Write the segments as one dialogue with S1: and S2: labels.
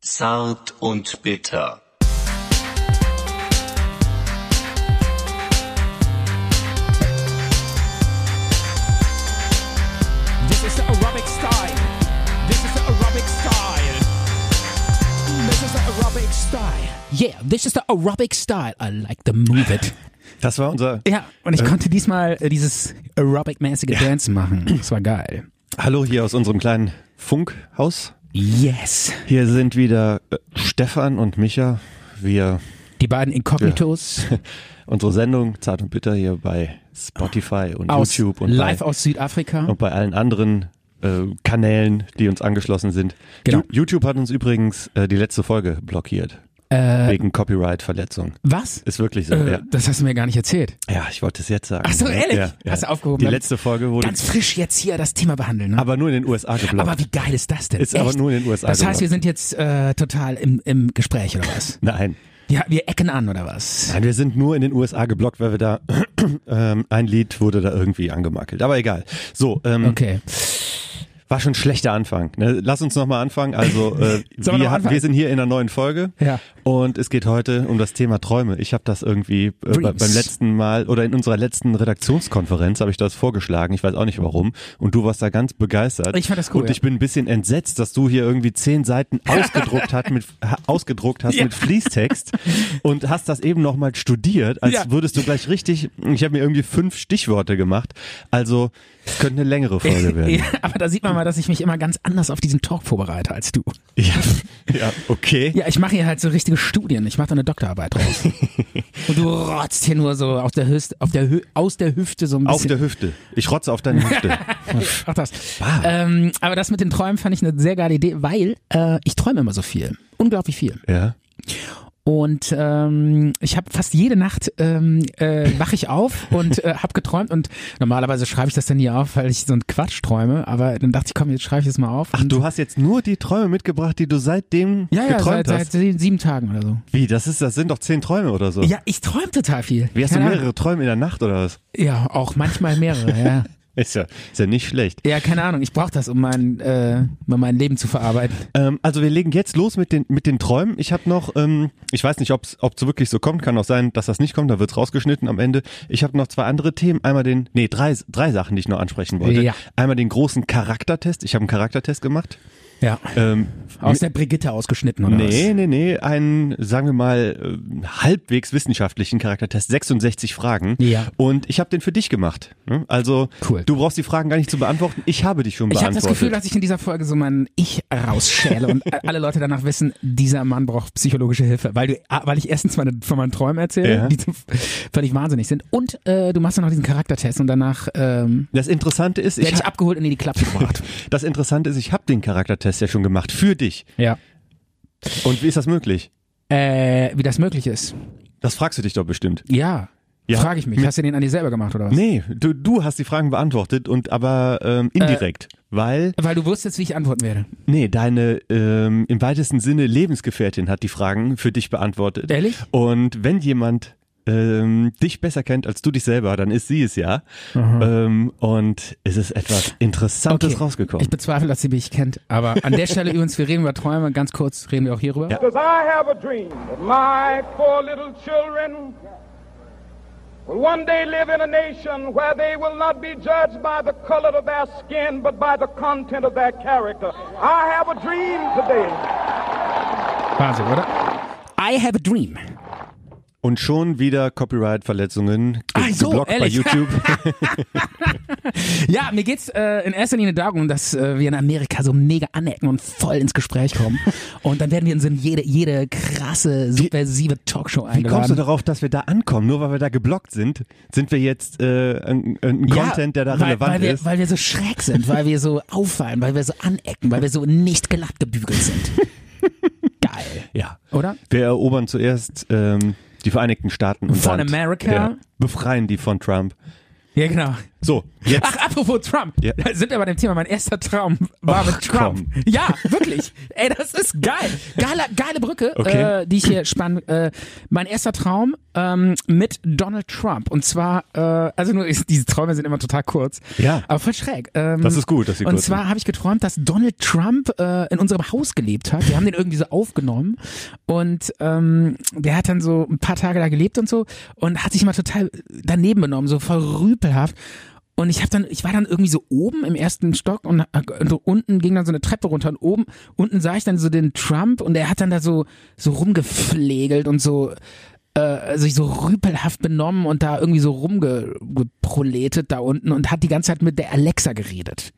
S1: Zart und bitter.
S2: This is the aerobic style. This is the aerobic style. This is the aerobic style. Yeah, this is the aerobic style. I like to move it.
S3: Das war unser.
S2: Ja, und ich konnte diesmal äh, dieses aerobic-mäßige Dance machen. Das war geil.
S3: Hallo hier aus unserem kleinen Funkhaus.
S2: Yes.
S3: Hier sind wieder äh, Stefan und Micha. Wir
S2: Die beiden Inkognitos
S3: unsere Sendung Zart und Bitter hier bei Spotify und
S2: aus
S3: YouTube und
S2: live
S3: bei,
S2: aus Südafrika.
S3: und bei allen anderen äh, Kanälen, die uns angeschlossen sind.
S2: Genau.
S3: Ju- YouTube hat uns übrigens äh, die letzte Folge blockiert wegen Copyright-Verletzung.
S2: Was?
S3: Ist wirklich so.
S2: Äh,
S3: ja.
S2: das hast du mir gar nicht erzählt.
S3: ja, ich wollte es jetzt sagen.
S2: Ach so,
S3: Ja,
S2: ehrlich?
S3: Ja, ja.
S2: Hast du aufgehoben? ne?
S3: Die letzte Folge wurde
S2: Ganz frisch jetzt hier das Thema behandeln. Ne?
S3: aber nur in den USA geblockt.
S2: Aber wie geil ist das denn?
S3: Ist
S2: Echt?
S3: aber nur in den USA
S2: Das heißt,
S3: geblockt.
S2: wir sind jetzt äh, total im, im Gespräch oder was?
S3: Nein.
S2: Ja, wir ecken an oder was?
S3: Nein, wir sind nur in den USA geblockt, weil wir da ähm, ein Lied wurde da irgendwie angemakelt. Aber egal. So, ähm,
S2: Okay.
S3: war schon ein schlechter Anfang. Ne? Lass uns nochmal anfangen. Also
S2: Sollen
S3: äh,
S2: wir noch
S3: wir, hatten-
S2: anfangen?
S3: wir sind hier in einer neuen Folge
S2: Ja.
S3: und es geht heute um das Thema Träume. Ich habe das irgendwie äh, bei,
S2: Dreams.
S3: beim letzten Mal oder in unserer letzten Redaktionskonferenz habe ich das vorgeschlagen. Ich weiß auch nicht warum. Und du warst da ganz begeistert.
S2: Ich fand das cool,
S3: Und
S2: ja.
S3: ich bin ein bisschen entsetzt, dass du hier irgendwie zehn Seiten ausgedruckt, hat mit, ha- ausgedruckt hast
S2: Ja.
S3: mit Fließtext und hast das eben nochmal studiert, als
S2: Ja.
S3: würdest du gleich richtig. Ich habe mir irgendwie fünf Stichworte gemacht. Also es könnte eine längere Folge werden.
S2: Ja, aber da sieht man mal, dass ich mich immer ganz anders auf diesen Talk vorbereite als du.
S3: Ja, ja okay.
S2: Ja, ich mache hier halt so richtige Studien. Ich mache da eine Doktorarbeit draus. Und du rotzt hier nur so auf der Hüfte, auf der Hü aus der Hüfte so ein
S3: Auf
S2: bisschen.
S3: der Hüfte. Ich rotze auf deine Hüfte.
S2: Ach das. Ähm, aber das mit den Träumen fand ich eine sehr geile Idee, weil äh, ich träume immer so viel. Unglaublich viel.
S3: ja.
S2: Und ähm, ich habe fast jede Nacht ähm, äh, wache ich auf und äh, habe geträumt und normalerweise schreibe ich das dann nie auf, weil ich so einen Quatsch träume. Aber dann dachte ich, komm, jetzt schreibe ich das mal auf.
S3: Ach, du hast jetzt nur die Träume mitgebracht, die du seitdem
S2: Mhm. ja, ja,
S3: geträumt
S2: seit,
S3: hast.
S2: seit sie- sieben Tagen oder so.
S3: Wie, das ist, das sind doch zehn Träume oder so.
S2: Ja, ich träume total viel.
S3: Wie hast
S2: Keine
S3: du
S2: Ahnung.
S3: mehrere Träume in der Nacht oder was?
S2: Ja, auch manchmal mehrere. ja.
S3: Ist ja, ist ja nicht schlecht.
S2: ja, keine Ahnung. Ich brauche das, um mein, äh, um mein Leben zu verarbeiten.
S3: Ähm, also wir legen jetzt los mit den, mit den Träumen. Ich habe noch, ähm, ich weiß nicht, ob es wirklich so kommt. Kann auch sein, dass das nicht kommt. Da wird's rausgeschnitten am Ende. Ich habe noch zwei andere Themen. Einmal den, nee, drei, drei Sachen, die ich noch ansprechen wollte.
S2: Ja.
S3: Einmal den großen Charaktertest. Ich habe einen Charaktertest gemacht.
S2: Ja.
S3: Ähm,
S2: Äh, Aus der Brigitte ausgeschnitten oder
S3: Nee, nee, nee, einen, sagen wir mal, äh, halbwegs wissenschaftlichen Charaktertest, 66 Fragen.
S2: Ja.
S3: Und ich habe den für dich gemacht. ne? Also,
S2: Cool.
S3: du brauchst die Fragen gar nicht zu beantworten, ich habe dich schon
S2: was? Ich habe
S3: beantwortet.
S2: das Gefühl, dass ich in dieser Folge so mein Ich rausschäle und alle Leute danach wissen, dieser Mann braucht psychologische Hilfe, weil du, ah, weil ich erstens meine, von meinen Träumen erzähle,
S3: Ja.
S2: die so völlig wahnsinnig sind, und äh, du machst dann noch diesen Charaktertest und danach ähm,
S3: das Interessante ist,
S2: werde
S3: ich,
S2: ich
S3: hab-
S2: abgeholt und in die Klappe gebracht.
S3: das Interessante ist, ich habe den Charaktertest ja schon gemacht für dich.
S2: ja.
S3: Und wie ist das möglich?
S2: Äh, wie das möglich ist.
S3: Das fragst du dich doch bestimmt.
S2: Ja.
S3: Ja.
S2: Frage ich mich. Hast du den an dir selber gemacht oder was?
S3: Nee, du, du hast die Fragen beantwortet und aber ähm,
S2: Äh.
S3: indirekt, weil
S2: Weil du wusstest, wie ich antworten werde.
S3: Nee, deine ähm, im weitesten Sinne Lebensgefährtin hat die Fragen für dich beantwortet.
S2: Ehrlich?
S3: Und wenn jemand ähm, dich besser kennt als du dich selber, dann ist sie es ja. Ähm, und es ist etwas Interessantes rausgekommen.
S2: Ich bezweifle, dass sie mich kennt. Aber an der Stelle übrigens, wir reden über Träume. Ganz kurz reden wir auch hierüber.
S3: Ja.
S4: Because I have a dream that my four little children will one day live in a nation where they will not be judged by the color of their skin, but by the content of their character. I have a dream today.
S2: Wahnsinn, oder? I have a dream.
S3: Und schon wieder Copyright-Verletzungen ge
S2: Ach so,
S3: geblockt
S2: ehrlich?
S3: bei YouTube.
S2: Ja, mir geht's äh, in erster Linie darum, dass äh, wir in Amerika so mega anecken und voll ins Gespräch kommen. Und dann werden wir in so jede, jede krasse, subversive Talkshow
S3: Wie kommst du
S2: eingeladen.
S3: darauf, dass wir da ankommen? Nur weil wir da geblockt sind, sind wir jetzt äh, ein, ein Content, der da
S2: weil,
S3: relevant
S2: weil wir,
S3: ist.
S2: Weil wir so schräg sind, weil wir so auffallen, weil wir so anecken, weil wir so nicht glatt gebügelt sind. Geil.
S3: ja.
S2: Oder?
S3: Wir erobern zuerst ähm, die Vereinigten Staaten und
S2: Von
S3: dann
S2: America?
S3: Ja, befreien die von Trump.
S2: Ja, genau.
S3: So, jetzt.
S2: Ach, apropos Trump.
S3: Ja.
S2: Da Sind wir bei dem Thema. Mein erster Traum war
S3: Ach,
S2: mit Trump.
S3: komm.
S2: Ja, wirklich. Ey, das ist geil. Geile, geile Brücke,
S3: Okay.
S2: äh, die ich hier spann. Äh, mein erster Traum ähm, mit Donald Trump. Und zwar, äh, also nur, ist, diese Träume sind immer total kurz.
S3: Ja.
S2: Aber voll schräg. Ähm,
S3: Das ist gut, dass sie
S2: Und
S3: kurz sind.
S2: zwar habe ich geträumt, dass Donald Trump äh, in unserem Haus gelebt hat. Wir haben den irgendwie so aufgenommen. Und ähm, der hat dann so ein paar Tage da gelebt und so und hat sich mal total daneben benommen, so voll rüpelhaft. Und ich habe dann, ich war dann irgendwie so oben im ersten Stock und, und unten ging dann so eine Treppe runter und oben, unten sah ich dann so den Trump und er hat dann da so, so rumgepflegelt und so, äh, sich so rüpelhaft benommen und da irgendwie so rumgeproletet da unten und hat die ganze Zeit mit der Alexa geredet.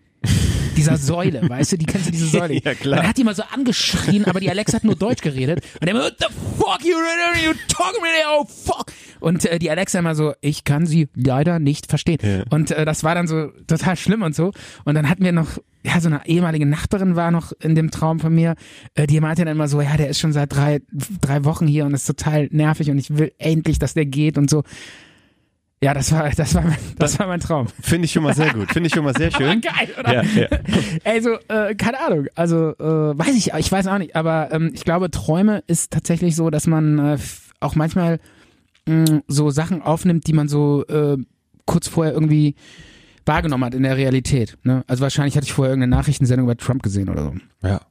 S2: Dieser Säule, weißt du, die kennst du diese Säule.
S3: Ja, klar.
S2: Dann hat die mal so angeschrien, aber die Alexa hat nur Deutsch geredet. Und er immer, what the fuck you, you talking me, oh fuck. Und äh, die Alexa immer so, ich kann sie leider nicht verstehen. Und äh, das war dann so total schlimm und so. Und dann hatten wir noch, ja, so eine ehemalige Nachbarin war noch in dem Traum von mir. Äh, die meinte dann immer so, ja, der ist schon seit drei, drei Wochen hier und ist total nervig und ich will endlich, dass der geht und so. Ja, das war, das war, mein, das war mein Traum.
S3: Finde ich schon mal sehr gut. Finde ich schon mal sehr schön.
S2: Geil, oder?
S3: Ja, ja.
S2: Also, äh, keine Ahnung. Also, äh, weiß ich, ich weiß auch nicht. Aber ähm, ich glaube, Träume ist tatsächlich so, dass man äh, f- auch manchmal mh, so Sachen aufnimmt, die man so äh, kurz vorher irgendwie wahrgenommen hat in der Realität. Ne? Also wahrscheinlich hatte ich vorher irgendeine Nachrichtensendung über Trump gesehen oder so.
S3: ja.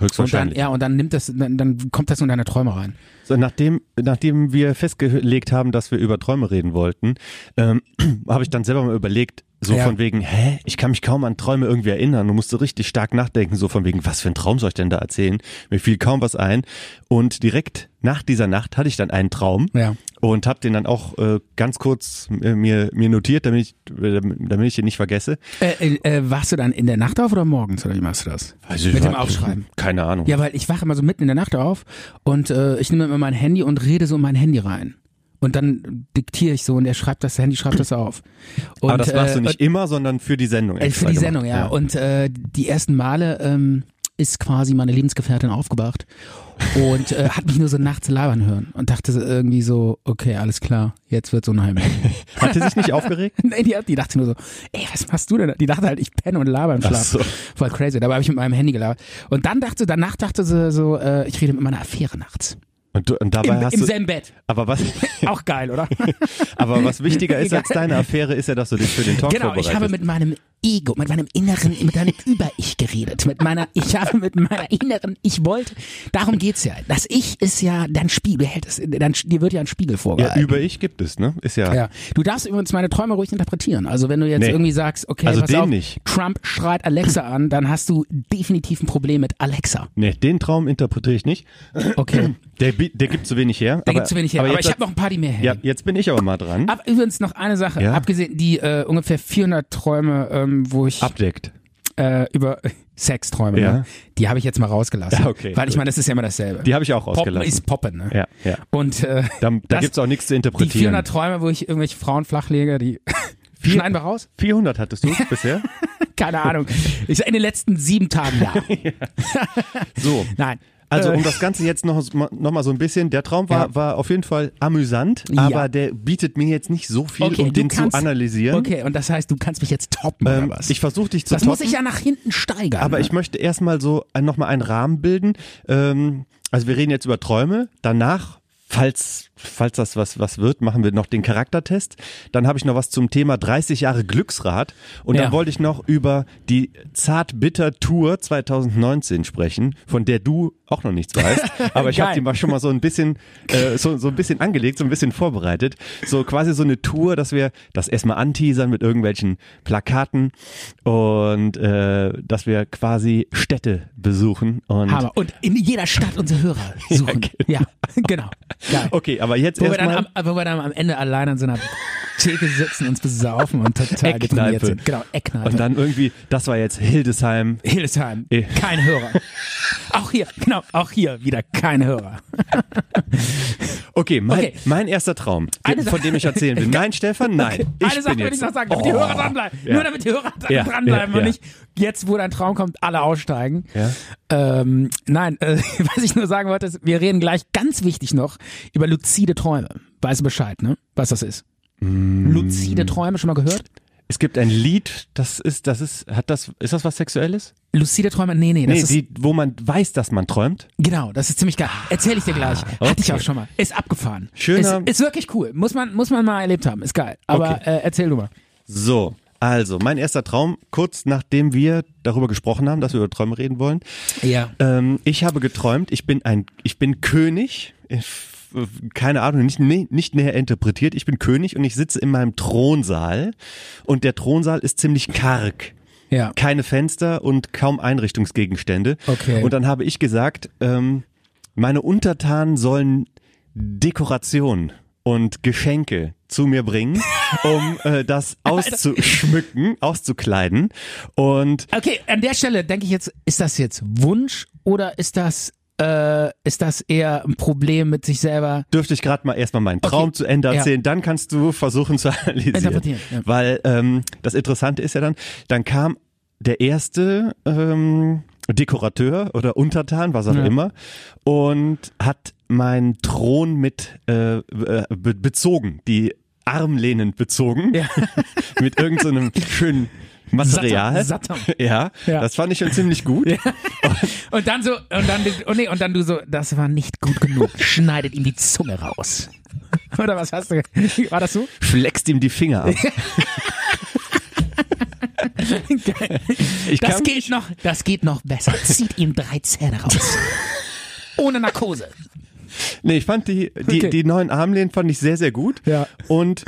S2: Und dann,
S3: Höchstwahrscheinlich.
S2: ja, und dann nimmt das, dann, dann kommt das in deine Träume rein.
S3: So, nachdem, nachdem wir festgelegt haben, dass wir über Träume reden wollten, ähm, habe ich dann selber mal überlegt, so
S2: Ja.
S3: von wegen, hä, ich kann mich kaum an Träume irgendwie erinnern. Du musst so richtig stark nachdenken, so von wegen, was für ein Traum soll ich denn da erzählen? Mir fiel kaum was ein. Und direkt nach dieser Nacht hatte ich dann einen Traum
S2: Ja.
S3: und habe den dann auch äh, ganz kurz äh, mir, mir notiert, damit ich, damit ich ihn nicht vergesse.
S2: Äh, äh, äh, warst du dann in der Nacht auf oder morgens oder wie machst du das?
S3: Also ich
S2: Mit dem
S3: war-
S2: Aufschreiben.
S3: Keine Ahnung.
S2: Ja, weil ich wache immer so mitten in der Nacht auf und äh, ich nehme immer mein Handy und rede so in mein Handy rein. Und dann diktiere ich so und er schreibt das, das Handy schreibt das auf. Und,
S3: Aber das machst du
S2: äh,
S3: nicht immer, sondern für die Sendung.
S2: Äh, für
S3: extra
S2: die
S3: gemacht.
S2: Sendung, ja. Und äh, die ersten Male ähm, ist quasi meine Lebensgefährtin aufgewacht und äh, hat mich nur so nachts labern hören und dachte so irgendwie so, okay, alles klar, jetzt wird's unheimlich.
S3: Hat die sich nicht aufgeregt?
S2: Nein, die, die dachte nur so, ey, was machst du denn? da? Die dachte halt, ich penne und laber im Schlaf.
S3: so.
S2: Voll crazy. Dabei habe ich mit meinem Handy gelabert. Und dann dachte, danach dachte sie so, äh, ich rede mit meiner Affäre nachts.
S3: Und, du, und dabei
S2: Im,
S3: Äh, hast
S2: im
S3: du.
S2: selben Bett.
S3: Aber was,
S2: Auch geil, oder?
S3: aber was wichtiger ist als deine Affäre, ist ja, dass du dich für den Talk
S2: genau, ich
S3: vorbereitest.
S2: habe mit meinem Ego, mit meinem inneren, mit meinem Über-Ich geredet. Mit meiner, ich habe mit meiner inneren, ich wollte, darum geht's ja. Das Ich ist ja dein Spiegel, hält es, dein, dir wird ja ein Spiegel
S3: ja,
S2: vorgehalten.
S3: über ich gibt es, ne? Ist ja.
S2: Ja. Du darfst übrigens meine Träume ruhig interpretieren. Also wenn du jetzt
S3: Nee.
S2: irgendwie sagst, okay,
S3: Also
S2: pass
S3: den
S2: auf,
S3: nicht.
S2: Trump schreit Alexa an, dann hast du definitiv ein Problem mit Alexa.
S3: Nee, den Traum interpretiere ich nicht.
S2: Okay.
S3: Der, bi- der gibt zu wenig her.
S2: Da
S3: aber-
S2: gibt's zu wenig her. Aber,
S3: jetzt,
S2: ich habe noch ein paar, die mehr
S3: Ja,
S2: hängen.
S3: jetzt bin ich aber mal dran.
S2: Ab, übrigens noch eine Sache,
S3: Ja.
S2: abgesehen die äh, ungefähr 400 Träume, ähm, wo ich
S3: Abdeckt.
S2: äh, über Sexträume,
S3: Ja.
S2: ne? die habe ich jetzt mal rausgelassen,
S3: Ja, okay,
S2: weil ich
S3: gut.
S2: meine, das ist ja immer dasselbe.
S3: Die habe ich auch
S2: Poppen
S3: rausgelassen.
S2: ist Poppen, ne?
S3: Ja, ja.
S2: Und äh,
S3: Da, da
S2: das-
S3: gibt's auch nichts zu
S2: die
S3: interpretieren.
S2: 400 Träume, wo ich irgendwelche Frauen flachlege, die schneiden wir raus?
S3: 400 hattest du bisher?
S2: Keine Ahnung. Ich in den letzten sieben Tagen ja.
S3: So.
S2: Nein.
S3: Also
S2: Äh,
S3: um das Ganze jetzt noch, noch mal so ein bisschen, der Traum war,
S2: Ja.
S3: war auf jeden Fall amüsant,
S2: Ja.
S3: aber der bietet mir jetzt nicht so viel,
S2: okay,
S3: um
S2: du
S3: den
S2: kannst,
S3: zu analysieren.
S2: Okay, und das heißt, du kannst mich jetzt toppen
S3: Ähm,
S2: oder was?
S3: ich versuche dich zu
S2: das muss
S3: toppen.
S2: ich ja nach hinten steigern.
S3: Aber
S2: ne?
S3: ich möchte erstmal so ein, nochmal einen Rahmen bilden. Ähm, also wir reden jetzt über Träume. Danach, falls, falls das was, was wird, machen wir noch den Charaktertest. Dann habe ich noch was zum Thema 30 Jahre Glücksrad. Und
S2: Ja.
S3: dann wollte ich noch über die Zartbitter-Tour 2019 sprechen, von der du auch noch nichts weißt. Aber ich habe
S2: Geil.
S3: die mal schon mal so ein bisschen, äh, so, so ein bisschen angelegt, so ein bisschen vorbereitet. So quasi so eine Tour, dass wir das erstmal anteasern mit irgendwelchen Plakaten und äh, dass wir quasi Städte besuchen. Und
S2: Hammer. Und in jeder Stadt unsere Hörer suchen. ja, genau. Geil.
S3: Okay, aber jetzt
S2: Wo wir, dann am,
S3: erstmal.
S2: wo wir dann am Ende allein an so einer Theke sitzen, uns besaufen und total deprimiert
S3: Eckkneipe.
S2: sind. Genau, Eckkneipe.
S3: Und dann irgendwie, das war jetzt Hildesheim.
S2: Hildesheim,
S3: Eh.
S2: kein Hörer. auch hier, genau, auch hier wieder kein Hörer.
S3: Okay, mein,
S2: Okay.
S3: mein erster Traum,
S2: Eine
S3: den, von
S2: Sache-
S3: dem ich erzählen will. Nein, Stefan, nein. Ich
S2: Eine
S3: bin
S2: Sache
S3: jetzt, Oh.
S2: würde ich noch sagen, damit die Hörer dranbleiben.
S3: Ja.
S2: Nur damit die Hörer dran-
S3: Ja,
S2: dranbleiben
S3: ja,
S2: und
S3: ja.
S2: nicht jetzt, wo dein Traum kommt, alle aussteigen.
S3: Ja.
S2: Ähm, nein, äh, was ich nur sagen wollte, ist, wir reden gleich ganz wichtig noch über
S3: Mm.
S2: luzide Träume. Weißt du Bescheid, ne? Was das ist? Luzide Träume, schon mal gehört?
S3: Es gibt ein Lied, das ist, das ist, hat das, ist das was Sexuelles?
S2: Lucide Träume, nee, nee, das
S3: nee,
S2: ist,
S3: die, wo man weiß, dass man träumt.
S2: genau, das ist ziemlich geil. Erzähle ich dir gleich. Hatte ich
S3: Ah, okay.
S2: auch schon mal. Ist abgefahren.
S3: Schöner-
S2: Ist, ist wirklich cool. Muss man, muss man mal erlebt haben. Ist geil. Aber
S3: Okay.
S2: äh, erzähl du mal.
S3: So, also, mein erster Traum, kurz nachdem wir darüber gesprochen haben, dass wir über Träume reden wollen.
S2: Ja.
S3: Ähm, ich habe geträumt, ich bin ein, ich bin König. Ich, äh, keine Ahnung, nicht, nee, nicht näher interpretiert. Ich bin König und ich sitze in meinem Thronsaal und der Thronsaal ist ziemlich karg.
S2: Ja.
S3: Keine Fenster und kaum Einrichtungsgegenstände.
S2: Okay.
S3: Und dann habe ich gesagt, ähm, meine Untertanen sollen Dekoration und Geschenke zu mir bringen, um äh, das auszuschmücken, auszukleiden. Und
S2: Okay, an der Stelle denke ich jetzt, ist das jetzt Wunsch oder ist das, äh, ist das eher ein Problem mit sich selber?
S3: dürfte ich gerade mal erstmal meinen Traum
S2: Okay.
S3: zu Ende
S2: Ja.
S3: erzählen, dann kannst du versuchen zu analysieren.
S2: Interpretieren, ja.
S3: Weil ähm, das Interessante ist ja dann, dann kam der erste ähm, Dekorateur oder Untertan, was auch
S2: Ja.
S3: immer, und hat meinen Thron mit äh, be be- bezogen, die Armlehnen bezogen,
S2: Ja.
S3: mit irgendeinem so einem schönen Material.
S2: Saturn, Saturn.
S3: Ja,
S2: Ja.
S3: das fand ich schon ziemlich gut.
S2: Und dann so, und dann, oh nee, und dann du so, das war nicht gut genug. Schneidet ihm die Zunge raus. Oder was hast du? War das so?
S3: Flext ihm die Finger ab.
S2: Geil.
S3: Ich
S2: Das
S3: kann-
S2: geht noch, das geht noch besser. Zieht ihm drei Zähne raus. Ohne Narkose.
S3: Nee, ich fand die, die,
S2: Okay.
S3: die neuen Armlehnen fand ich sehr, sehr gut.
S2: Ja.
S3: Und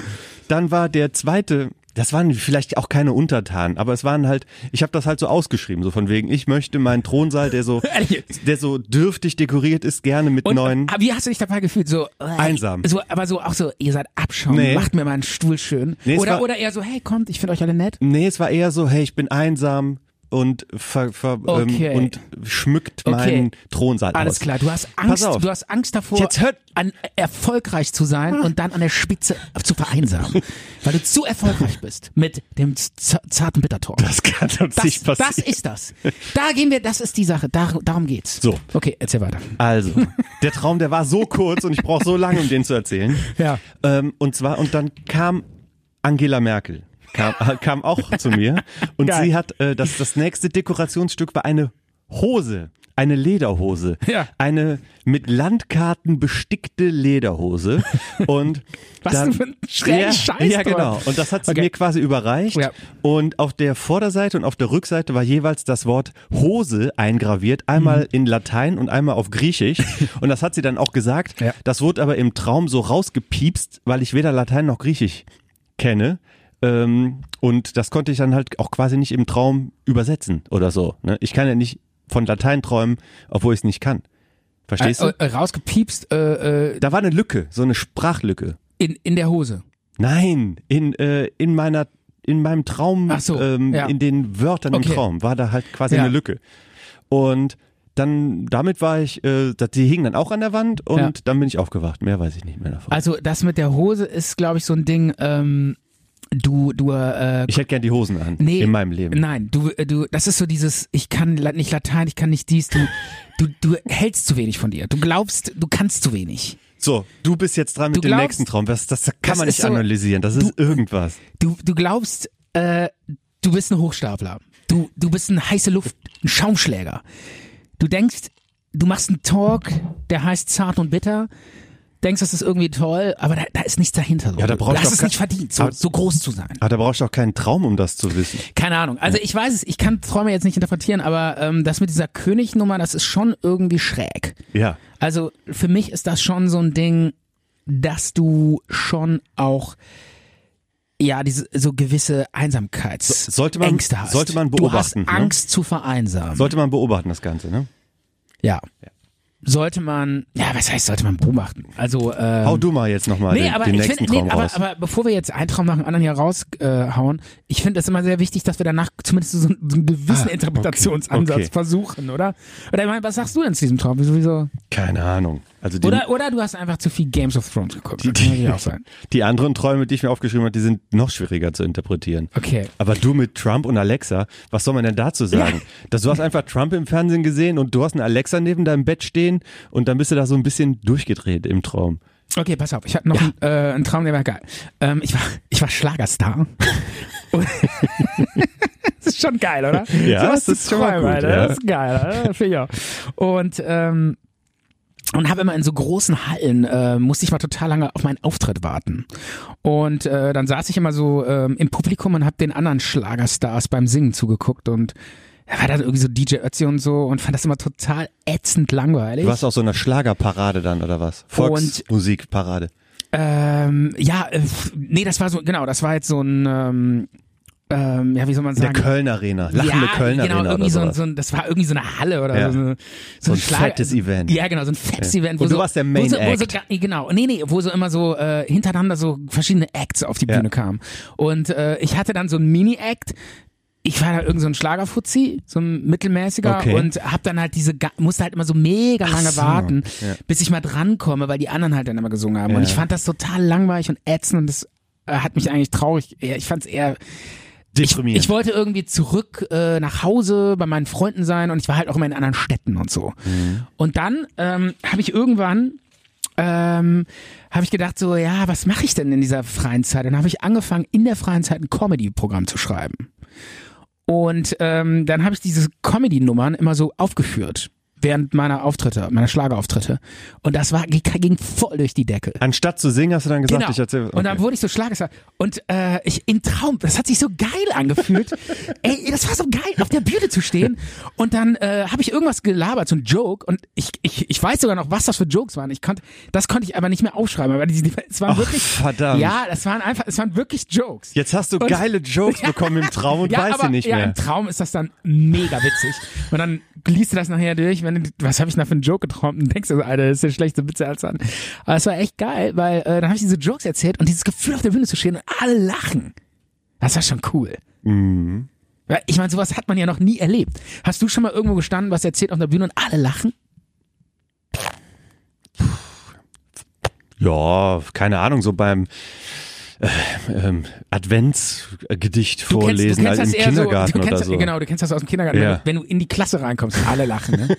S3: dann war der zweite, das waren vielleicht auch keine Untertanen, aber es waren halt, ich habe das halt so ausgeschrieben, so von wegen, ich möchte meinen Thronsaal, der so,
S2: Ehrlich?
S3: der so dürftig dekoriert ist, gerne mit
S2: Und
S3: neuen.
S2: äh, wie hast du dich dabei gefühlt? So äh,
S3: Einsam.
S2: So, aber so auch so, ihr seid abschauen,
S3: Nee.
S2: macht mir mal einen Stuhl schön.
S3: Nee, es
S2: oder,
S3: war-
S2: oder eher so, hey, kommt, ich finde euch alle nett.
S3: Nee, es war eher so, hey, ich bin einsam und ver, ver,
S2: Okay.
S3: ähm, und schmückt
S2: Okay.
S3: meinen Thronsaal
S2: Alles
S3: aus.
S2: klar, du hast Angst,
S3: Pass auf.
S2: du hast Angst davor,
S3: Jetzt hört-
S2: an, erfolgreich zu sein und dann an der Spitze zu vereinsamen, weil du zu erfolgreich bist mit dem Z zarten Bittertor.
S3: Das kann uns
S2: Das,
S3: nicht passieren.
S2: das ist das. Da gehen wir, das ist die Sache, Dar darum geht's.
S3: So.
S2: Okay, erzähl weiter.
S3: Also, der Traum, der war so kurz und ich brauche so lange, um den zu erzählen.
S2: Ja.
S3: Ähm, und zwar, und dann kam Angela Merkel, kam, kam auch zu mir und
S2: Geil.
S3: sie hat, äh, das, das nächste Dekorationsstück war eine Hose, eine Lederhose,
S2: Ja.
S3: eine mit Landkarten bestickte Lederhose und
S2: Was
S3: dann,
S2: du für ein schräger
S3: ja,
S2: Scheiß,
S3: Ja,
S2: du.
S3: genau. Und das hat sie
S2: Okay.
S3: mir quasi überreicht
S2: Ja.
S3: und auf der Vorderseite und auf der Rückseite war jeweils das Wort Hose eingraviert,
S2: Mhm.
S3: einmal in Latein und einmal auf Griechisch. Und das hat sie dann auch gesagt.
S2: Ja.
S3: Das wurde aber im Traum so rausgepiepst, weil ich weder Latein noch Griechisch kenne. Ähm, und das konnte ich dann halt auch quasi nicht im Traum übersetzen oder so. Ne? Ich kann ja nicht von Latein träumen, obwohl ich es nicht kann. Verstehst
S2: Äh,
S3: du?
S2: äh, rausgepiepst äh, äh,
S3: Da war eine Lücke, so eine Sprachlücke.
S2: in, in der Hose.
S3: Nein, in, äh, in meiner in meinem Traum,
S2: Ach so,
S3: ähm,
S2: ja.
S3: in den Wörtern
S2: Okay.
S3: im Traum war da halt quasi
S2: Ja.
S3: eine Lücke. Und dann, damit war ich, äh, das- die hing dann auch an der Wand und
S2: Ja.
S3: dann bin ich aufgewacht. Mehr weiß ich nicht mehr davon.
S2: Also das mit der Hose ist, glaube ich, so ein Ding. Ähm, du, du äh,
S3: ich hätte gern die Hosen an
S2: Nee.
S3: in meinem Leben.
S2: Nein, du, äh, du, das ist so dieses, ich kann La- nicht Latein, ich kann nicht dies, du, du, du hältst zu wenig von dir. Du glaubst, du kannst zu wenig.
S3: So, du bist jetzt dran
S2: Du
S3: mit dem
S2: glaubst-
S3: nächsten Traum. Das, das kann
S2: Das
S3: man
S2: ist
S3: nicht
S2: so-
S3: analysieren. Das ist irgendwas.
S2: Du, du glaubst, äh, du bist ein Hochstapler. Du, du bist ein heiße Luft, ein Schaumschläger. Du denkst, du machst einen Talk, der heißt zart und bitter. Denkst, das ist irgendwie toll, aber da, da ist nichts dahinter. So.
S3: Ja, da
S2: du
S3: brauchst
S2: hast
S3: doch
S2: es
S3: kein-
S2: nicht verdient, so,
S3: Aber-
S2: so groß zu sein.
S3: Aber da brauchst du auch keinen Traum, um das zu wissen.
S2: Keine Ahnung. Also ich weiß es, ich kann Träume jetzt nicht interpretieren, aber ähm, das mit dieser Könignummer, das ist schon irgendwie schräg.
S3: Ja.
S2: Also für mich ist das schon so ein Ding, dass du schon auch ja diese so gewisse Einsamkeits
S3: So- sollte man-
S2: Ängste hast.
S3: sollte man beobachten,
S2: Du
S3: ne?
S2: hast Angst zu vereinsamen.
S3: Sollte man beobachten, das Ganze, ne?
S2: ja. Sollte man ja, was heißt sollte man beobachten? Also ähm,
S3: Hau du mal jetzt nochmal
S2: Nee,
S3: den,
S2: aber,
S3: den
S2: ich
S3: nächsten
S2: find,
S3: Traum
S2: nee, aber,
S3: raus.
S2: aber bevor wir jetzt einen Traum nach dem anderen hier raushauen, ich finde es immer sehr wichtig, dass wir danach zumindest so, einen- so einen gewissen
S3: Ah,
S2: Interpretationsansatz
S3: okay.
S2: versuchen, oder? Oder ich mein, was sagst du denn zu diesem Traum? Wieso, wieso?
S3: Keine Ahnung. Also die,
S2: Oder, oder du hast einfach zu viel Games of Thrones geguckt. Das
S3: Die-
S2: kann natürlich auch sein.
S3: Die anderen Träume, die ich mir aufgeschrieben habe, die sind noch schwieriger zu interpretieren.
S2: Okay.
S3: Aber du mit Trump und Alexa, was soll man denn dazu sagen? Dass du hast einfach Trump im Fernsehen gesehen und du hast eine Alexa neben deinem Bett stehen und dann bist du da so ein bisschen durchgedreht im Traum.
S2: Okay, pass auf. Ich hatte noch einen, äh, einen Traum, der war geil. Ähm, ich, war, ich war Schlagerstar. Und- das ist schon geil, oder?
S3: Ja,
S2: Sowas
S3: das
S2: zu
S3: ist schon mal
S2: träumen,
S3: gut,
S2: Alter.
S3: ja.
S2: Das ist geil, oder? Finde ich auch. Und, ähm, und habe immer in so großen Hallen, äh, musste ich mal total lange auf meinen Auftritt warten. Und äh, dann saß ich immer so ähm, im Publikum und habe den anderen Schlagerstars beim Singen zugeguckt und da war dann irgendwie so DJ Ötzi und so und fand das immer total ätzend langweilig.
S3: Du warst auf so einer Schlagerparade dann, oder was? Volksmusikparade.
S2: Ähm, ja, äh, f- nee, das war so, genau, das war jetzt so ein, ähm, ähm, ja, wie soll man
S3: In der
S2: sagen?
S3: Köln Arena. Lachende
S2: ja,
S3: Köln
S2: genau,
S3: Arena
S2: irgendwie
S3: oder
S2: so, ein-
S3: sowas.
S2: so ein, das war irgendwie so eine Halle oder
S3: Ja.
S2: so, so,
S3: So ein
S2: Schlag-
S3: fettes Event.
S2: Ja, genau, so ein fettes
S3: Ja.
S2: Event.
S3: Und du warst der Main
S2: wo so, wo so,
S3: Act.
S2: ga- Genau, nee, nee, wo so immer so äh, hintereinander so verschiedene Acts auf die
S3: Ja.
S2: Bühne kamen. Und äh, ich hatte dann so einen Mini-Act, ich war da irgend so ein Schlagerfuzzi, so ein mittelmäßiger
S3: Okay.
S2: und hab dann halt diese, ga- musste halt immer so mega lange
S3: so,
S2: warten,
S3: ja.
S2: bis ich mal drankomme, weil die anderen halt dann immer gesungen haben. Und
S3: Ja.
S2: ich fand das total langweilig und ätzend und das äh, hat mich eigentlich traurig, ja, ich fand es eher,
S3: Deprimiert.
S2: ich wollte irgendwie zurück äh, nach Hause bei meinen Freunden sein und ich war halt auch immer in anderen Städten und so. Und dann ähm, habe ich irgendwann ähm, habe ich gedacht so, ja, was mache ich denn in dieser freien Zeit? Und habe ich angefangen, in der freien Zeit ein Comedy-Programm zu schreiben. Und ähm, dann habe ich diese Comedy-Nummern immer so aufgeführt während meiner Auftritte, meiner Schlagerauftritte. Und das war ging voll durch die Decke.
S3: Anstatt zu singen, hast du dann gesagt,
S2: Genau.
S3: ich erzähle.
S2: Und dann wurde ich so schlagsam. Und äh, ich im Traum, das hat sich so geil angefühlt. Ey, das war so geil, auf der Bühne zu stehen. Und dann äh, habe ich irgendwas gelabert, so ein Joke. Und ich, ich, ich weiß sogar noch, was das für Jokes waren. Ich konnte, das konnte ich aber nicht mehr aufschreiben. Aber die, die, es waren
S3: Ach,
S2: wirklich,
S3: verdammt.
S2: ja, das waren einfach, es waren wirklich Jokes.
S3: Jetzt hast du
S2: Und-
S3: geile Jokes bekommen im Traum und
S2: ja,
S3: weißt
S2: aber,
S3: sie nicht
S2: ja,
S3: mehr.
S2: im Traum ist das dann mega witzig. Und dann liest du das nachher durch, wenn du, was habe ich da für einen Joke geträumt? Und denkst du so, Alter, das ist der schlechteste Witz als an. Aber es war echt geil, weil äh, dann habe ich diese Jokes erzählt und dieses Gefühl auf der Bühne zu stehen und alle lachen. Das war schon cool.
S3: Mhm.
S2: Weil Ich meine, sowas hat man ja noch nie erlebt. Hast du schon mal irgendwo gestanden, was erzählt auf der Bühne und alle lachen?
S3: Ja, keine Ahnung, so beim äh, ähm, Adventsgedicht
S2: Du kennst-
S3: vorlesen
S2: du kennst
S3: also
S2: das
S3: im
S2: eher
S3: Kindergarten
S2: so, du kennst,
S3: oder so.
S2: Genau, du kennst das aus dem Kindergarten.
S3: Ja.
S2: Wenn du in die Klasse reinkommst, und alle lachen. Ne?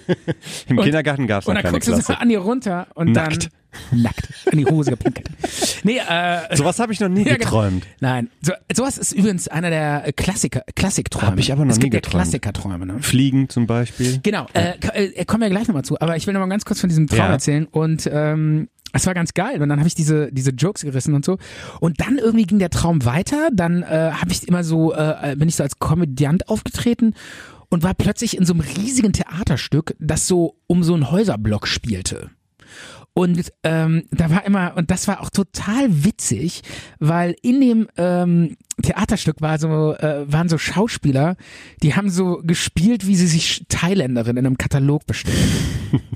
S3: Im
S2: Und-
S3: Kindergarten gab's
S2: Und
S3: noch
S2: dann
S3: keine
S2: guckst du so
S3: Klasse.
S2: an ihr runter und
S3: Nackt.
S2: dann nackt in die Hose gepinkelt. Nee, äh,
S3: Sowas habe ich noch nie
S2: Ja, genau.
S3: geträumt.
S2: nein. So, sowas ist übrigens einer der äh, Klassiker, Klassikträume.
S3: Hab ich aber noch
S2: es gibt
S3: nie
S2: ja
S3: geträumt.
S2: Klassikerträume, ne?
S3: Fliegen zum Beispiel.
S2: Genau, äh, k- äh, kommen wir gleich nochmal zu, aber ich will nochmal ganz kurz von diesem Traum
S3: Ja.
S2: erzählen und ähm, es war ganz geil und dann habe ich diese, diese Jokes gerissen und so und dann irgendwie ging der Traum weiter, dann äh, habe ich immer so, äh, bin ich so als Komödiant aufgetreten und war plötzlich in so einem riesigen Theaterstück, das so um so einen Häuserblock spielte. Und ähm, da war immer, und das war auch total witzig, weil in dem ähm, Theaterstück war so, äh, waren so Schauspieler, die haben so gespielt, wie sie sich Thailänderin in einem Katalog bestellen.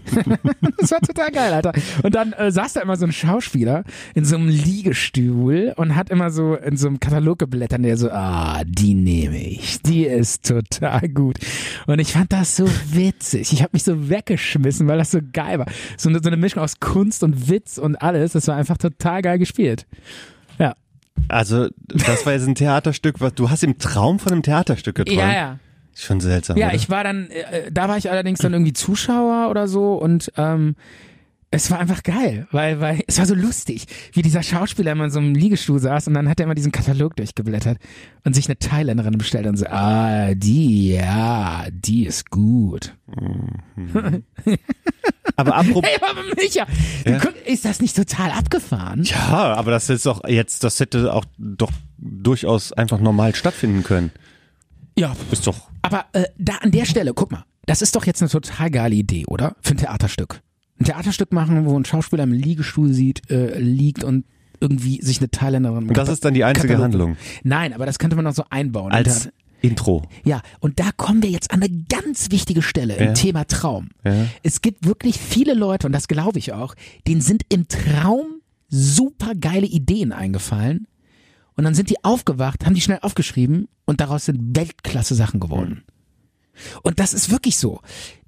S2: das war total geil, Alter. Und dann äh, saß da immer so ein Schauspieler in so einem Liegestuhl und hat immer so in so einem Katalog geblättert, und der so, ah, die nehme ich, die ist total gut. Und ich fand das so witzig. Ich habe mich so weggeschmissen, weil das so geil war. So eine, so eine Mischung aus Kunst und Witz und alles. Das war einfach total geil gespielt. Ja.
S3: Also, das war jetzt ein Theaterstück, was du hast im Traum von einem Theaterstück geträumt.
S2: Ja, ja.
S3: Schon seltsam.
S2: Ja,
S3: oder?
S2: ich war dann, äh, da war ich allerdings dann irgendwie Zuschauer oder so und ähm, es war einfach geil, weil, weil es war so lustig, wie dieser Schauspieler immer in so einem Liegestuhl saß und dann hat er immer diesen Katalog durchgeblättert und sich eine Thailänderin bestellt und so, ah, die, ja, die ist gut.
S3: Aber apropos.
S2: Hey, aber Micha, du
S3: Ja?
S2: guck, ist das nicht total abgefahren?
S3: Ja, aber das ist doch jetzt, das hätte auch doch durchaus einfach normal stattfinden können.
S2: Ja,
S3: Ist doch.
S2: aber äh, da an der Stelle, guck mal, das ist doch jetzt eine total geile Idee, oder? Für ein Theaterstück. Ein Theaterstück machen, wo ein Schauspieler im Liegestuhl sieht, äh, liegt und irgendwie sich eine Thailänderin.
S3: Und das ist dann die einzige
S2: Katalog-
S3: Handlung.
S2: Nein, aber das könnte man noch so einbauen.
S3: Als Intro.
S2: Ja, und da kommen wir jetzt an eine ganz wichtige Stelle im
S3: Ja.
S2: Thema Traum.
S3: Ja.
S2: Es gibt wirklich viele Leute, und das glaube ich auch, denen sind im Traum super geile Ideen eingefallen. Und dann sind die aufgewacht, haben die schnell
S3: Mhm.
S2: aufgeschrieben und daraus sind Weltklasse Sachen geworden. Und das ist wirklich so.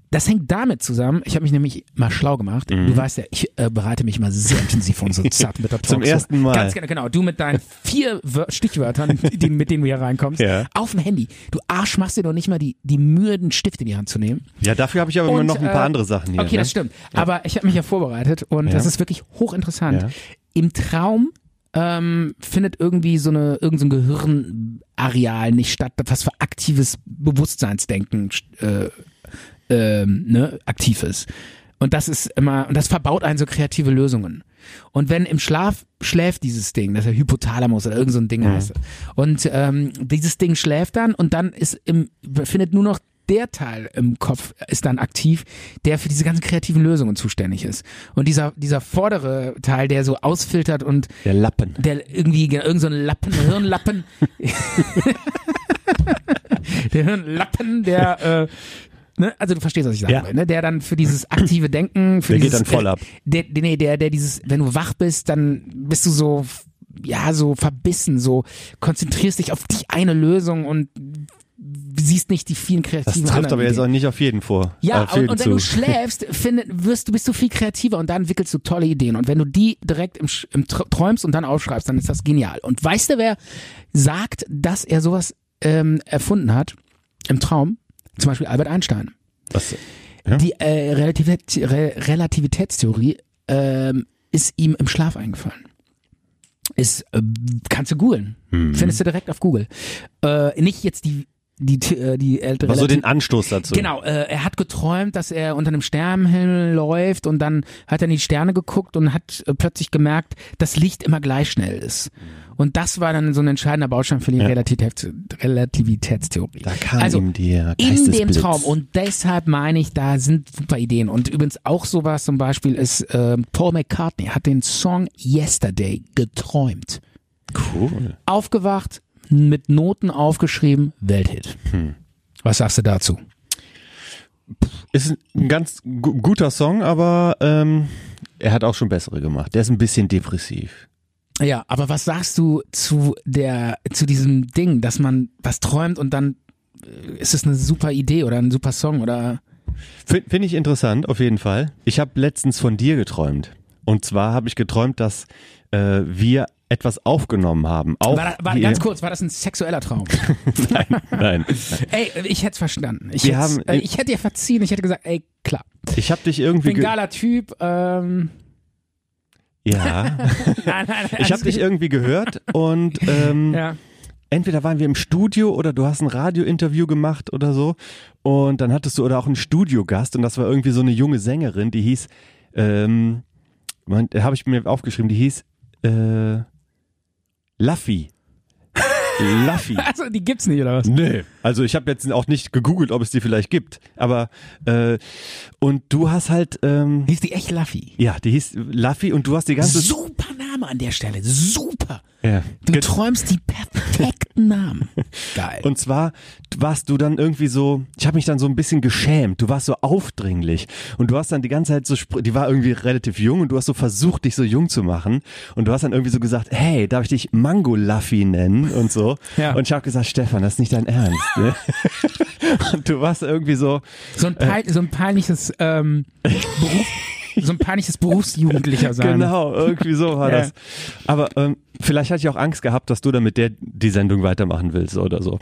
S2: Da- Das hängt damit zusammen, ich habe mich nämlich mal schlau gemacht.
S3: Mhm.
S2: Du weißt ja, ich äh, bereite mich mal sehr intensiv von so Zartbitter Talks
S3: Zum ersten Mal.
S2: Ganz genau, genau. Du mit deinen vier Wör- Stichwörtern, die, mit denen du hier reinkommst,
S3: Ja.
S2: auf dem Handy. Du Arsch machst dir doch nicht mal die, die müden Stift in die Hand zu nehmen.
S3: Ja, dafür habe ich aber immer noch ein paar
S2: äh,
S3: andere Sachen hier.
S2: Okay,
S3: ne?
S2: das stimmt. Aber ich habe mich ja vorbereitet und
S3: Ja.
S2: das ist wirklich hochinteressant.
S3: Ja.
S2: Im Traum ähm, findet irgendwie so eine irgend so ein Gehirnareal nicht statt, was für aktives Bewusstseinsdenken äh, ähm, ne, aktiv ist. Und das ist immer, und das verbaut einen so kreative Lösungen. Und wenn im Schlaf schläft dieses Ding, das ist ja Hypothalamus oder irgend so ein Ding heißt. es. Und ähm, dieses Ding schläft dann und dann ist im, findet nur noch der Teil im Kopf ist dann aktiv, der für diese ganzen kreativen Lösungen zuständig ist. Und dieser, dieser vordere Teil, der so ausfiltert und
S3: Der Lappen.
S2: der irgendwie, genau, irgend so ein Lappen, Hirnlappen. der Hirnlappen, der, äh, ne, also du verstehst, was ich sagen
S3: Ja.
S2: will, ne? Der dann für dieses aktive Denken, für
S3: Der geht
S2: dieses,
S3: dann voll ab.
S2: Der, der, nee, der, der dieses, wenn du wach bist, dann bist du so, ja, so verbissen, so konzentrierst dich auf die eine Lösung und siehst nicht die vielen
S3: Das
S2: kreativen
S3: trifft
S2: anderen
S3: aber jetzt
S2: Ideen.
S3: auch nicht auf jeden vor.
S2: Ja,
S3: äh,
S2: und,
S3: Film
S2: und wenn
S3: zu.
S2: du schläfst, findet, wirst du bist du viel kreativer und dann entwickelst du tolle Ideen. Und wenn du die direkt im, Sch- im Tr- träumst und dann aufschreibst, dann ist das genial. Und weißt du, wer sagt, dass er sowas ähm, erfunden hat im Traum? Zum Beispiel Albert Einstein.
S3: Was,
S2: Die äh, Relativität, Re Relativitätstheorie ähm, ist ihm im Schlaf eingefallen. Ist, äh, kannst du googeln.
S3: Mhm.
S2: Findest du direkt auf Google. Äh, nicht jetzt die, die, The- äh, die ältere
S3: war so den Anstoß dazu.
S2: Genau, äh, er hat geträumt, dass er unter einem Sternenhimmel läuft und dann hat er in die Sterne geguckt und hat äh, plötzlich gemerkt, dass Licht immer gleich schnell ist. Und das war dann so ein entscheidender Baustein für die Relativitäts Relativitätstheorie.
S3: Da kam
S2: also,
S3: ihm der
S2: in dem
S3: Geistesblitz.
S2: Traum um und deshalb meine ich, da sind super Ideen und übrigens auch sowas zum Beispiel ist ähm, Paul McCartney hat den Song Yesterday geträumt,
S3: Cool.
S2: aufgewacht, mit Noten aufgeschrieben, Welthit. Was sagst du dazu?
S3: Ist ein ganz gu guter Song, aber ähm, er hat auch schon bessere gemacht. Der ist ein bisschen depressiv.
S2: Ja, aber was sagst du zu der, zu diesem Ding, dass man was träumt und dann äh, ist es eine super Idee oder ein super Song oder
S3: Finde find ich interessant, auf jeden Fall. Ich habe letztens von dir geträumt. Und zwar habe ich geträumt, dass äh, wir etwas aufgenommen haben. Auch
S2: war, da- war,
S3: hier-
S2: ganz kurz, war das ein sexueller Traum?
S3: Nein, nein.
S2: ey, ich hätte verstanden. Ich,
S3: Wir
S2: hätt's-
S3: haben-
S2: äh, ich hätte dir verziehen, ich hätte gesagt, ey, klar.
S3: Ich habe dich irgendwie...
S2: Bin
S3: Ge
S2: geiler Typ, ähm,
S3: ja.
S2: nein, nein,
S3: Ich habe
S2: alles
S3: dich
S2: gut.
S3: irgendwie gehört und ähm,
S2: ja.
S3: entweder waren wir im Studio oder du hast ein Radiointerview gemacht oder so. Und dann hattest du oder auch einen Studiogast und das war irgendwie so eine junge Sängerin, die hieß, ähm, habe ich mir aufgeschrieben, die hieß äh, Laffy. Laffy.
S2: Also, die gibt's nicht, oder was?
S3: Nee, also ich habe jetzt auch nicht gegoogelt, ob es die vielleicht gibt. Aber äh, und du hast halt, ähm,
S2: Hieß die echt Laffy.
S3: ja, die hieß Laffy und du hast die ganze
S2: Super Name an der Stelle, super.
S3: ja.
S2: Du
S3: Ge-
S2: träumst die perfekten Namen. Geil.
S3: Und zwar warst du dann irgendwie so, ich habe mich dann so ein bisschen geschämt, du warst so aufdringlich und du hast dann die ganze Zeit so, spr- die war irgendwie relativ jung und du hast so versucht, dich so jung zu machen und du hast dann irgendwie so gesagt, hey, darf ich dich Mango Laffy nennen und so.
S2: Ja.
S3: Und ich habe gesagt, Stefan, das ist nicht dein Ernst. Ne? und du warst irgendwie so,
S2: So ein, pein, so ein peinliches ähm, Beruf, so ein peinliches Berufsjugendlicher sein.
S3: genau, irgendwie so war
S2: Ja.
S3: das. Aber ähm, vielleicht hatte ich auch Angst gehabt, dass du dann mit der die Sendung weitermachen willst oder so.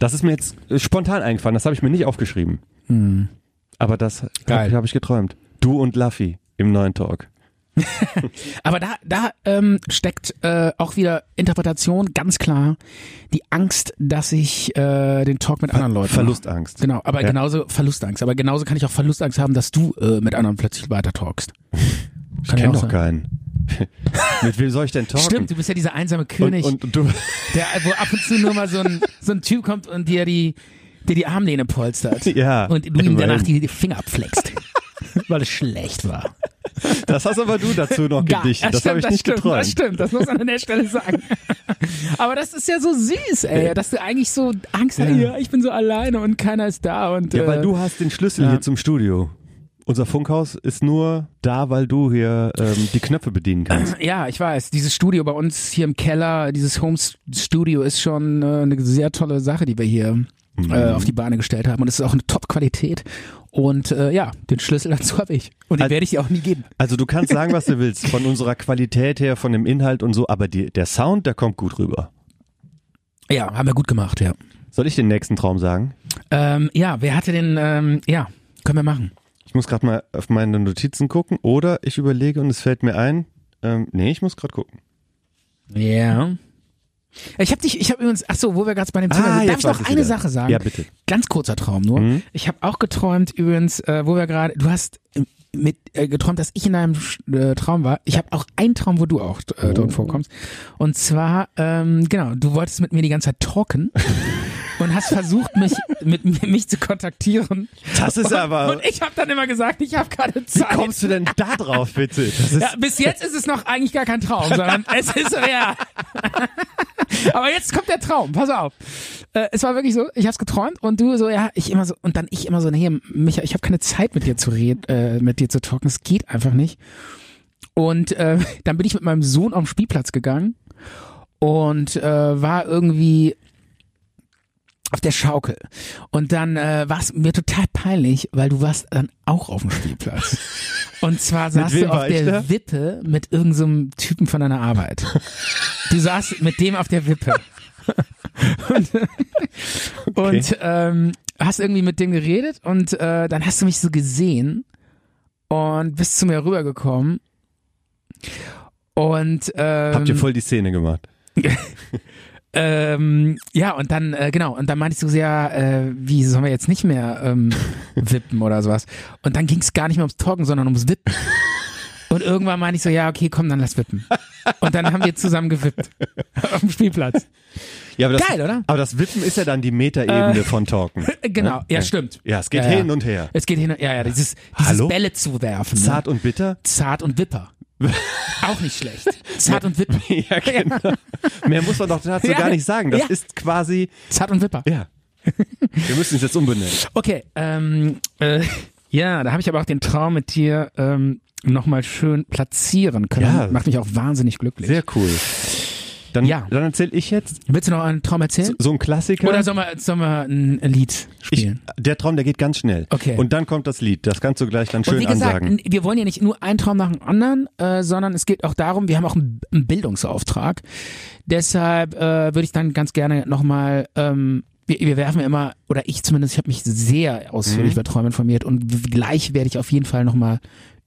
S3: Das ist mir jetzt äh, spontan eingefallen, das habe ich mir nicht aufgeschrieben. Aber das
S2: Hm. Geil.
S3: habe hab ich geträumt. Du und Laffy im neuen Talk.
S2: Aber da, da ähm, steckt äh, auch wieder Interpretation, ganz klar, die Angst, dass ich äh, den Talk mit anderen Leuten
S3: Verlustangst.
S2: Mache. Genau, aber
S3: Ja.
S2: genauso Verlustangst. Aber genauso kann ich auch Verlustangst haben, dass du äh, mit anderen plötzlich weiter talkst.
S3: Ich kenne doch keinen. mit wem soll ich denn talken?
S2: Stimmt, du bist ja dieser einsame
S3: und,
S2: König,
S3: und, und du,
S2: der wo ab und zu nur mal so ein, so ein Typ kommt und dir die, dir die Armlehne polstert.
S3: Ja,
S2: Und du ihm
S3: immerhin.
S2: danach die, die Finger abflext. weil es schlecht war.
S3: das hast aber du dazu noch
S2: Gar-
S3: gedichtet. Das
S2: stimmt,
S3: habe ich nicht
S2: stimmt,
S3: geträumt.
S2: Das stimmt, das muss man an der Stelle sagen. Aber das ist ja so süß, ey, dass du eigentlich so Angst hast, ja, ich bin so alleine und keiner ist da und
S3: Ja, weil
S2: äh,
S3: du hast den Schlüssel hier zum Studio. Unser Funkhaus ist nur da, weil du hier ähm, die Knöpfe bedienen kannst.
S2: ja, ich weiß, dieses Studio bei uns hier im Keller, dieses Home Studio ist schon Mhm. äh, eine sehr tolle Sache, die wir hier äh, auf die Bahne gestellt haben und es ist auch eine Top Qualität Und äh, ja, den Schlüssel dazu habe ich. Und den
S3: Also-
S2: werde ich dir auch nie geben.
S3: Also du kannst sagen, was du willst, von unserer Qualität her, von dem Inhalt und so, aber die, der Sound, der kommt gut rüber.
S2: Ja, haben wir gut gemacht, ja.
S3: Soll ich den nächsten Traum sagen?
S2: Ähm, ja, wer hatte den, ähm, ja, können wir machen.
S3: Ich muss gerade mal auf meine Notizen gucken oder ich überlege und es fällt mir ein. Ähm, nee, ich muss gerade gucken.
S2: Ja. Ich habe dich, ich habe übrigens, ach so, wo wir gerade bei dem Thema
S3: Ah,
S2: sind, darf
S3: jetzt
S2: ich
S3: weiß
S2: noch
S3: ich's
S2: eine
S3: wieder.
S2: Sache sagen?
S3: Ja, bitte. Mhm.
S2: Ganz kurzer Traum nur. Ich habe auch geträumt übrigens, äh, wo wir gerade, du hast äh, mit äh, geträumt, dass ich in einem Sch- äh, Traum war. Ich habe auch einen Traum, wo du auch äh, drin
S3: Oh.
S2: vorkommst. Und zwar, ähm, genau, du wolltest mit mir die ganze Zeit talken und hast versucht, mich mit mir- mich zu kontaktieren.
S3: Das ist aber.
S2: Und ich habe dann immer gesagt, ich habe keine
S3: Äh. Wie
S2: Zeit.
S3: kommst du denn da drauf, bitte? Das ist,
S2: Ja, bis jetzt ist es noch eigentlich gar kein Traum, sondern es ist real. Aber jetzt kommt der Traum, pass auf. Äh, es war wirklich so, ich hab's geträumt und du so, ja, ich immer so, und dann ich immer so, nee, Micha, ich habe keine Zeit mit dir zu reden, äh, mit dir zu talken, es geht einfach nicht. Und äh, dann bin ich mit meinem Sohn auf den Spielplatz gegangen und äh, war irgendwie auf der Schaukel. Und dann äh, war es mir total peinlich, weil du warst dann auch auf dem Spielplatz. Und zwar saß
S3: wem
S2: du auf
S3: war ich
S2: der
S3: da?
S2: Wippe mit irgendeinem so einem Typen von deiner Arbeit. Du saßt mit dem auf der Wippe. und und ähm, hast irgendwie mit dem geredet und äh, dann hast du mich so gesehen und bist zu mir rübergekommen. Und ähm,
S3: habt ihr voll die Szene gemacht.
S2: ähm, ja, und dann, äh, genau, und dann meintest du so, ja, äh, wie sollen wir jetzt nicht mehr ähm, wippen oder sowas? Und dann ging es gar nicht mehr ums Talken, sondern ums Wippen. Und irgendwann meinte ich so, ja, okay, komm, dann lass wippen. Und dann haben wir zusammen gewippt. Auf dem Spielplatz.
S3: Ja, aber das,
S2: Geil, oder?
S3: Aber das Wippen ist ja dann die Metaebene von Talken. Ne?
S2: Äh, Genau, ja, stimmt.
S3: Ja, es geht
S2: ja,
S3: hin
S2: ja.
S3: und her.
S2: Es geht hin und ja, ja, dieses, dieses
S3: Hallo?
S2: Bälle zuwerfen. Ne?
S3: Zart und bitter?
S2: Zart und Wipper. Auch nicht schlecht. Zart und Wipper.
S3: Ja, genau. Mehr muss man doch dazu
S2: Ja.
S3: gar nicht sagen. Das
S2: Ja.
S3: ist quasi.
S2: Zart und Wipper.
S3: Ja. Wir müssen es jetzt umbenennen.
S2: Okay, ähm, äh, ja, da habe ich aber auch den Traum mit dir ähm, nochmal schön platzieren können.
S3: Ja.
S2: Macht mich auch wahnsinnig glücklich.
S3: Sehr cool. Dann,
S2: Ja.
S3: dann erzähle ich jetzt
S2: Willst du noch einen Traum erzählen?
S3: so ein Klassiker.
S2: Oder sollen wir, sollen wir ein Lied
S3: ich,
S2: spielen?
S3: der Traum, der geht ganz schnell.
S2: Okay.
S3: Und dann kommt das Lied. Das kannst du gleich dann schön
S2: Und wie gesagt,
S3: ansagen.
S2: n- wir wollen ja nicht nur einen Traum nach dem anderen, äh, sondern es geht auch darum, wir haben auch einen, einen Bildungsauftrag. Deshalb äh, würde ich dann ganz gerne nochmal, ähm, wir, wir werfen ja immer, oder ich zumindest, ich habe mich sehr
S3: Mhm.
S2: ausführlich über Träume informiert und w- gleich werde ich auf jeden Fall nochmal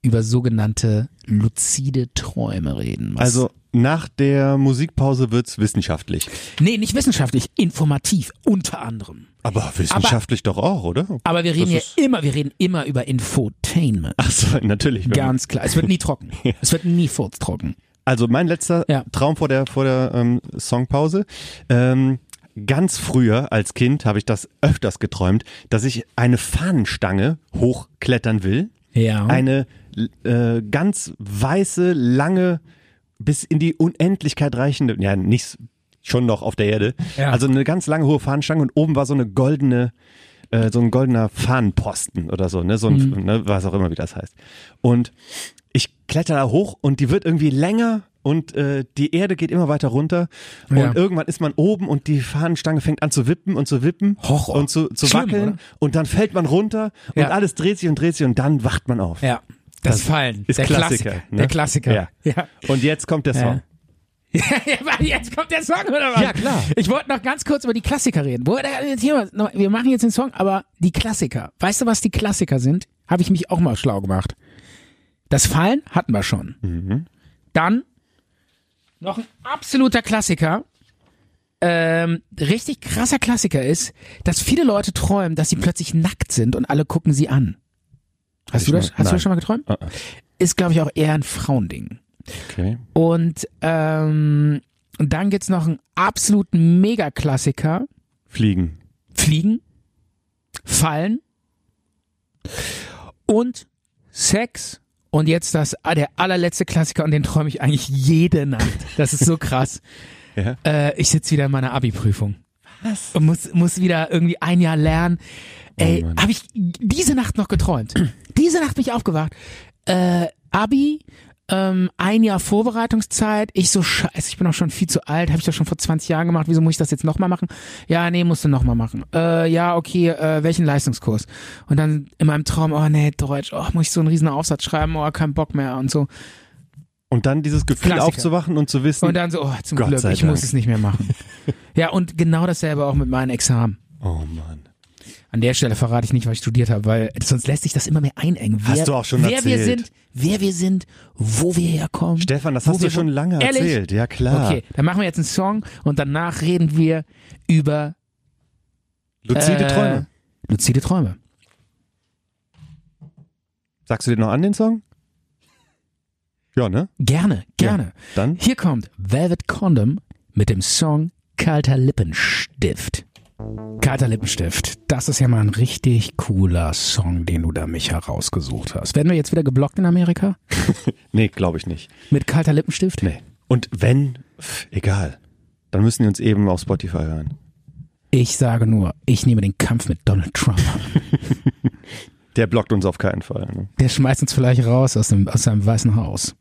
S2: über sogenannte luzide Träume reden. Was-
S3: Also nach der Musikpause wird's wissenschaftlich.
S2: nee, nicht wissenschaftlich, informativ unter anderem.
S3: Aber wissenschaftlich doch auch, oder?
S2: Aber wir reden
S3: Das
S2: ja
S3: ist-
S2: immer, wir reden immer über Infotainment.
S3: Ach so, natürlich. wenn man-
S2: Ganz klar. Es wird nie trocken. Es wird nie furztrocken.
S3: Also mein letzter
S2: Ja.
S3: Traum vor der vor der ähm, Songpause. Ähm, ganz früher als Kind habe ich das öfters geträumt, dass ich eine Fahnenstange hochklettern will.
S2: Ja.
S3: Eine äh, ganz weiße, lange, bis in die Unendlichkeit reichende, ja, nicht schon noch auf der Erde.
S2: Ja.
S3: Also eine ganz lange hohe Fahnenstange und oben war so eine goldene, äh, so ein goldener Fahnenposten oder so, ne? So ein,
S2: Mhm.
S3: ne, was auch immer, wie das heißt. Und ich kletter da hoch und die wird irgendwie länger und äh, die Erde geht immer weiter runter und
S2: Ja.
S3: irgendwann ist man oben und die Fahnenstange fängt an zu wippen und zu wippen
S2: Horror.
S3: und zu, zu
S2: Schlimm,
S3: wackeln
S2: oder?
S3: und dann fällt man runter und
S2: Ja.
S3: alles dreht sich und dreht sich und dann wacht man auf.
S2: Ja. Das, Fallen.
S3: Ist
S2: der
S3: Klassiker. ne?
S2: Der Klassiker.
S3: Ja.
S2: Ja.
S3: Und jetzt kommt der Song.
S2: Ja, warte, Jetzt kommt der Song, oder was?
S3: Ja, klar.
S2: Ich wollte noch ganz kurz über die Klassiker reden. Wo, da- jetzt hier, noch- wir machen jetzt den Song, aber die Klassiker. Weißt du, was die Klassiker sind? Habe ich mich auch mal schlau gemacht. Das Fallen hatten wir schon. Dann noch ein absoluter Klassiker. Ähm, richtig krasser Klassiker ist, dass viele Leute träumen, dass sie plötzlich nackt sind und alle gucken sie an. Hast, du, das,
S3: mal-
S2: hast du
S3: nein.
S2: das schon mal geträumt?
S3: Ah, ah.
S2: Ist, glaube ich, auch eher ein Frauending.
S3: Okay.
S2: Und ähm, und dann gibt's noch einen absoluten Mega-Klassiker.
S3: Fliegen.
S2: Fliegen, Fallen und Sex. Und jetzt das ah, der allerletzte Klassiker und den träume ich eigentlich jede Nacht. Das ist so krass.
S3: Ja.
S2: äh, ich sitz wieder in meiner Abi-Prüfung. Was? Und muss, muss wieder irgendwie ein Jahr lernen. Ey,
S3: Mann.
S2: habe ich diese Nacht noch geträumt. diese Nacht bin ich aufgewacht. Äh, Abi, ähm, ein Jahr Vorbereitungszeit. Ich so, scheiße, ich bin auch schon viel zu alt, habe ich das schon vor 20 Jahren gemacht, wieso muss ich das jetzt nochmal machen? Ja, nee, musst du nochmal machen. Äh, ja, okay, äh, welchen Leistungskurs? Und dann in meinem Traum, oh nee, Deutsch, oh, muss ich so einen riesen Aufsatz schreiben, oh, kein Bock mehr und so.
S3: Und dann dieses Gefühl
S2: Klassiker.
S3: aufzuwachen und zu wissen,
S2: Und dann so, oh, zum
S3: Hm. Gott
S2: Glück,
S3: sei
S2: ich
S3: Dank.
S2: muss es nicht mehr machen. ja, und genau dasselbe auch mit meinen Examen.
S3: oh Mann.
S2: An der Stelle verrate ich nicht, was ich studiert habe, weil sonst lässt sich das immer mehr einengen. Wer,
S3: Hast du auch schon
S2: wer wir
S3: erzählt.
S2: sind, wer wir sind, wo wir herkommen.
S3: Stefan, das
S2: wo
S3: hast du
S2: wir
S3: schon
S2: wohnen.
S3: lange
S2: Ehrlich?
S3: erzählt. Ja, klar.
S2: Okay, dann machen wir jetzt einen Song und danach reden wir über
S3: Luzide
S2: äh,
S3: Träume.
S2: Luzide Träume.
S3: Sagst du den noch an, den Song? Ja, ne?
S2: Gerne, gerne.
S3: Ja. Dann?
S2: Mhm. Hier kommt Velvet Condom mit dem Song Kalter Lippenstift. Kalter Lippenstift, das ist ja mal ein richtig cooler Song, den du da mich herausgesucht hast. Werden wir jetzt wieder geblockt in Amerika?
S3: Nee, glaube ich nicht.
S2: Mit kalter Lippenstift?
S3: Nee. Und wenn, pff, egal. Dann müssen die uns eben auf Spotify hören.
S2: Ich sage nur, ich nehme den Kampf mit Donald Trump.
S3: Der blockt uns auf keinen Fall. Ne?
S2: Der schmeißt uns vielleicht raus aus, dem, aus seinem Weißen Haus.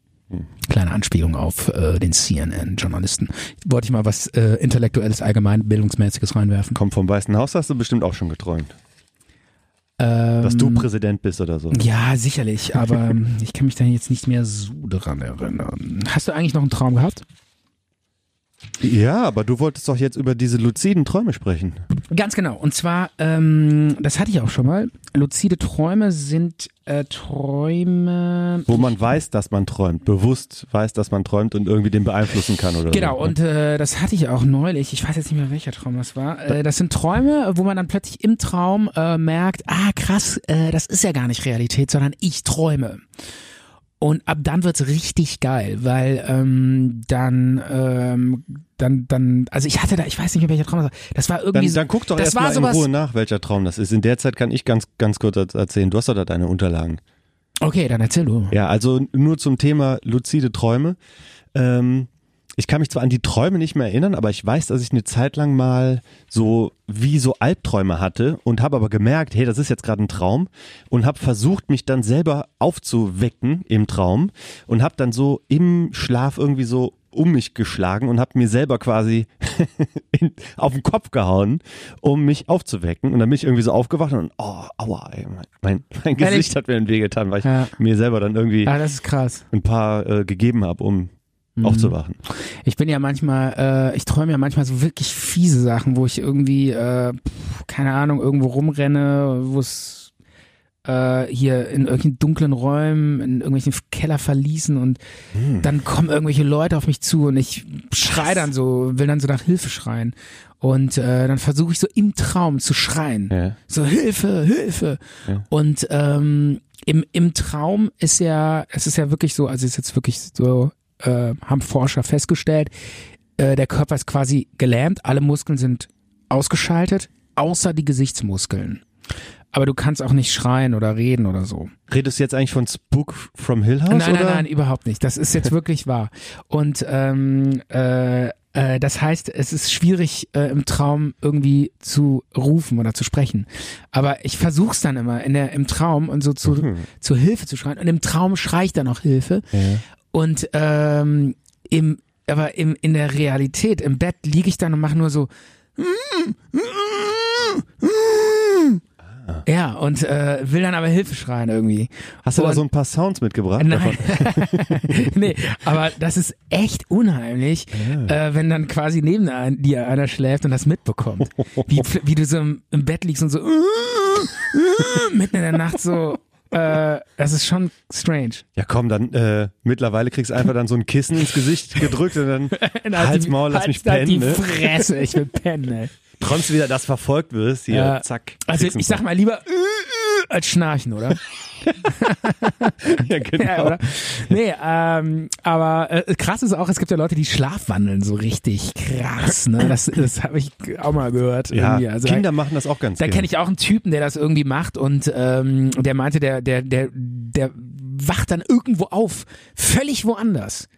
S2: Kleine Anspielung auf äh, den CNN-Journalisten. Wollte ich mal was äh, Intellektuelles, Allgemeinbildungsmäßiges reinwerfen.
S3: Kommt vom Weißen Haus, hast du bestimmt auch schon geträumt.
S2: Äh,
S3: dass
S2: Ähm.
S3: du Präsident bist oder so.
S2: Ja, sicherlich, aber ähm, ich kann mich da jetzt nicht mehr so dran erinnern. Hast du eigentlich noch einen Traum gehabt?
S3: Ja, aber du wolltest doch jetzt über diese luziden Träume sprechen.
S2: Ganz genau. Und zwar, ähm, das hatte ich auch schon mal. Luzide Träume sind äh, Träume.
S3: Wo man weiß, dass man träumt, bewusst weiß, dass man träumt und irgendwie den beeinflussen kann oder
S2: Genau,
S3: so. ne?
S2: und äh, das hatte ich auch neulich. Ich weiß jetzt nicht mehr, welcher Traum das war. Äh, das sind Träume, wo man dann plötzlich im Traum äh, merkt, ah krass, äh, das ist ja gar nicht Realität, sondern ich träume. Und ab dann wird's richtig geil, weil ähm, dann, ähm, dann, dann, also ich hatte da, ich weiß nicht mehr, welcher Traum das war. Das war irgendwie
S3: Dann,
S2: so-
S3: dann guck doch
S2: das war
S3: erstmal in
S2: sowas,
S3: Ruhe nach, welcher Traum das ist. In der Zeit kann ich ganz, ganz kurz er- erzählen. Du hast doch da deine Unterlagen.
S2: Okay, dann erzähl du.
S3: Ja, also nur zum Thema luzide Träume. Ähm, ich kann mich zwar an die Träume nicht mehr erinnern, aber ich weiß, dass ich eine Zeit lang mal so wie so Albträume hatte und habe aber gemerkt, hey, das ist jetzt gerade ein Traum und habe versucht, mich dann selber aufzuwecken im Traum und habe dann so im Schlaf irgendwie so um mich geschlagen und habe mir selber quasi in, auf den Kopf gehauen, um mich aufzuwecken. Und dann bin ich irgendwie so aufgewacht und oh, aua, ey, mein, mein
S2: Ehrlich?
S3: Gesicht hat mir dann wehgetan, weil ich
S2: Ja.
S3: mir selber dann irgendwie
S2: Ah, Mhm. das ist krass.
S3: ein paar äh, gegeben habe, um aufzuwachen.
S2: Ich bin ja manchmal, äh, ich träume ja manchmal so wirklich fiese Sachen, wo ich irgendwie, äh, pf, keine Ahnung, irgendwo rumrenne, wo es äh, hier in irgendwelchen dunklen Räumen, in irgendwelchen Keller verließen und dann kommen irgendwelche Leute auf mich zu und ich schrei dann so, will dann so nach Hilfe schreien. Und äh, dann versuche ich so im Traum zu schreien.
S3: Ja.
S2: So, Hilfe, Hilfe. Und ähm, im, im Traum ist ja, es ist ja wirklich so, also es ist jetzt wirklich so, äh, haben Forscher festgestellt, äh, der Körper ist quasi gelähmt, alle Muskeln sind ausgeschaltet, außer die Gesichtsmuskeln. Aber du kannst auch nicht schreien oder reden oder so.
S3: Redest du jetzt eigentlich von Spook from Hill House?
S2: Nein,
S3: oder?
S2: nein, nein, überhaupt nicht. Das ist jetzt wirklich wahr. Und ähm, äh, äh, das heißt, es ist schwierig, äh, im Traum irgendwie zu rufen oder zu sprechen. Aber ich versuche es dann immer in der, im Traum und so zu,
S3: Mhm.
S2: zur Hilfe zu schreien. Und im Traum schrei ich dann auch Hilfe. Und ähm, im, aber im, in der Realität, im Bett liege ich dann und mache nur so. Ja, und äh, will dann aber Hilfe schreien irgendwie.
S3: Ah. Hast du da
S2: Und-
S3: so ein paar Sounds mitgebracht?
S2: Nein.
S3: davon?
S2: nee, aber das ist echt unheimlich, äh, wenn dann quasi neben ein- dir einer schläft und das mitbekommt. Wie, wie du so im, im Bett liegst und so mitten in der Nacht so. Äh, das ist schon strange.
S3: Ja komm, dann äh, mittlerweile kriegst du einfach dann so ein Kissen ins Gesicht gedrückt und dann
S2: Und halt
S3: Hals,
S2: die-
S3: Maul, lass
S2: halt
S3: mich
S2: halt
S3: pennen.
S2: die
S3: Ne?
S2: Fresse, ich will pennen. Ey.
S3: Träumst du wieder, dass verfolgt wirst? Hier,
S2: Ja.
S3: zack.
S2: Also
S3: kriegst du
S2: ich sag mal lieber als schnarchen, oder?
S3: Ja, genau.
S2: Ja, oder? Nee, ähm, aber äh, krass ist auch, es gibt ja Leute, die schlafwandeln so richtig krass. Ne? Das, das habe ich auch mal gehört.
S3: Ja,
S2: irgendwie. Also,
S3: Kinder machen das auch ganz
S2: Da
S3: gerne.
S2: kenne ich auch einen Typen, der das irgendwie macht und ähm, der meinte, der, der, der, der wacht dann irgendwo auf, völlig woanders.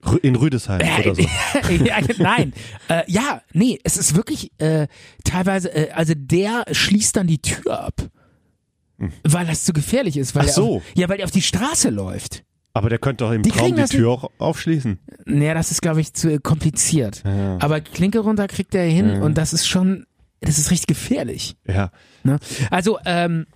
S3: Rü- In Rüdesheim
S2: Äh,
S3: oder so.
S2: ja, nein, äh, ja, nee, es ist wirklich äh, teilweise, äh, also der schließt dann die Tür ab, weil das zu gefährlich ist. Weil
S3: Hm. Ach
S2: er
S3: so.
S2: Auf, ja, weil er auf die Straße läuft.
S3: Aber der könnte doch im
S2: Die
S3: Traum
S2: kriegen
S3: die
S2: das
S3: Tür auch aufschließen.
S2: Naja, das ist, glaube ich, zu kompliziert. Aber Klinke runter kriegt er hin und das ist schon, das ist richtig gefährlich.
S3: Ja.
S2: Ne? Also, ähm,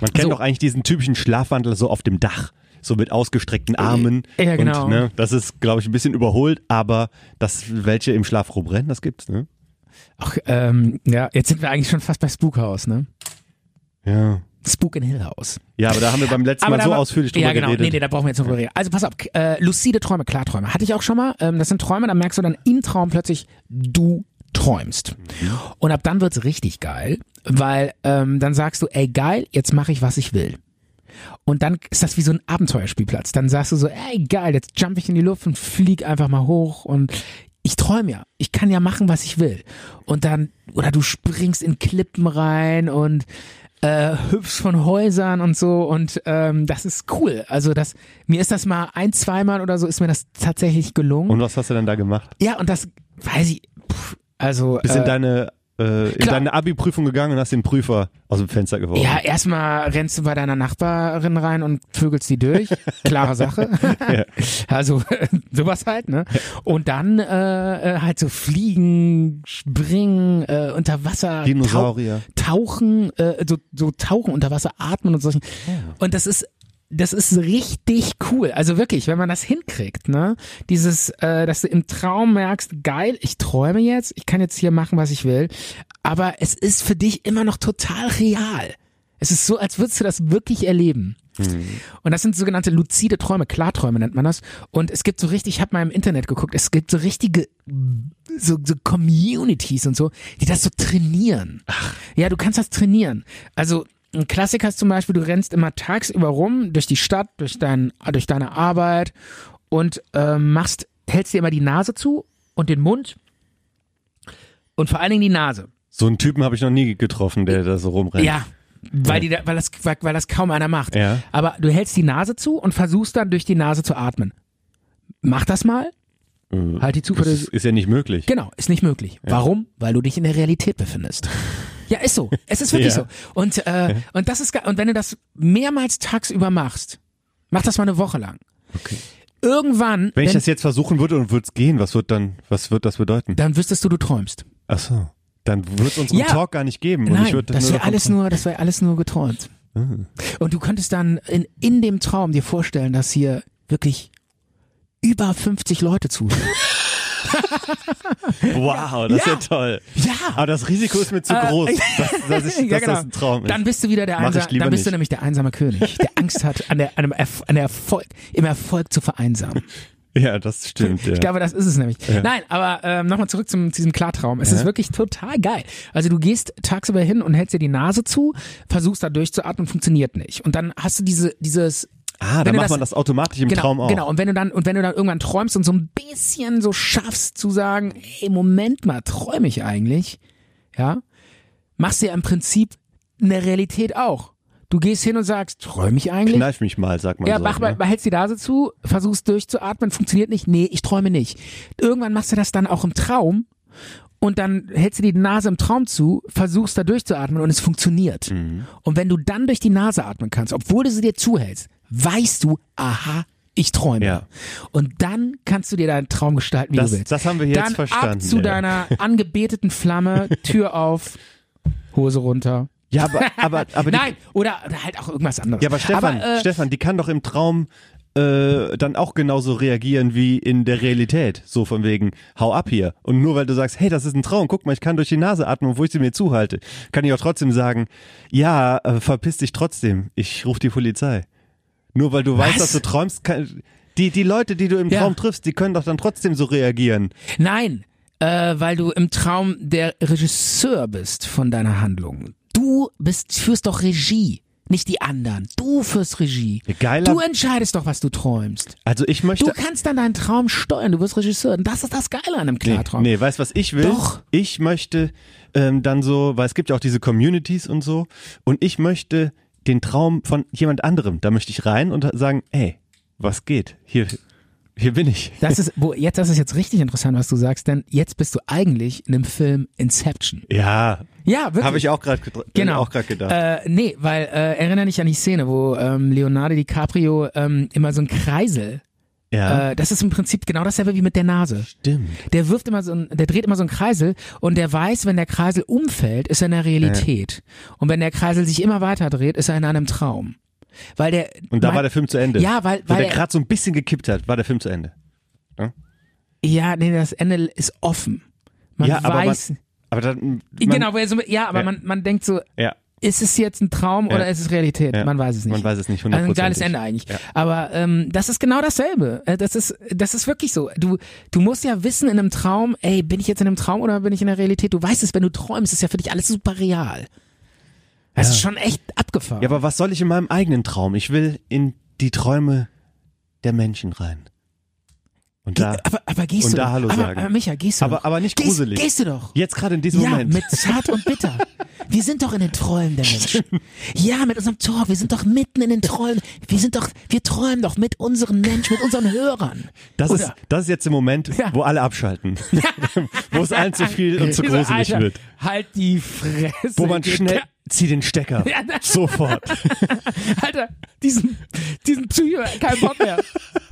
S3: Man kennt
S2: So.
S3: doch eigentlich diesen typischen Schlafwandler so auf dem Dach. So mit ausgestreckten Armen.
S2: Ja, genau.
S3: Und, ne, das ist, glaube ich, ein bisschen überholt, aber das, welche im Schlaf rumrennen, das gibt's, ne?
S2: ach, ähm, ja, jetzt sind wir eigentlich schon fast bei Spookhaus, ne?
S3: Ja.
S2: Spook in Hill House.
S3: Ja, aber da haben wir beim letzten Mal
S2: da
S3: so
S2: war-
S3: ausführlich drüber
S2: Ja, genau.
S3: geredet.
S2: Nee, nee, da brauchen wir jetzt noch drüber reden. Also pass auf, äh, lucide Träume, Klarträume. Hatte ich auch schon mal. Ähm, das sind Träume, da merkst du dann im Traum plötzlich, du träumst.
S3: Mhm.
S2: Und ab dann wird's richtig geil, weil ähm, dann sagst du, ey geil, jetzt mache ich, was ich will. Und dann ist das wie so ein Abenteuerspielplatz. Dann sagst du so, ey geil, jetzt jump ich in die Luft und flieg einfach mal hoch und ich träume ja. Ich kann ja machen, was ich will. Und dann, oder du springst in Klippen rein und äh, hüpfst von Häusern und so und ähm, das ist cool. Also das, mir ist das mal ein, zweimal oder so ist mir das tatsächlich gelungen.
S3: Und was hast du dann da gemacht?
S2: ja, und das weiß ich, pff, also
S3: Bist in
S2: äh,
S3: deine, äh, in
S2: klar.
S3: deine Abi-Prüfung gegangen und hast den Prüfer aus dem Fenster geworfen.
S2: ja, erstmal rennst du bei deiner Nachbarin rein und vögelst die durch. Klare Sache. Also sowas halt, ne? Und dann äh, äh, halt so fliegen, springen, äh, unter Wasser,
S3: Dinosaurier.
S2: tauchen, äh, so, so tauchen unter Wasser, atmen und solchen. Und das ist das ist richtig cool. Also wirklich, wenn man das hinkriegt, ne? Dieses, äh, dass du im Traum merkst, geil, ich träume jetzt, ich kann jetzt hier machen, was ich will. Aber es ist für dich immer noch total real. Es ist so, als würdest du das wirklich erleben. Und das sind sogenannte luzide Träume, Klarträume nennt man das. Und es gibt so richtig, ich habe mal im Internet geguckt, es gibt so richtige so, so Communities und so, die das so trainieren. Ach. Ja, du kannst das trainieren. Also ein Klassiker ist zum Beispiel, du rennst immer tagsüber rum durch die Stadt, durch, dein, durch deine Arbeit und ähm, machst, hältst dir immer die Nase zu und den Mund und vor allen Dingen die Nase.
S3: So einen Typen habe ich noch nie getroffen, der da so rumrennt.
S2: Ja. Weil, die da, weil, das, weil, weil das kaum einer macht.
S3: Äh. Ja.
S2: Aber du hältst die Nase zu und versuchst dann durch die Nase zu atmen. Mach das mal. halt die
S3: Das
S2: Zufall.
S3: ist, ist ja nicht möglich.
S2: Genau, ist nicht möglich. Warum? Weil du dich in der Realität befindest. Ja, ist so. Es ist wirklich
S3: Ja.
S2: so. Und, äh, und das ist ge- und wenn du das mehrmals tagsüber machst, mach das mal eine Woche lang. Irgendwann,
S3: Wenn ich
S2: wenn-
S3: das jetzt versuchen würde und würde es gehen, was wird dann, was wird das bedeuten?
S2: dann wüsstest du, du träumst.
S3: Ach so. Dann wird es unseren
S2: Ja.
S3: Talk gar nicht geben. und ich
S2: Nein,
S3: würd um
S2: das wäre
S3: davon
S2: alles nur, das wäre alles nur geträumt.
S3: Ah.
S2: Und du könntest dann in, in dem Traum dir vorstellen, dass hier wirklich über 50 Leute zuhören.
S3: Wow,
S2: Ja.
S3: das ist ja toll.
S2: Ja.
S3: Aber das Risiko ist mir zu
S2: Äh, genau.
S3: groß, dass, dass, ich, dass das ein Traum ist.
S2: Dann bist du wieder der
S3: Mach ich
S2: einsame,
S3: lieber
S2: dann bist du
S3: nicht.
S2: nämlich der einsame König, der Angst hat, an der, an dem Erf an der Erfolg, im Erfolg zu vereinsamen.
S3: ja, das stimmt. Ja.
S2: Ich glaube, das ist es nämlich. Nein, aber ähm, nochmal zurück zum, zu diesem Klartraum. Es ist wirklich total geil. Also du gehst tagsüber hin und hältst dir die Nase zu, versuchst da durchzuatmen, funktioniert nicht. Und dann hast du diese, dieses
S3: ah, dann
S2: wenn du
S3: macht
S2: das-
S3: man das automatisch im
S2: genau,
S3: Traum auch.
S2: Genau, und wenn du dann, und wenn du dann irgendwann träumst und so ein bisschen so schaffst zu sagen, ey, Moment mal, träume ich eigentlich? Ja, machst du ja im Prinzip eine Realität auch. Du gehst hin und sagst, träume ich eigentlich?
S3: Kneif mich mal, sagt man
S2: ja,
S3: so.
S2: mach mal,
S3: ne?
S2: hältst die Nase zu, versuchst durchzuatmen, funktioniert nicht, nee, ich träume nicht. Irgendwann machst du das dann auch im Traum und dann hältst du die Nase im Traum zu, versuchst da durchzuatmen und es funktioniert.
S3: Mhm.
S2: Und wenn du dann durch die Nase atmen kannst, obwohl du sie dir zuhältst, weißt du, aha, ich träume.
S3: Ja.
S2: Und dann kannst du dir deinen Traum gestalten, wie
S3: Das-
S2: du willst.
S3: das haben wir jetzt
S2: dann Ab
S3: verstanden,
S2: zu
S3: ja.
S2: deiner angebeteten Flamme, Tür auf, Hose runter.
S3: Ja, aber, aber, aber die,
S2: Nein, oder, oder halt auch irgendwas anderes.
S3: Ja, aber Stefan,
S2: äh,
S3: Stefan, die kann doch im Traum äh, dann auch genauso reagieren wie in der Realität. So von wegen, hau ab hier. Und nur weil du sagst, hey, das ist ein Traum, guck mal, ich kann durch die Nase atmen, obwohl ich sie mir zuhalte, kann ich auch trotzdem sagen, ja, äh, verpiss dich trotzdem, ich ruf die Polizei. Nur weil du weißt, dass du träumst, kann, die, die Leute, die du im
S2: Ja.
S3: Traum triffst, die können doch dann trotzdem so reagieren.
S2: Nein, äh, weil du im Traum der Regisseur bist von deiner Handlung. Du bist, führst doch Regie, nicht die anderen. Du führst Regie.
S3: Ja, geiler-
S2: Du entscheidest doch, was du träumst.
S3: Also ich
S2: Du
S3: möchte...
S2: kannst dann deinen Traum steuern, du wirst Regisseur. Und das ist das Geile an einem
S3: Nee,
S2: Klartraum.
S3: nee, weißt du, was ich will?
S2: Doch.
S3: Ich möchte ähm, dann so, weil es gibt ja auch diese Communities und so, und ich möchte den Traum von jemand anderem, da möchte ich rein und sagen, hey, was geht? Hier, Hier bin ich.
S2: Das ist, wo, jetzt, das ist jetzt richtig interessant, was du sagst, denn jetzt bist du eigentlich in einem Film Inception.
S3: Ja,
S2: Ja, wirklich.
S3: habe ich auch gerade
S2: Genau.
S3: genau. auch grad gedacht.
S2: Äh, nee, weil äh, erinnere dich an die Szene, wo ähm, Leonardo DiCaprio ähm, immer so einen Kreisel.
S3: ja,
S2: Äh, das ist im Prinzip genau dasselbe wie mit der Nase.
S3: stimmt.
S2: Der wirft immer so, ein, der dreht immer so einen Kreisel und der weiß, wenn der Kreisel umfällt, ist er in der Realität. Und wenn der Kreisel sich immer weiter dreht, ist er in einem Traum. Weil der
S3: Und da war der Film zu Ende.
S2: Ja, weil-
S3: Wo
S2: weil
S3: der
S2: er-
S3: gerade so ein bisschen gekippt hat, war der Film zu Ende.
S2: ja, nee, das Ende ist offen. Man
S3: ja, aber
S2: weiß
S3: man, aber dann, man,
S2: genau, weil so, ja, aber
S3: Ja.
S2: man man denkt so,
S3: Ja,
S2: ist es jetzt ein Traum oder ist es Realität?
S3: Ja.
S2: Man weiß es nicht.
S3: Man weiß es nicht,
S2: Also ein
S3: hundertprozentig.
S2: geiles Ende eigentlich.
S3: Ja.
S2: Aber ähm, das ist genau dasselbe. Äh, Das ist, das ist wirklich so. Du, du musst ja wissen in einem Traum, ey, bin ich jetzt in einem Traum oder bin ich in der Realität? Du weißt es, wenn du träumst, ist ja für dich alles super real. Das ist schon echt abgefahren.
S3: ja, aber was soll ich in meinem eigenen Traum? Ich will in die Träume der Menschen rein. Und da,
S2: aber, aber gehst
S3: Und
S2: du
S3: da
S2: doch.
S3: Hallo
S2: aber,
S3: sagen.
S2: aber Micha, gehst du
S3: Aber-
S2: doch.
S3: aber nicht gruselig.
S2: Gehst, gehst du doch.
S3: jetzt gerade in diesem
S2: ja,
S3: Moment.
S2: mit zart und bitter. Wir sind doch in den Träumen der Menschen. Ja, mit unserem Talk. Wir sind doch mitten in den Träumen. Wir sind doch, wir träumen doch mit unseren Menschen, mit unseren Hörern.
S3: Das
S2: Oder?
S3: ist, das ist jetzt der Moment,
S2: Ja.
S3: wo alle abschalten. wo es allen zu viel und zu
S2: Diese,
S3: gruselig
S2: Alter,
S3: wird.
S2: Halt die Fresse.
S3: Wo man
S2: Dicker.
S3: schnell, zieh den Stecker.
S2: Ja, das-
S3: Sofort.
S2: Alter, diesen, diesen Psycho, kein Bock mehr.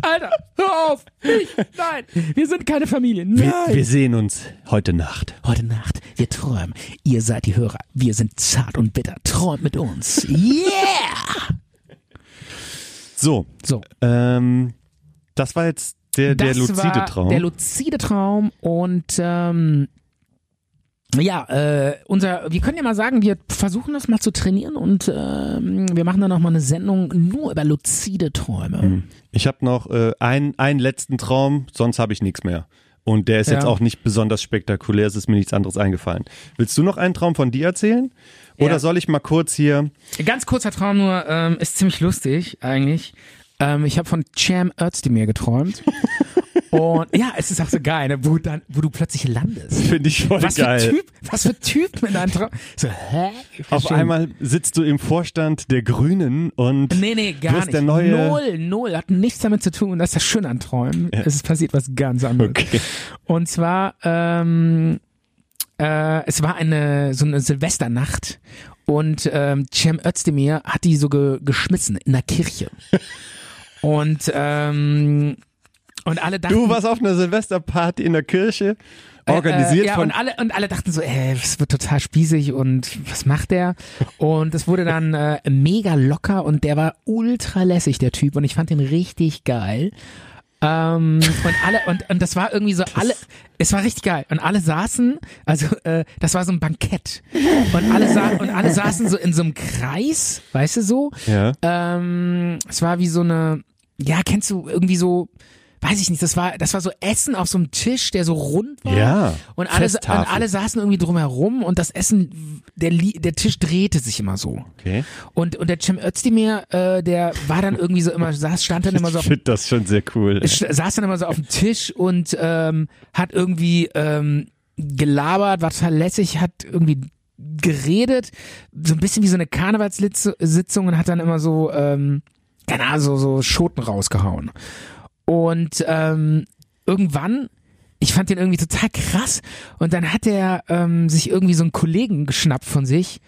S2: Alter, hör auf. Ich, nein, wir sind keine Familie. Nein.
S3: Wir, wir sehen uns heute Nacht.
S2: Heute Nacht, wir träumen. Ihr seid die Hörer. Wir sind zart und bitter. Träumt mit uns. Yeah!
S3: So,
S2: So,
S3: ähm, das war jetzt der, der
S2: das
S3: luzide
S2: war
S3: Traum.
S2: Der luzide Traum und ähm, ja, äh, unser, wir können ja mal sagen, wir versuchen das mal zu trainieren und ähm, wir machen dann noch mal eine Sendung nur über luzide Träume.
S3: ich habe noch äh, einen, einen letzten Traum, sonst habe ich nichts mehr. Und der ist
S2: Ja.
S3: jetzt auch nicht besonders spektakulär, es ist mir nichts anderes eingefallen. Willst du noch einen Traum von dir erzählen? Oder
S2: Ja.
S3: soll ich mal kurz hier,
S2: Ganz kurzer Traum nur, ähm, ist ziemlich lustig eigentlich. Ähm, ich habe von Cham Özdemir geträumt. Und ja, es ist auch so geil, ne? wo, dann, wo du plötzlich landest.
S3: finde ich voll
S2: Was
S3: geil.
S2: für Typ, was für Typ mit deinem Traum. So, hä? Ich
S3: Auf
S2: verstehe
S3: einmal sitzt du im Vorstand der Grünen und
S2: Nee, nee, gar
S3: wirst
S2: nicht.
S3: der neue.
S2: null, null. Hat nichts damit zu tun. Das ist das Schöne an Träumen. Es ist passiert was ganz anderes.
S3: Okay.
S2: Und zwar, ähm, äh, es war eine, so eine Silvesternacht. Und ähm, Cem Özdemir hat die so ge geschmissen in der Kirche. und, ähm, und alle dachten...
S3: Du warst auf einer Silvesterparty in der Kirche,
S2: Äh,
S3: organisiert
S2: ja,
S3: von.
S2: und alle und alle dachten so, ey, das wird total spießig und was macht der? Und es wurde dann äh, mega locker und der war ultra lässig der Typ und ich fand den richtig geil. Ähm, und alle und, und das war irgendwie so alle es war richtig geil und alle saßen also äh, das war so ein Bankett und alle sa und alle saßen so in so einem Kreis weißt du so
S3: ja.
S2: ähm, es war wie so eine, ja, kennst du irgendwie so, weiß ich nicht, das war, das war so Essen auf so einem Tisch, der so rund war.
S3: Ja,
S2: Und alle, und
S3: Festtafel.
S2: alle saßen irgendwie drumherum und das Essen, der, li- der Tisch drehte sich immer so.
S3: Okay.
S2: Und, und der Cem Özdemir, äh, der war dann irgendwie so immer, saß, stand dann immer so
S3: Ich
S2: auf
S3: finde das schon sehr cool.
S2: sch- saß dann immer so auf dem Tisch und ähm, hat irgendwie ähm, gelabert, war total lässig, hat irgendwie geredet, so ein bisschen wie so eine Karnevalssitzung und hat dann immer so, ähm, keine Ahnung, so, so Schoten rausgehauen. Und ähm, irgendwann, ich fand den irgendwie total krass und dann hat er ähm, sich irgendwie so einen Kollegen geschnappt von sich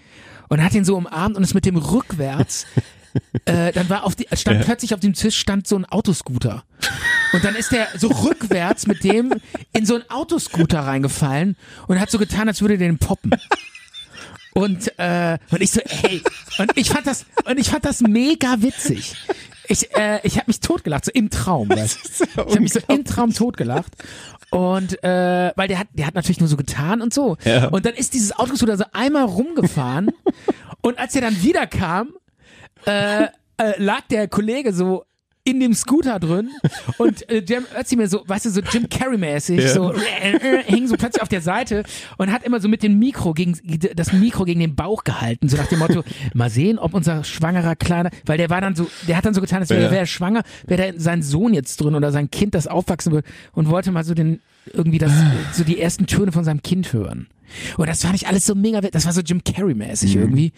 S2: und hat ihn so umarmt und ist mit dem rückwärts äh, dann war auf die, stand plötzlich auf dem Tisch stand so ein Autoscooter. Und dann ist der so rückwärts mit dem in so einen Autoscooter reingefallen und hat so getan, als würde der den poppen. Und, äh, und ich so, ey, und ich fand das, und ich fand das mega witzig. Ich, äh, ich habe mich totgelacht, so im Traum. Weißt? du. Ich habe mich so im Traum totgelacht. Und äh, weil der hat, der hat natürlich nur so getan und so.
S3: Ja.
S2: Und dann ist dieses Auto so einmal rumgefahren. und als er dann wiederkam, äh, äh, lag der Kollege so in dem Scooter drin und äh, Jim Özdemir so, weißt du, so Jim Carrey-mäßig,
S3: Ja.
S2: so äh, äh, hing so plötzlich auf der Seite und hat immer so mit dem Mikro gegen das Mikro gegen den Bauch gehalten, so nach dem Motto, mal sehen, ob unser schwangerer kleiner, weil der war dann so, der hat dann so getan, als wäre
S3: Ja.
S2: wäre er schwanger, wäre da sein Sohn jetzt drin oder sein Kind, das aufwachsen würde und wollte mal so den irgendwie das so die ersten Töne von seinem Kind hören. Und das fand ich alles so mega, wild. das war so Jim
S3: Mhm.
S2: Carrey-mäßig irgendwie.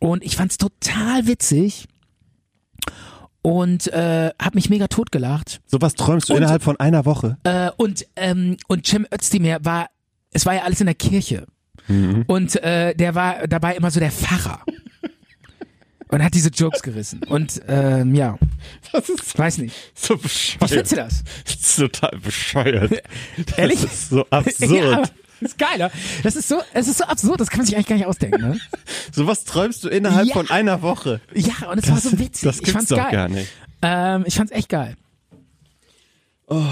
S2: Und ich fand's total witzig. und äh, habe mich mega totgelacht.
S3: Sowas träumst du
S2: Und-
S3: innerhalb von einer Woche.
S2: Äh, und ähm, und Cem Özdemir war, es war ja alles in der Kirche
S3: Mhm.
S2: und äh, der war dabei immer so der Pfarrer und hat diese Jokes gerissen und ähm, ja,
S3: Das ist
S2: weiß nicht.
S3: so
S2: Wie
S3: bescheuert.
S2: findest du das?
S3: Das ist total bescheuert.
S2: Ehrlich?
S3: Das ist so absurd.
S2: Ja, aber ist geiler. Das ist so, es ist so absurd. Das kann man sich eigentlich gar nicht ausdenken. Ne?
S3: Sowas träumst du innerhalb
S2: Ja.
S3: von einer Woche.
S2: Ja, und es war so witzig.
S3: das
S2: ich
S3: gibt's
S2: fand's
S3: doch
S2: geil.
S3: gar nicht.
S2: Ähm, ich fand's echt geil.
S3: Oh.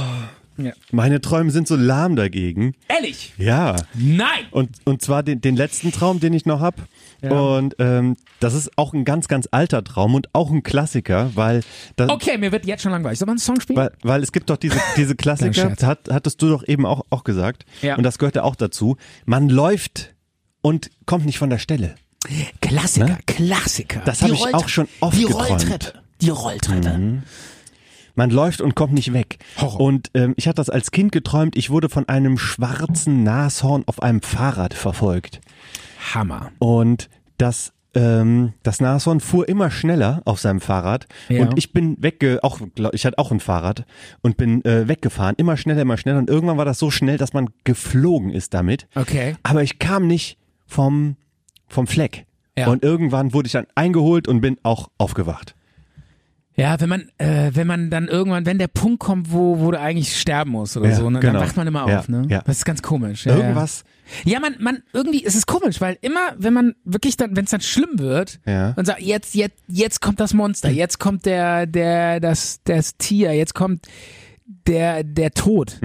S3: Meine Träume sind so lahm dagegen.
S2: Ehrlich?
S3: Ja.
S2: Nein!
S3: Und, und zwar den, den letzten Traum, den ich noch hab. Und ähm, das ist auch ein ganz, ganz alter Traum und auch ein Klassiker, weil, das,
S2: Okay, mir wird jetzt schon langweilig. Soll man einen Song spielen?
S3: weil, weil es gibt doch diese, diese Klassiker,
S2: Scherz.
S3: hat, hattest du doch eben auch, auch gesagt.
S2: Ja.
S3: Und das gehörte auch dazu. Man läuft und kommt nicht von der Stelle.
S2: Klassiker,
S3: Ne?
S2: Klassiker.
S3: Das
S2: Die
S3: hab ich
S2: Rolltre-
S3: auch schon oft
S2: Die
S3: geträumt. Mhm.
S2: Rolltreppe. Die Rolltreppe.
S3: Man läuft und kommt nicht weg.
S2: Horror.
S3: Und ähm, ich hatte das als Kind geträumt, ich wurde von einem schwarzen Nashorn auf einem Fahrrad verfolgt.
S2: Hammer.
S3: Und das, ähm, das Nashorn fuhr immer schneller auf seinem Fahrrad.
S2: Ja.
S3: Und ich bin wegge, auch, glaub- ich hatte auch ein Fahrrad und bin äh, weggefahren, immer schneller, immer schneller. Und irgendwann war das so schnell, dass man geflogen ist damit.
S2: Okay.
S3: Aber ich kam nicht vom, vom Fleck.
S2: Ja.
S3: Und irgendwann wurde ich dann eingeholt und bin auch aufgewacht.
S2: Ja, wenn man, äh, wenn man dann irgendwann, wenn der Punkt kommt, wo, wo du eigentlich sterben musst oder
S3: Ja,
S2: so, ne,
S3: genau.
S2: dann wacht man immer
S3: Ja,
S2: auf, ne?
S3: ja.
S2: Das ist ganz komisch. Ja,
S3: Irgendwas
S2: Ja, ja man, man, irgendwie ist es komisch, weil immer, wenn man wirklich dann, wenn es dann schlimm wird
S3: Ja.
S2: und sagt, jetzt, jetzt, jetzt kommt das Monster, jetzt kommt der, der, das, das Tier, jetzt kommt der, der Tod,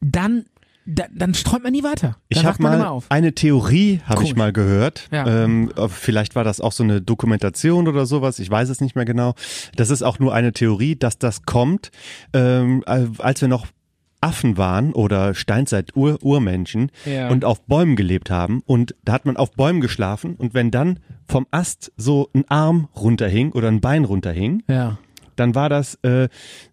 S2: dann, da, dann sträubt man nie weiter.
S3: Mhm. Ich
S2: dann
S3: habe
S2: wacht man
S3: mal
S2: immer auf.
S3: eine Theorie, habe ich
S2: Cool.
S3: mal gehört.
S2: Ja.
S3: Ähm, vielleicht war das auch so eine Dokumentation oder sowas. Ich weiß es nicht mehr genau. Das ist auch nur eine Theorie, dass das kommt, ähm, als wir noch Affen waren oder Steinzeit-Urmenschen
S2: Ja.
S3: und auf Bäumen gelebt haben. Und da hat man auf Bäumen geschlafen. Und wenn dann vom Ast so ein Arm runterhing oder ein Bein runterhing,
S2: Ja.
S3: dann war das, äh,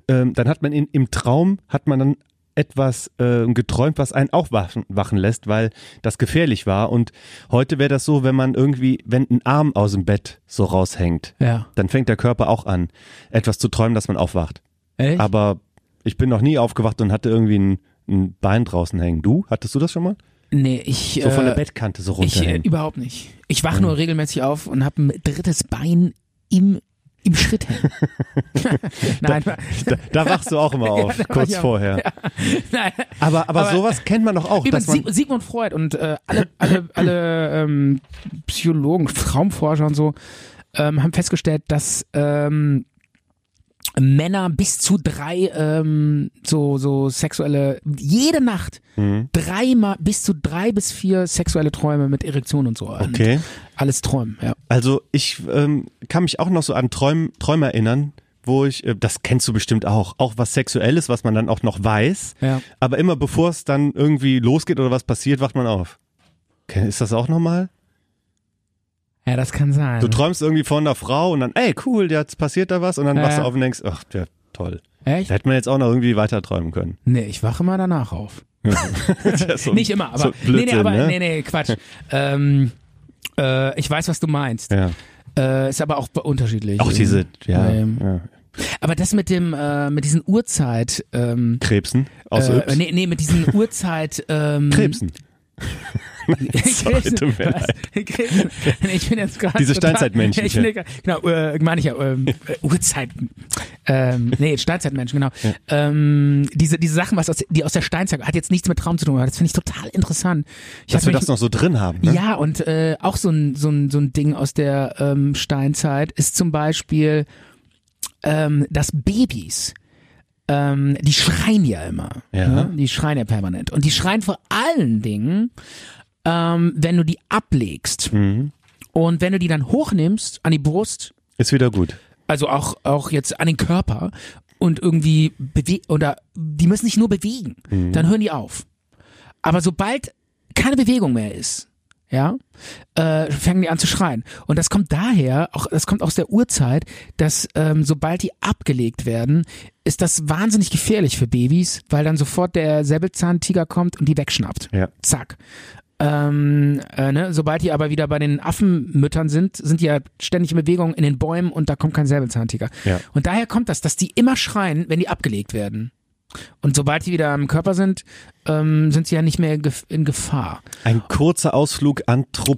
S3: ähm, dann hat man in, im Traum, hat man dann etwas äh, geträumt, was einen auch wachen, wachen lässt, weil das gefährlich war. Und heute wäre das so, wenn man irgendwie, wenn ein Arm aus dem Bett so raushängt,
S2: Ja.
S3: dann fängt der Körper auch an, etwas zu träumen, dass man aufwacht.
S2: Echt?
S3: Aber ich bin noch nie aufgewacht und hatte irgendwie ein, ein Bein draußen hängen. Du, hattest du das schon mal?
S2: nee, ich.
S3: So von der
S2: äh,
S3: Bettkante so
S2: Ich äh,
S3: runterhängen.
S2: überhaupt nicht. Ich
S3: Mhm.
S2: wach nur regelmäßig auf und habe ein drittes Bein im im Schritt hängen. nein,
S3: da, da wachst du auch immer auf,
S2: äh, da wach
S3: kurz
S2: ich auf.
S3: vorher.
S2: nein.
S3: Aber, aber,
S2: Aber-
S3: sowas kennt man doch auch.
S2: Übrigens
S3: Dass man,
S2: Sieg, Sigmund Freud und äh, alle alle alle ähm, Psychologen, Traumforscher und so ähm, haben festgestellt, dass ähm, Männer bis zu drei ähm, so so sexuelle jede Nacht
S3: Hm.
S2: dreimal bis zu drei bis vier sexuelle Träume mit Erektion und so
S3: okay.
S2: alles träumen ja
S3: Also ich ähm, kann mich auch noch so an Träum, Träume erinnern, wo ich, äh, das kennst du bestimmt auch, auch was Sexuelles, was man dann auch noch weiß.
S2: Ja.
S3: Aber immer bevor es dann irgendwie losgeht oder was passiert, wacht man auf. Okay, ist das auch normal?
S2: ja das kann sein
S3: Du träumst irgendwie von einer Frau und dann, ey cool, jetzt passiert da was und dann
S2: Ja,
S3: wachst du
S2: ja.
S3: auf und denkst, ach ja, toll.
S2: Echt?
S3: Da hätte man jetzt auch noch irgendwie weiter träumen können.
S2: Nee, ich wache immer danach auf.
S3: Ja, so-
S2: Nicht immer, aber.
S3: so
S2: nee, nee,
S3: Blödsinn,
S2: aber
S3: ne?
S2: nee, nee, Quatsch. ähm, äh, ich weiß, was du meinst.
S3: Ja.
S2: Äh, ist aber auch be- unterschiedlich.
S3: Auch diese, ja,
S2: Ähm,
S3: ja.
S2: Aber das mit dem, äh, mit diesen Uhrzeit, ähm,
S3: Krebsen aus
S2: äh,
S3: Yps.
S2: nee, nee, mit diesen Uhrzeit, ähm,
S3: Krebsen. Sorry,
S2: Krebsen,
S3: tut mir
S2: was? Krebsen. Nee, ich bin jetzt gerade
S3: Diese
S2: total-
S3: Steinzeitmännchen
S2: Ja, ich bin
S3: hier.
S2: ja grad- genau, äh, meine ich ja, ähm, äh, Urzeit, ähm, nee, Steinzeitmenschen, genau. Ähm, diese, diese Sachen, was aus, die aus der Steinzeit, hat jetzt nichts mit Traum zu tun, aber das finde ich total interessant. Ich
S3: Dass
S2: hab
S3: wir
S2: mich-
S3: das noch so drin haben. Ne?
S2: Ja, und äh, auch so ein, so, ein, so ein Ding aus der ähm, Steinzeit ist zum Beispiel, ähm, dass Babys, ähm, die schreien ja immer.
S3: Ja.
S2: Ne? Die schreien ja permanent. Und die schreien vor allen Dingen, ähm, wenn du die ablegst.
S3: Mhm.
S2: Und wenn du die dann hochnimmst an die Brust,
S3: Ist wieder gut.
S2: also auch, auch jetzt an den Körper und irgendwie bewegen, oder die müssen sich nur bewegen, dann hören die auf. Aber sobald keine Bewegung mehr ist, ja, äh, fangen die an zu schreien. Und das kommt daher, auch das kommt aus der Urzeit, dass ähm, sobald die abgelegt werden, ist das wahnsinnig gefährlich für Babys, weil dann sofort der Säbelzahntiger kommt und die wegschnappt.
S3: Ja.
S2: Zack. Ähm, äh, ne? Sobald die aber wieder bei den Affenmüttern sind, sind die ja ständig in Bewegung in den Bäumen und da kommt kein Säbelzahntiger.
S3: Ja.
S2: Und daher kommt das, dass die immer schreien, wenn die abgelegt werden. Und sobald die wieder am Körper sind, ähm, sind sie ja nicht mehr gef in Gefahr.
S3: Ein kurzer Ausflug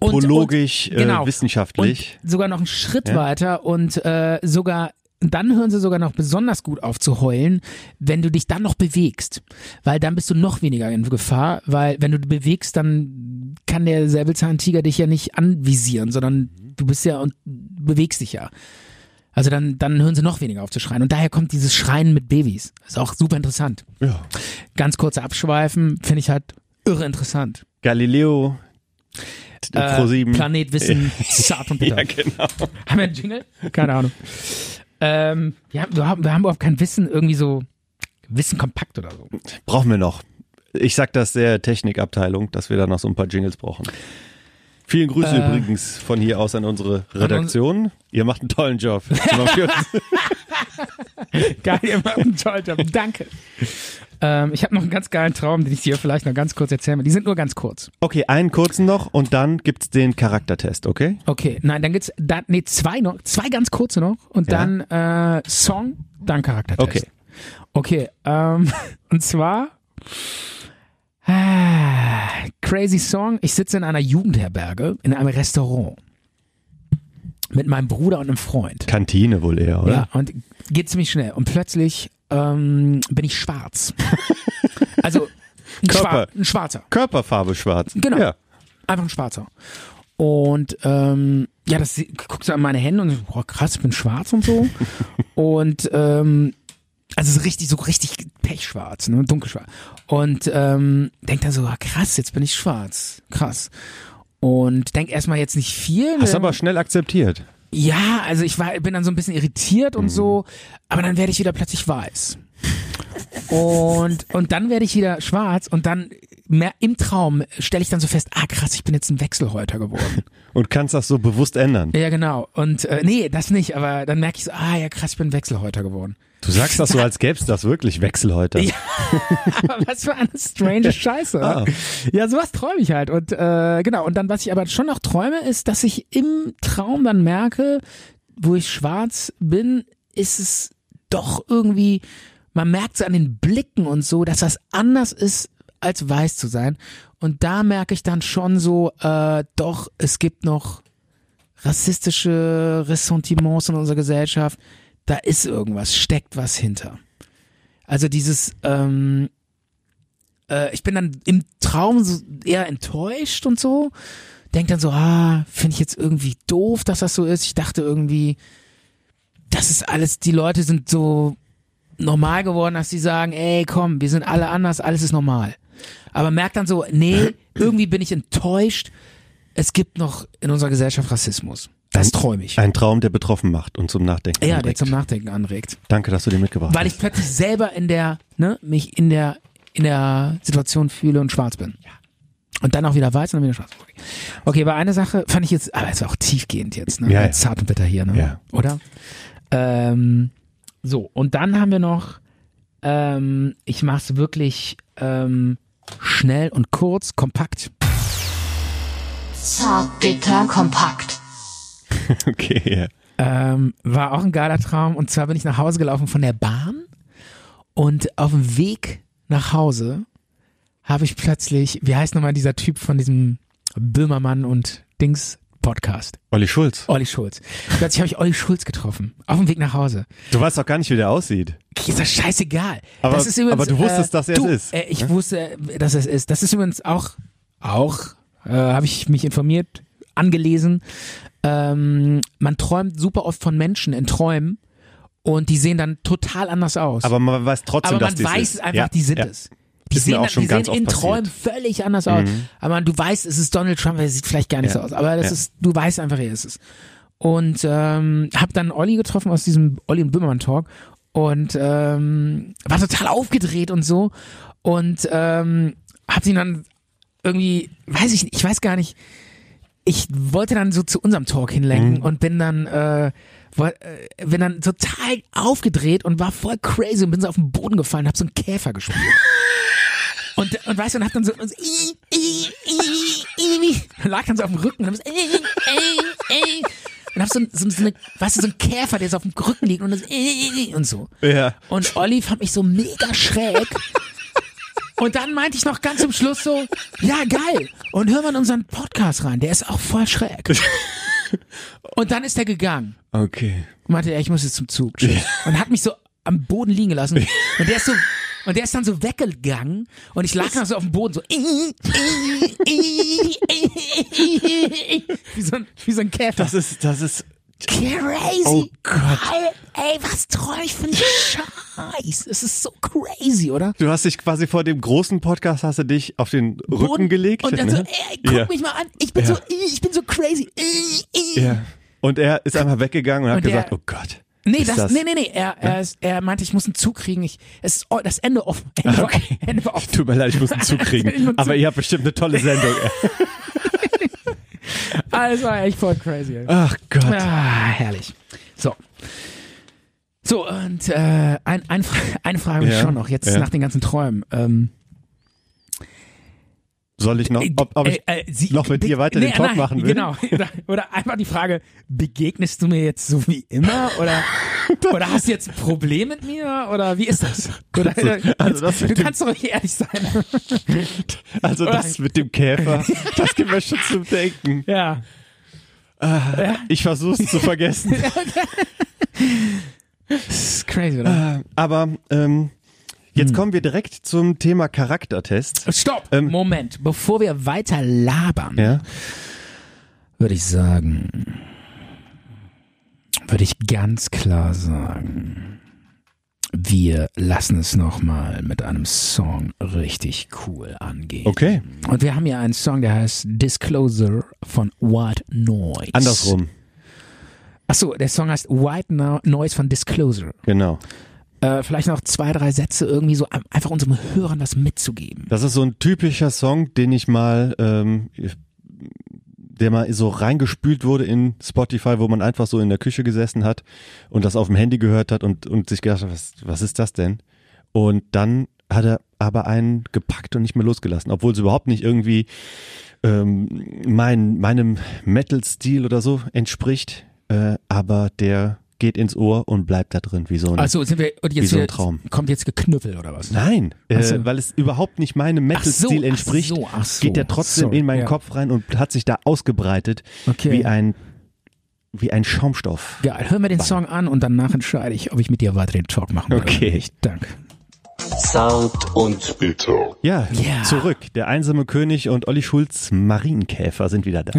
S3: anthropologisch,
S2: genau.
S3: äh, wissenschaftlich.
S2: Und sogar noch einen Schritt
S3: Ja.
S2: weiter und äh, sogar dann hören sie sogar noch besonders gut auf zu heulen, wenn du dich dann noch bewegst. Weil dann bist du noch weniger in Gefahr, weil wenn du dich bewegst, dann kann der Säbelzahntiger dich ja nicht anvisieren, sondern du bist ja und bewegst dich ja. Also dann, dann hören sie noch weniger auf zu schreien. Und daher kommt dieses Schreien mit Babys. Ist auch super interessant.
S3: ja.
S2: Ganz kurze Abschweifen finde ich halt irre interessant.
S3: Galileo,
S2: Äh,
S3: Pro 7.
S2: Planet Wissen, zart und bitter.
S3: ja, genau.
S2: Haben wir einen Jingle? Keine Ahnung. ähm, wir, haben, wir, haben, wir haben überhaupt kein Wissen, irgendwie so Wissen kompakt oder so.
S3: Brauchen wir noch. Ich sag das der Technikabteilung, dass wir da noch so ein paar Jingles brauchen. Vielen Grüße
S2: Äh.
S3: übrigens von hier aus an unsere Redaktion. Ihr macht einen tollen Job.
S2: Geil, ihr macht einen tollen Job. Danke. Ähm, ich habe noch einen ganz geilen Traum, den ich dir vielleicht noch ganz kurz erzählen will. Die sind nur ganz kurz.
S3: okay, einen kurzen noch und dann gibt's den Charaktertest, okay?
S2: Okay, nein, dann gibt's da, nee, zwei noch, zwei ganz kurze noch und
S3: Ja.
S2: dann äh, Song, dann Charaktertest.
S3: Okay.
S2: Okay, ähm, und zwar ah, Crazy Song. Ich sitze in einer Jugendherberge, in einem Restaurant. Mit meinem Bruder und einem Freund.
S3: Kantine wohl eher, oder?
S2: Ja, und geht ziemlich schnell. Und plötzlich ähm, bin ich schwarz. also ein, Schwar
S3: Körper.
S2: ein Schwarzer.
S3: Körperfarbe schwarz.
S2: Genau.
S3: Ja.
S2: Einfach ein Schwarzer. Und ähm, ja, das guckst du an meine Hände und so, boah, krass, ich bin schwarz und so. und ähm, also es ist richtig, so richtig pechschwarz, ne? Dunkelschwarz. Und ähm, denk dann so, ah, krass, jetzt bin ich schwarz. Krass. Und denk erstmal jetzt nicht viel.
S3: Hast
S2: ne?
S3: aber schnell akzeptiert.
S2: ja, also ich war, bin dann so ein bisschen irritiert und so, aber dann werde ich wieder plötzlich weiß. Und, und dann werde ich wieder schwarz und dann mehr im Traum stelle ich dann so fest, ah krass, ich bin jetzt ein Wechselhäuter geworden.
S3: Und kannst das so bewusst ändern.
S2: ja, genau. Und äh, nee, das nicht, aber dann merke ich so, ah ja krass, ich bin ein Wechselhäuter geworden.
S3: Du sagst das so, als gäb's das wirklich Wechselhäuter.
S2: Ja. Aber was für eine strange Scheiße.
S3: Ah.
S2: Ja, sowas träume ich halt. Und äh, genau, und dann, was ich aber schon noch träume, ist, dass ich im Traum dann merke, wo ich schwarz bin, ist es doch irgendwie, man merkt es an den Blicken und so, dass das anders ist, als weiß zu sein. Und da merke ich dann schon so, äh, doch, es gibt noch rassistische Ressentiments in unserer Gesellschaft. Da ist irgendwas, steckt was hinter. Also dieses, ähm, äh, ich bin dann im Traum so eher enttäuscht und so. Denk dann so, ah, finde ich jetzt irgendwie doof, dass das so ist. Ich dachte irgendwie, das ist alles, die Leute sind so normal geworden, dass sie sagen, ey, komm, wir sind alle anders, alles ist normal. Aber merk dann so, nee, irgendwie bin ich enttäuscht. Es gibt noch in unserer Gesellschaft Rassismus. Das träume ich.
S3: Ein Traum, der betroffen macht und zum Nachdenken
S2: Ja, der
S3: anregt.
S2: zum Nachdenken anregt
S3: Danke, dass du den mitgebracht
S2: weil ich
S3: hast.
S2: plötzlich selber in der, ne, mich in der, in der Situation fühle und schwarz bin. Und dann auch wieder weiß und dann wieder schwarz. Okay, okay aber eine Sache fand ich jetzt, aber es war auch tiefgehend jetzt, ne?
S3: Ja, ja.
S2: Zart und bitter hier, ne?
S3: Ja.
S2: Oder? Ähm, so, und dann haben wir noch, ähm, ich mach's wirklich ähm, schnell und kurz, kompakt.
S5: Zart, bitter, kompakt.
S3: Okay, ja.
S2: Ähm, war auch ein geiler Traum. Und zwar bin ich nach Hause gelaufen von der Bahn und auf dem Weg nach Hause habe ich plötzlich, wie heißt nochmal dieser Typ von diesem Böhmermann und Dings Podcast?
S3: Olli Schulz.
S2: Olli Schulz. Plötzlich habe ich Olli Schulz getroffen. Auf dem Weg nach Hause.
S3: Du weißt doch gar nicht, wie der aussieht.
S2: Ist das scheißegal.
S3: Aber-
S2: das ist übrigens,
S3: aber du wusstest, dass er es
S2: du,
S3: ist, ne?
S2: Äh, ich wusste, äh, dass er es ist. Das ist übrigens auch, auch, äh, habe ich mich informiert, angelesen. Ähm, man träumt super oft von Menschen in Träumen und die sehen dann total anders aus.
S3: Aber man weiß trotzdem,
S2: Aber man
S3: dass die's
S2: weiß
S3: ist.
S2: es einfach,
S3: Ja,
S2: die sind
S3: ja.
S2: es. Die
S3: Ist mir
S2: sehen,
S3: auch
S2: dann-
S3: schon
S2: die
S3: ganz
S2: sehen in
S3: oft Mhm.
S2: Träumen völlig anders aus. Aber man, du weißt, es ist Donald Trump, er sieht vielleicht gar nicht
S3: Ja.
S2: so aus. Aber das
S3: Ja.
S2: ist, du weißt einfach, er ist es. Und ähm, hab dann Olli getroffen aus diesem Olli und Böhmermann Talk und ähm, war total aufgedreht und so. Und ähm, hab ihn dann irgendwie, weiß ich nicht, ich weiß gar nicht, ich wollte dann so zu unserem Talk hinlenken und bin dann äh, woll- äh, bin dann total aufgedreht und war voll crazy und bin so auf den Boden gefallen und hab so einen Käfer gespielt. und, und weißt du, und hab dann so, und so i, i, i, Mami! Dann lag dann so auf dem Rücken und dann so, äh, äh, äh. Und hab so, ein- so, so eine, weißt du, so ein Käfer, der so auf dem Rücken liegt und, das, äh, äh, äh, und so.
S3: Ja.
S2: Und Olli fand mich so mega schräg. Und dann meinte ich noch ganz zum Schluss so, ja geil. Und hör mal in unseren Podcast rein, der ist auch voll schräg. Und dann ist er gegangen.
S3: Okay.
S2: Und meinte, ja, ich muss jetzt zum Zug. Tschüss. Und hat mich so am Boden liegen gelassen. Und der ist so, und der ist dann so weggegangen. Und ich lag dann so auf dem Boden so. Wie so ein, wie so ein Käfer.
S3: Das ist, das ist,
S2: Crazy.
S3: Oh Gott.
S2: Geil. Ey, was träum ich für ein Scheiß? Es ist so crazy, oder?
S3: du hast dich quasi vor dem großen Podcast, hast du dich auf den Rücken
S2: Boden.
S3: gelegt.
S2: Und dann so,
S3: ne?
S2: ey, guck
S3: ja.
S2: mich mal an. Ich bin
S3: Ja.
S2: so, ich bin so crazy.
S3: Ja. Und er ist einmal weggegangen und hat
S2: Und der-
S3: gesagt, oh Gott.
S2: Nee,
S3: ist
S2: das, nee, nee, nee. Er, er, ist, er meinte, ich muss einen Zug kriegen. Ich, es ist oh, das Ende offen. Ende, war-
S3: Okay.
S2: Ende war offen.
S3: Tut mir leid, ich muss ihn
S2: Ich muss
S3: zukriegen. Aber
S2: zu-
S3: ihr habt bestimmt eine tolle Sendung.
S2: Also war echt voll crazy. ey.
S3: Ach Gott.
S2: Ah, herrlich. So. So, und äh, ein, ein, Fra- eine Frage habe ich
S3: Ja,
S2: schon noch, jetzt
S3: ja.
S2: nach den ganzen Träumen. Ähm,
S3: Soll ich noch, ob, ob ich
S2: äh, äh, sie-
S3: noch mit
S2: be-
S3: dir weiter den
S2: nee,
S3: Talk
S2: nein,
S3: machen will?
S2: Genau. Oder, oder einfach die Frage, begegnest du mir jetzt so wie immer? Oder, oder hast du jetzt ein Problem mit mir? Oder wie ist das? Oder,
S3: also das
S2: du
S3: mit dem-
S2: kannst doch nicht ehrlich sein.
S3: Also
S2: Oder-
S3: das mit dem Käfer, das gibt mir schon zum Denken.
S2: Ja.
S3: Ich versuche es zu vergessen.
S2: Das ist crazy, oder?
S3: Aber ähm, jetzt kommen wir direkt zum Thema Charaktertest.
S2: Stopp!
S3: ähm,
S2: Moment, bevor wir weiter labern,
S3: Ja.
S2: würde ich sagen, würde ich ganz klar sagen, wir lassen es nochmal mit einem Song richtig cool angehen.
S3: Okay.
S2: Und wir haben ja einen Song, der heißt Disclosure von White Noise.
S3: Andersrum.
S2: Achso, der Song heißt White No Noise von Disclosure.
S3: Genau.
S2: Äh, vielleicht noch zwei, drei Sätze irgendwie so am- einfach unseren Hörern was mitzugeben.
S3: Das ist so ein typischer Song, den ich mal, ähm, der mal so reingespült wurde in Spotify, wo man einfach so in der Küche gesessen hat und das auf dem Handy gehört hat und, und sich gedacht hat, was, was ist das denn? Und dann hat er aber einen gepackt und nicht mehr losgelassen, obwohl es überhaupt nicht irgendwie ähm, mein, meinem Metal-Stil oder so entspricht, äh, aber der geht ins Ohr und bleibt da drin, wie so ein...
S2: Also sind wir und jetzt
S3: Wie so ein
S2: wieder-
S3: Traum.
S2: kommt jetzt geknüppelt oder was?
S3: Nein, äh,
S2: Ach so.
S3: weil es überhaupt nicht meinem
S2: Ach
S3: Metal-Stil
S2: so, ach
S3: entspricht,
S2: so, ach so.
S3: geht der trotzdem
S2: Sorry,
S3: in meinen
S2: ja.
S3: Kopf rein und hat sich da ausgebreitet
S2: Okay.
S3: wie ein wie ein Schaumstoff.
S2: Ja, hör mir den Song an und danach entscheide ich, ob ich mit dir weiter den Talk machen will.
S3: Okay.
S2: Ich danke.
S1: Zart und bitter.
S3: Ja,
S2: Ja.
S3: zurück. Der einsame König und Olli Schulz Marienkäfer sind wieder da.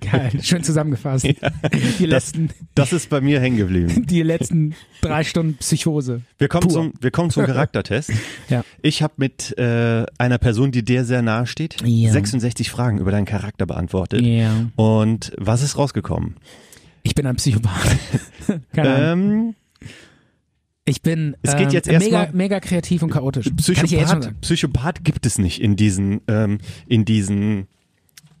S2: Geil, schön zusammengefasst. Die
S3: Das,
S2: letzten,
S3: das ist bei mir hängen geblieben.
S2: die letzten drei Stunden Psychose.
S3: Wir kommen,
S2: Pur.
S3: zum, wir kommen zum Charaktertest.
S2: Ja.
S3: Ich habe mit äh, einer Person, die dir sehr nahe steht,
S2: Ja.
S3: 66 Fragen über deinen Charakter beantwortet.
S2: Ja.
S3: Und was ist rausgekommen?
S2: Ich bin ein Psychopath. Keine Ahnung.
S3: Ähm,
S2: Ich bin
S3: Es geht
S2: ähm,
S3: jetzt erst
S2: mega,
S3: mal-
S2: mega kreativ und chaotisch. Kann ich ja jetzt schon
S3: Psychopath,
S2: sagen.
S3: Psychopath gibt es nicht in diesen, ähm, in diesen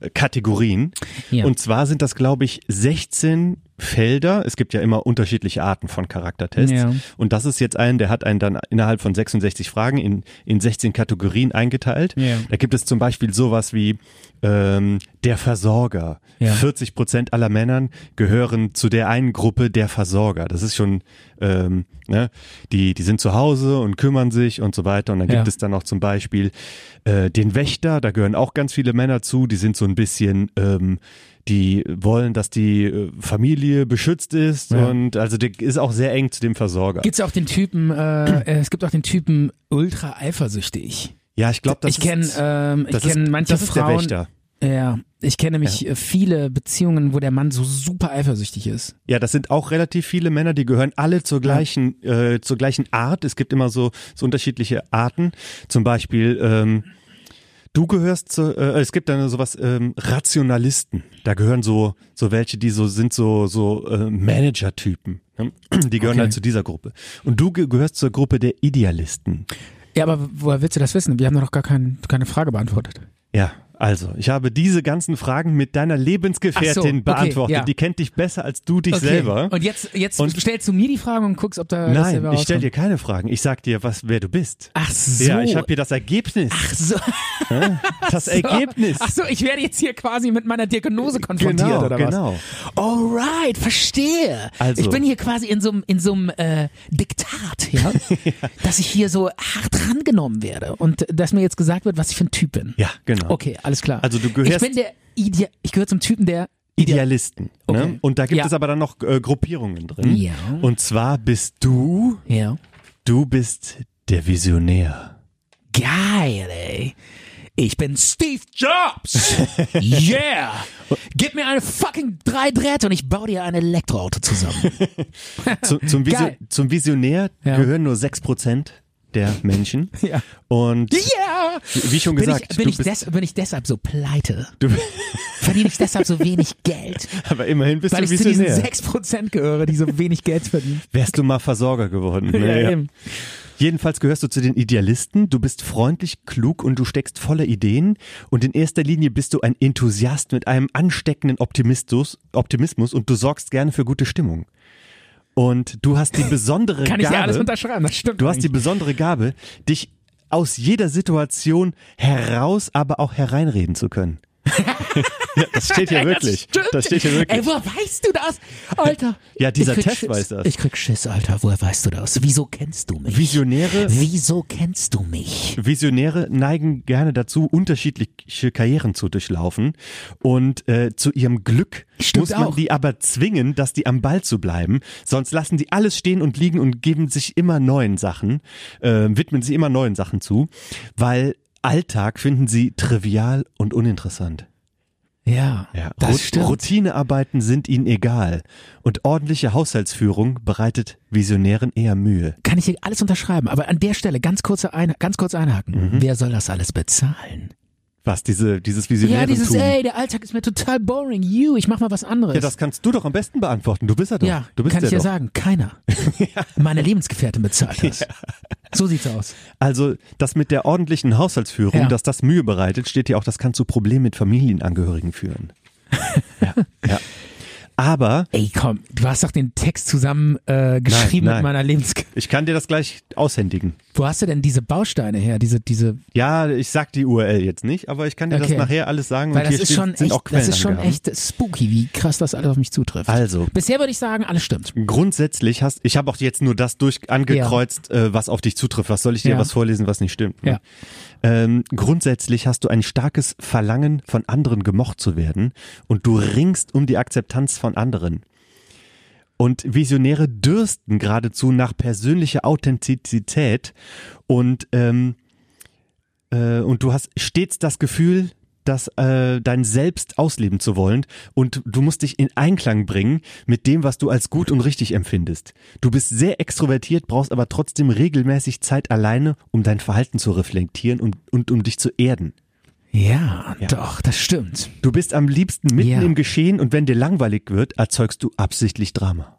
S3: äh, Kategorien.
S2: Ja.
S3: Und zwar sind das, glaube ich, 16 Felder. Es gibt ja immer unterschiedliche Arten von Charaktertests.
S2: Ja.
S3: Und das ist jetzt ein, der hat einen dann innerhalb von 66 Fragen in, in 16 Kategorien eingeteilt.
S2: Ja.
S3: Da gibt es zum Beispiel sowas wie ähm, der Versorger.
S2: Ja.
S3: 40 Prozent aller Männern gehören zu der einen Gruppe der Versorger. Das ist schon, ähm, ne, die, die sind zu Hause und kümmern sich und so weiter. Und dann gibt
S2: Ja.
S3: es dann auch zum Beispiel äh, den Wächter, da gehören auch ganz viele Männer zu, die sind so ein bisschen, ähm, die wollen, dass die äh, Familie beschützt ist
S2: Ja.
S3: und also der ist auch sehr eng zu dem Versorger.
S2: Gibt's ja auch den Typen, äh, äh, es gibt auch den Typen ultra eifersüchtig.
S3: ja, ich glaube, das
S2: ich kenne
S3: ist,
S2: ähm, ich
S3: das ist,
S2: kenn manche
S3: das ist der
S2: Frauen.
S3: Wächter.
S2: ja, ich kenne mich äh, viele Beziehungen, wo der Mann so super eifersüchtig ist.
S3: Ja, das sind auch relativ viele Männer, die gehören alle zur gleichen, äh, zur gleichen Art. Es gibt immer so, so unterschiedliche Arten. Zum Beispiel, ähm, du gehörst zu, äh, es gibt dann sowas, ähm, Rationalisten. Da gehören so, so welche, die so sind so, so äh, Manager-Typen. ne? Die gehören
S2: Okay.
S3: halt zu dieser Gruppe. Und du ge gehörst zur Gruppe der Idealisten.
S2: Ja, aber woher willst du das wissen? Wir haben doch gar kein, keine Frage beantwortet.
S3: Ja, Also, ich habe diese ganzen Fragen mit deiner Lebensgefährtin
S2: Ach so, okay,
S3: beantwortet.
S2: ja.
S3: Die kennt dich besser als du dich
S2: okay.
S3: selber.
S2: Und jetzt, jetzt
S3: Und-
S2: stellst du mir die Frage und guckst, ob da das
S3: Nein,
S2: selber
S3: ich stelle
S2: rauskommt.
S3: dir keine Fragen. Ich sag dir, was, wer du bist.
S2: Ach so.
S3: Ja, ich habe hier das Ergebnis.
S2: Ach so.
S3: das Ergebnis.
S2: Ach so, ich werde jetzt hier quasi mit meiner Diagnose konfrontiert
S3: Genau,
S2: oder
S3: genau.
S2: was? Alright, verstehe.
S3: Also.
S2: ich bin hier quasi in so einem in so einem, äh, Diktat, ja, dass ich hier so hart rangenommen werde und äh, dass mir jetzt gesagt wird, was ich für ein Typ bin.
S3: Ja, genau.
S2: Okay, alles klar.
S3: Also du gehörst-
S2: Ich bin der Ide ich gehöre zum Typen der
S3: Idealisten.
S2: Okay.
S3: Ne? Und da gibt
S2: Ja.
S3: es aber dann noch äh, Gruppierungen drin.
S2: Ja.
S3: Und zwar bist du,
S2: Ja.
S3: du bist der Visionär.
S2: Geil, ey. Ich bin Steve Jobs. Yeah. Gib mir eine fucking drei Drähte und ich baue dir ein Elektroauto zusammen.
S3: Zu, zum, Visu
S2: Geil.
S3: zum Visionär
S2: Ja.
S3: gehören nur 6% der Menschen.
S2: Ja.
S3: Und
S2: Yeah.
S3: wie schon
S2: Bin
S3: gesagt,
S2: ich, bin,
S3: du
S2: ich
S3: bist,
S2: des, bin ich deshalb so pleite?
S3: du,
S2: Verdiene ich deshalb so wenig Geld?
S3: aber immerhin bist
S2: Weil
S3: du
S2: ich zu diesen
S3: Visionär.
S2: 6% gehöre, die so wenig Geld verdienen.
S3: Wärst du mal Versorger geworden. ne?
S2: Ja, eben.
S3: Jedenfalls gehörst du zu den Idealisten, du bist freundlich, klug und du steckst voller Ideen und in erster Linie bist du ein Enthusiast mit einem ansteckenden Optimistus, Optimismus und du sorgst gerne für gute Stimmung. Und du hast die besondere
S2: Kann ich
S3: Gabe,
S2: dir alles unterschreiben, das stimmt.
S3: du hast die
S2: eigentlich.
S3: besondere Gabe, dich aus jeder Situation heraus, aber auch hereinreden zu können. ja, das steht hier
S2: Ey,
S3: wirklich.
S2: Das, stimmt.
S3: das steht hier wirklich.
S2: Ey, woher weißt du das? Alter.
S3: Ja, dieser
S2: Ich krieg
S3: Test
S2: Schiss.
S3: weiß das.
S2: Ich krieg Schiss, Alter. Woher weißt du das? Wieso kennst du mich?
S3: Visionäre
S2: Wieso kennst du mich?
S3: Visionäre neigen gerne dazu, unterschiedliche Karrieren zu durchlaufen. Und äh, zu ihrem Glück
S2: Stimmt
S3: muss man
S2: auch.
S3: die aber zwingen, dass die am Ball zu bleiben. Sonst lassen die alles stehen und liegen und geben sich immer neuen Sachen, äh, widmen sich immer neuen Sachen zu, weil Alltag finden sie trivial und uninteressant.
S2: Ja,
S3: Ja,
S2: das
S3: Rut-
S2: stimmt.
S3: Routinearbeiten sind ihnen egal und ordentliche Haushaltsführung bereitet Visionären eher Mühe.
S2: Kann ich hier alles unterschreiben, aber an der Stelle ganz, kurze ein, ganz kurz
S3: Mhm.
S2: einhaken. Wer soll das alles bezahlen?
S3: Was diese dieses
S2: Ja,
S3: Visionärentum.
S2: dieses, ey, der Alltag ist mir total boring. You, ich mach mal was anderes.
S3: Ja, das kannst du doch am besten beantworten. Du bist ja doch.
S2: Ja,
S3: du bist
S2: kann
S3: ja
S2: ich ja
S3: doch.
S2: sagen, keiner. Meine Lebensgefährtin bezahlt das. So sieht's aus.
S3: Also, das mit der ordentlichen Haushaltsführung,
S2: Ja.
S3: dass das Mühe bereitet, steht ja auch, das kann zu Problemen mit Familienangehörigen führen. ja, ja. Aber
S2: Ey, komm, du hast doch den Text zusammen äh, geschrieben
S3: Nein, nein.
S2: mit meiner Lebensgefährtin.
S3: ich kann dir das gleich aushändigen.
S2: Wo hast du denn diese Bausteine her? Diese, diese,
S3: Ja, ich sag die URL jetzt nicht, aber ich kann dir
S2: Okay.
S3: das nachher alles sagen.
S2: weil
S3: und
S2: das
S3: hier
S2: ist,
S3: steht,
S2: schon
S3: sind
S2: echt,
S3: auch
S2: das ist schon
S3: Quellenangaben.
S2: echt spooky, wie krass das alles auf mich zutrifft.
S3: Also.
S2: Bisher würde ich sagen, alles stimmt.
S3: Grundsätzlich hast, ich habe auch jetzt nur das durch angekreuzt, äh, was auf dich zutrifft. Was soll ich dir
S2: Ja.
S3: was vorlesen, was nicht stimmt? ne?
S2: Ja.
S3: Ähm, grundsätzlich hast du ein starkes Verlangen, von anderen gemocht zu werden und du ringst um die Akzeptanz von anderen. Und Visionäre dürsten geradezu nach persönlicher Authentizität und, ähm, äh, und du hast stets das Gefühl, dass äh, dein Selbst ausleben zu wollen und du musst dich in Einklang bringen mit dem, was du als gut und richtig empfindest. Du bist sehr extrovertiert, brauchst aber trotzdem regelmäßig Zeit alleine, um dein Verhalten zu reflektieren und, und um dich zu erden.
S2: Ja, doch, das stimmt.
S3: Du bist am liebsten mitten
S2: Ja.
S3: im Geschehen und wenn dir langweilig wird, erzeugst du absichtlich Drama.